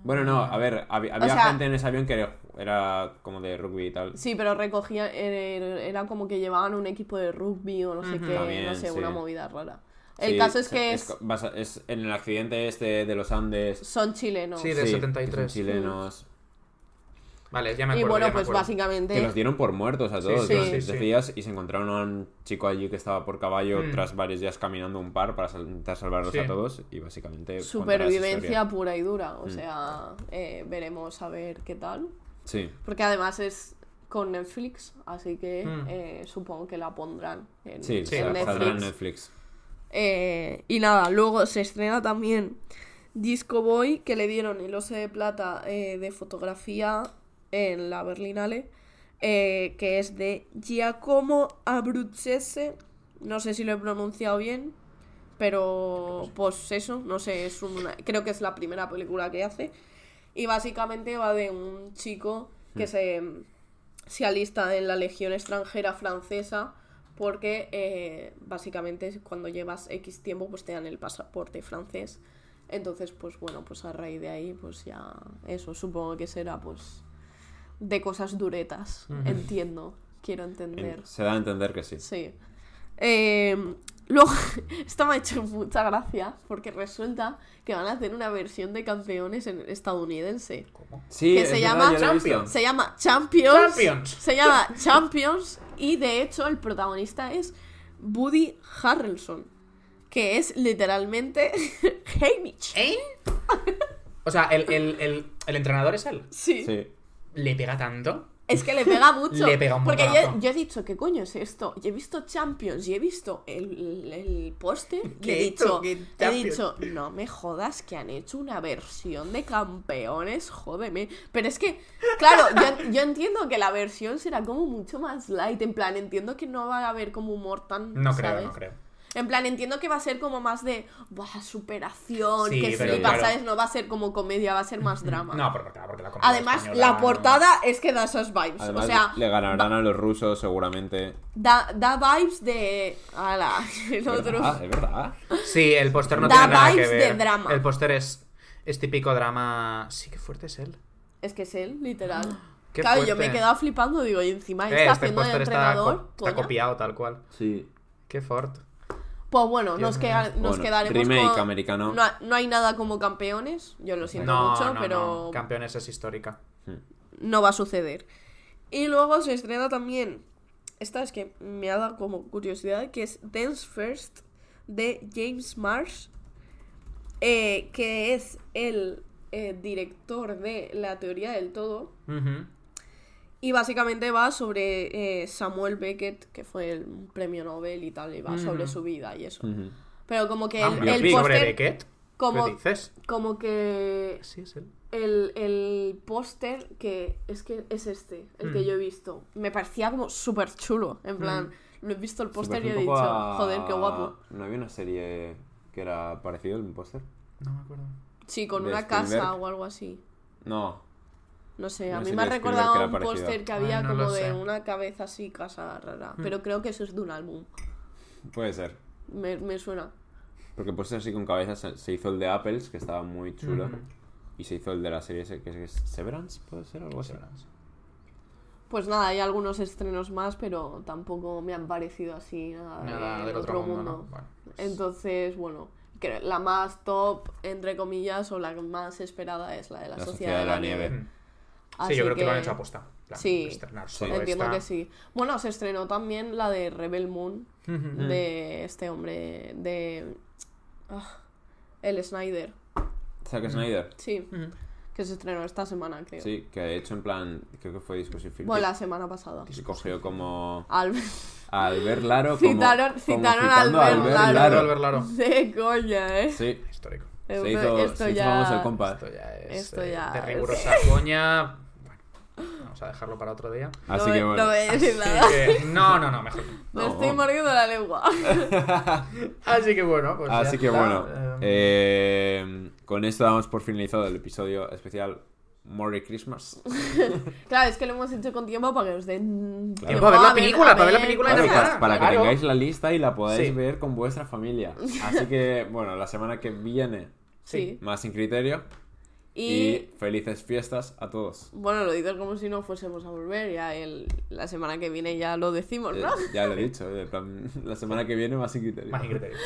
Speaker 1: Bueno, no, a ver, hab- había
Speaker 3: sea-
Speaker 1: gente en ese avión que era- era como de rugby y tal.
Speaker 3: Sí, pero recogía, er- era como que llevaban un equipo de rugby o no sé
Speaker 2: Ujú.
Speaker 3: qué,
Speaker 1: También,
Speaker 3: no sé,
Speaker 1: sí.
Speaker 3: una movida rara. El
Speaker 1: Sí,
Speaker 3: caso es que
Speaker 1: es,
Speaker 3: es-
Speaker 1: co- basa- es en el accidente este de los Andes.
Speaker 3: son chilenos.
Speaker 2: Sí, de
Speaker 1: que son
Speaker 2: 73.
Speaker 1: chilenos.
Speaker 2: Vale, ya me
Speaker 3: y
Speaker 2: acuerdo.
Speaker 3: bueno,
Speaker 2: ya me acuerdo.
Speaker 3: pues
Speaker 1: Que los
Speaker 3: básicamente...
Speaker 1: dieron por muertos a todos,
Speaker 2: sí,
Speaker 1: ¿no?
Speaker 3: sí,
Speaker 2: sí.
Speaker 1: decías, y se encontraron a un chico allí que estaba por caballo
Speaker 2: Mm.
Speaker 1: tras varios días caminando un par para sal- intentar salvarlos
Speaker 2: Sí.
Speaker 1: a todos y básicamente... contar las
Speaker 3: Supervivencia
Speaker 1: historias.
Speaker 3: pura y dura, o
Speaker 1: Mm.
Speaker 3: sea, eh, veremos a ver qué tal.
Speaker 1: Sí.
Speaker 3: Porque además es con Netflix, así que
Speaker 2: Mm.
Speaker 3: eh, supongo que la pondrán en,
Speaker 1: Sí,
Speaker 2: Sí,
Speaker 3: en
Speaker 1: sal-
Speaker 2: la
Speaker 1: saldrá en
Speaker 3: Netflix.
Speaker 1: Netflix.
Speaker 3: Eh, y nada, luego se estrena también Disco Boy, que le dieron el oso de plata eh, de fotografía en la Berlinale, eh, que es de Giacomo Abruzzese. No sé si lo he pronunciado bien, pero pues eso, no sé, es una- creo que es la primera película que hace. Y básicamente va de un chico que se, se alista en la Legión extranjera francesa porque eh, básicamente cuando llevas X tiempo pues te dan el pasaporte francés. Entonces, pues bueno, pues a raíz de ahí, pues ya eso supongo que será pues de cosas duretas.
Speaker 2: Ujú.
Speaker 3: Entiendo, quiero entender.
Speaker 1: En- se da a entender que sí.
Speaker 3: Sí. Eh, luego, esto me ha hecho mucha gracia porque resulta que van a hacer una versión de campeones en estadounidense.
Speaker 2: ¿Cómo?
Speaker 1: Sí,
Speaker 3: Que
Speaker 1: es
Speaker 3: se
Speaker 1: verdad, yo
Speaker 3: llama
Speaker 1: lo he visto.
Speaker 2: Champions.
Speaker 3: Se llama Champions.
Speaker 2: Champions.
Speaker 3: Se llama Champions y de hecho el protagonista es Woody Harrelson, que es literalmente
Speaker 1: Eh,
Speaker 3: Hamish.
Speaker 2: ¿Eh? O sea, el, el, el, el entrenador es él.
Speaker 3: Sí.
Speaker 1: Sí.
Speaker 2: Le pega tanto.
Speaker 3: Es que le pega mucho.
Speaker 2: Le pega un
Speaker 3: porque
Speaker 2: bocanazo.
Speaker 3: yo, yo he dicho, ¿qué coño es esto? Y he visto Champions y he visto el, el póster y he
Speaker 2: ¿Qué
Speaker 3: dicho,
Speaker 2: esto? ¿Qué
Speaker 3: he
Speaker 2: Champions?
Speaker 3: dicho, no me jodas que han hecho una versión de campeones, jódeme. Pero es que, claro, yo, yo entiendo que la versión será como mucho más light. En plan, entiendo que no va a haber como humor tan.
Speaker 2: No creo,
Speaker 3: ¿sabes?
Speaker 2: no creo.
Speaker 3: En plan, entiendo que va a ser como más de Buah, superación,
Speaker 2: Sí,
Speaker 3: que
Speaker 2: pero
Speaker 3: flipas,
Speaker 2: claro.
Speaker 3: ¿sabes? No va a ser como comedia, va a ser más drama.
Speaker 2: No, porque, claro, porque la comedia
Speaker 3: Además,
Speaker 2: española
Speaker 3: la
Speaker 2: no-
Speaker 3: portada es que da esos vibes.
Speaker 1: ah. Además,
Speaker 3: o sea,
Speaker 1: le ganarán a los rusos seguramente.
Speaker 3: da, da vibes de. Ala, el
Speaker 1: Es
Speaker 3: otro.
Speaker 1: verdad, es verdad.
Speaker 2: Sí, el póster no
Speaker 3: Da
Speaker 2: tiene nada que
Speaker 3: vibes de
Speaker 2: ver.
Speaker 3: drama.
Speaker 2: El póster es, es típico drama. Sí, qué fuerte es él.
Speaker 3: Es que es él, literal.
Speaker 2: Qué
Speaker 3: claro, yo
Speaker 2: fuerte.
Speaker 3: me he quedado flipando, digo, y encima
Speaker 2: Eh,
Speaker 3: está
Speaker 2: este
Speaker 3: haciendo de
Speaker 2: póster está,
Speaker 3: entrenador.
Speaker 2: co- está
Speaker 3: coño.
Speaker 2: copiado tal cual.
Speaker 1: Sí.
Speaker 2: Qué fuerte.
Speaker 3: Pues bueno,
Speaker 2: Dios
Speaker 3: nos,
Speaker 2: mío.
Speaker 3: queda- nos
Speaker 1: Bueno,
Speaker 3: quedaremos
Speaker 1: remake
Speaker 3: con-
Speaker 1: americano.
Speaker 3: No, ha- no hay nada como campeones, yo lo siento
Speaker 2: No,
Speaker 3: mucho,
Speaker 2: no,
Speaker 3: pero
Speaker 2: no. Campeones es histórica.
Speaker 3: Hm. no va a suceder. Y luego se estrena también. Esta es que me ha dado como curiosidad, que es Dance First de James Marsh, eh, que es el eh, director de La teoría del todo.
Speaker 2: Ujú.
Speaker 3: Y básicamente va sobre eh, Samuel Beckett, que fue el premio Nobel y tal, y va
Speaker 2: Ujú. Mm.
Speaker 3: sobre su vida y eso.
Speaker 1: Ujú.
Speaker 3: Pero como que
Speaker 2: Ah,
Speaker 3: el,
Speaker 2: un
Speaker 3: el
Speaker 2: biopic sobre
Speaker 3: póster-
Speaker 2: Beckett.
Speaker 3: como-
Speaker 2: ¿Qué dices?
Speaker 3: Como que
Speaker 2: Sí, es él.
Speaker 3: el, el póster que es que es este, el que
Speaker 1: Hmm.
Speaker 2: Mm.
Speaker 3: yo he visto. Me parecía como súper chulo. En plan, lo he visto el
Speaker 1: Se
Speaker 3: póster y
Speaker 1: parece
Speaker 3: he
Speaker 1: Hmm. un
Speaker 3: dicho,
Speaker 1: poco a-
Speaker 3: joder, qué guapo.
Speaker 1: ¿No había una serie que era parecido el póster?
Speaker 2: No me acuerdo.
Speaker 3: Sí, con
Speaker 1: de
Speaker 3: una casa
Speaker 1: Spielberg.
Speaker 3: o algo así.
Speaker 1: No.
Speaker 3: No sé,
Speaker 1: Una
Speaker 3: a mí
Speaker 1: serie
Speaker 3: me ha
Speaker 1: de Spielberg
Speaker 3: recordado
Speaker 1: que era
Speaker 3: un
Speaker 1: parecida.
Speaker 3: póster que
Speaker 2: Ay,
Speaker 3: había
Speaker 2: no
Speaker 3: como
Speaker 2: lo
Speaker 3: de
Speaker 2: sé.
Speaker 3: una cabeza así, casa rara.
Speaker 1: Hmm.
Speaker 3: Pero creo que eso es de un álbum.
Speaker 1: Puede ser.
Speaker 3: Me, me suena.
Speaker 1: Porque el póster así con cabezas se- se hizo el de Apples, que estaba muy chulo.
Speaker 2: Ujú.
Speaker 1: Y se hizo el de la serie ese que es, que es Severance, puede ser algo así.
Speaker 3: Pues nada, hay algunos estrenos más, pero tampoco me han parecido así nada,
Speaker 2: Nada
Speaker 3: del
Speaker 2: del otro mundo, ¿no? Bueno. pues,
Speaker 1: Pues
Speaker 3: Entonces, bueno, creo- la más top, entre comillas, o la más esperada es la de la, Sociedad, de la, Nieve.
Speaker 1: Nieve.
Speaker 2: Mm.
Speaker 3: Así
Speaker 2: Sí, yo creo que, lo han hecho aposta. En plan,
Speaker 3: Sí.
Speaker 2: estrenar
Speaker 1: Sí.
Speaker 2: solo
Speaker 3: Entiendo
Speaker 2: esta.
Speaker 3: que sí. Bueno, se estrenó también la de Rebel Moon,
Speaker 2: Ujú.
Speaker 3: de este hombre, de... ah, el Snyder,
Speaker 1: Zack Snyder.
Speaker 3: sí,
Speaker 2: Ujú.
Speaker 3: que se estrenó esta semana, creo.
Speaker 1: Sí, que de hecho en plan, creo que fue Discursive Film.
Speaker 3: Bueno, la semana pasada.
Speaker 1: que cogió como
Speaker 3: Al-
Speaker 1: a Albert Laro como,
Speaker 3: Citaron-
Speaker 1: como
Speaker 3: citaron a
Speaker 1: citando a Albert
Speaker 3: Albert Laro.
Speaker 2: Álvaro
Speaker 1: Laro.
Speaker 2: Álvaro Laro.
Speaker 3: De coña, ¿eh?
Speaker 1: Sí,
Speaker 2: Histórico.
Speaker 1: Se hizo, se hizo famoso el compa.
Speaker 2: Esto ya es
Speaker 3: Esto
Speaker 2: eh,
Speaker 3: ya
Speaker 2: de
Speaker 3: es-
Speaker 2: rigurosa coña. Bueno, vamos a dejarlo para otro día.
Speaker 1: Así
Speaker 3: no,
Speaker 1: que
Speaker 3: voy-
Speaker 1: bueno.
Speaker 3: no voy a decir
Speaker 2: Así
Speaker 3: nada.
Speaker 2: que- no, no, no, mejor. no.
Speaker 3: Me
Speaker 1: No.
Speaker 3: estoy mordiendo la lengua.
Speaker 2: Así que bueno, pues ya
Speaker 1: Así que
Speaker 2: está.
Speaker 1: bueno,
Speaker 2: Eh,
Speaker 1: eh, con esto damos por finalizado el episodio especial Merry Christmas.
Speaker 3: Claro, es que lo hemos hecho con tiempo para que os den.
Speaker 1: Claro.
Speaker 3: tiempo
Speaker 1: Para
Speaker 2: ver la
Speaker 3: a
Speaker 2: película,
Speaker 3: a
Speaker 2: para ver la
Speaker 3: ver
Speaker 2: película
Speaker 1: Claro,
Speaker 2: de
Speaker 3: cosas.
Speaker 2: Navidad.
Speaker 1: pa- para que
Speaker 2: claro.
Speaker 1: tengáis la lista y la podáis
Speaker 2: Sí.
Speaker 1: ver con vuestra familia. Así que bueno, la semana que viene
Speaker 3: Sí.
Speaker 1: más sin criterio y
Speaker 3: Y.
Speaker 1: felices fiestas a todos.
Speaker 3: Bueno, lo dices como si no fuésemos a volver. Ya el- la semana que viene ya lo decimos,
Speaker 1: Eh,
Speaker 3: Oh, ¿no?
Speaker 1: ya lo he dicho, eh, en plan, la semana que viene más sin criterio.
Speaker 2: Más criterio.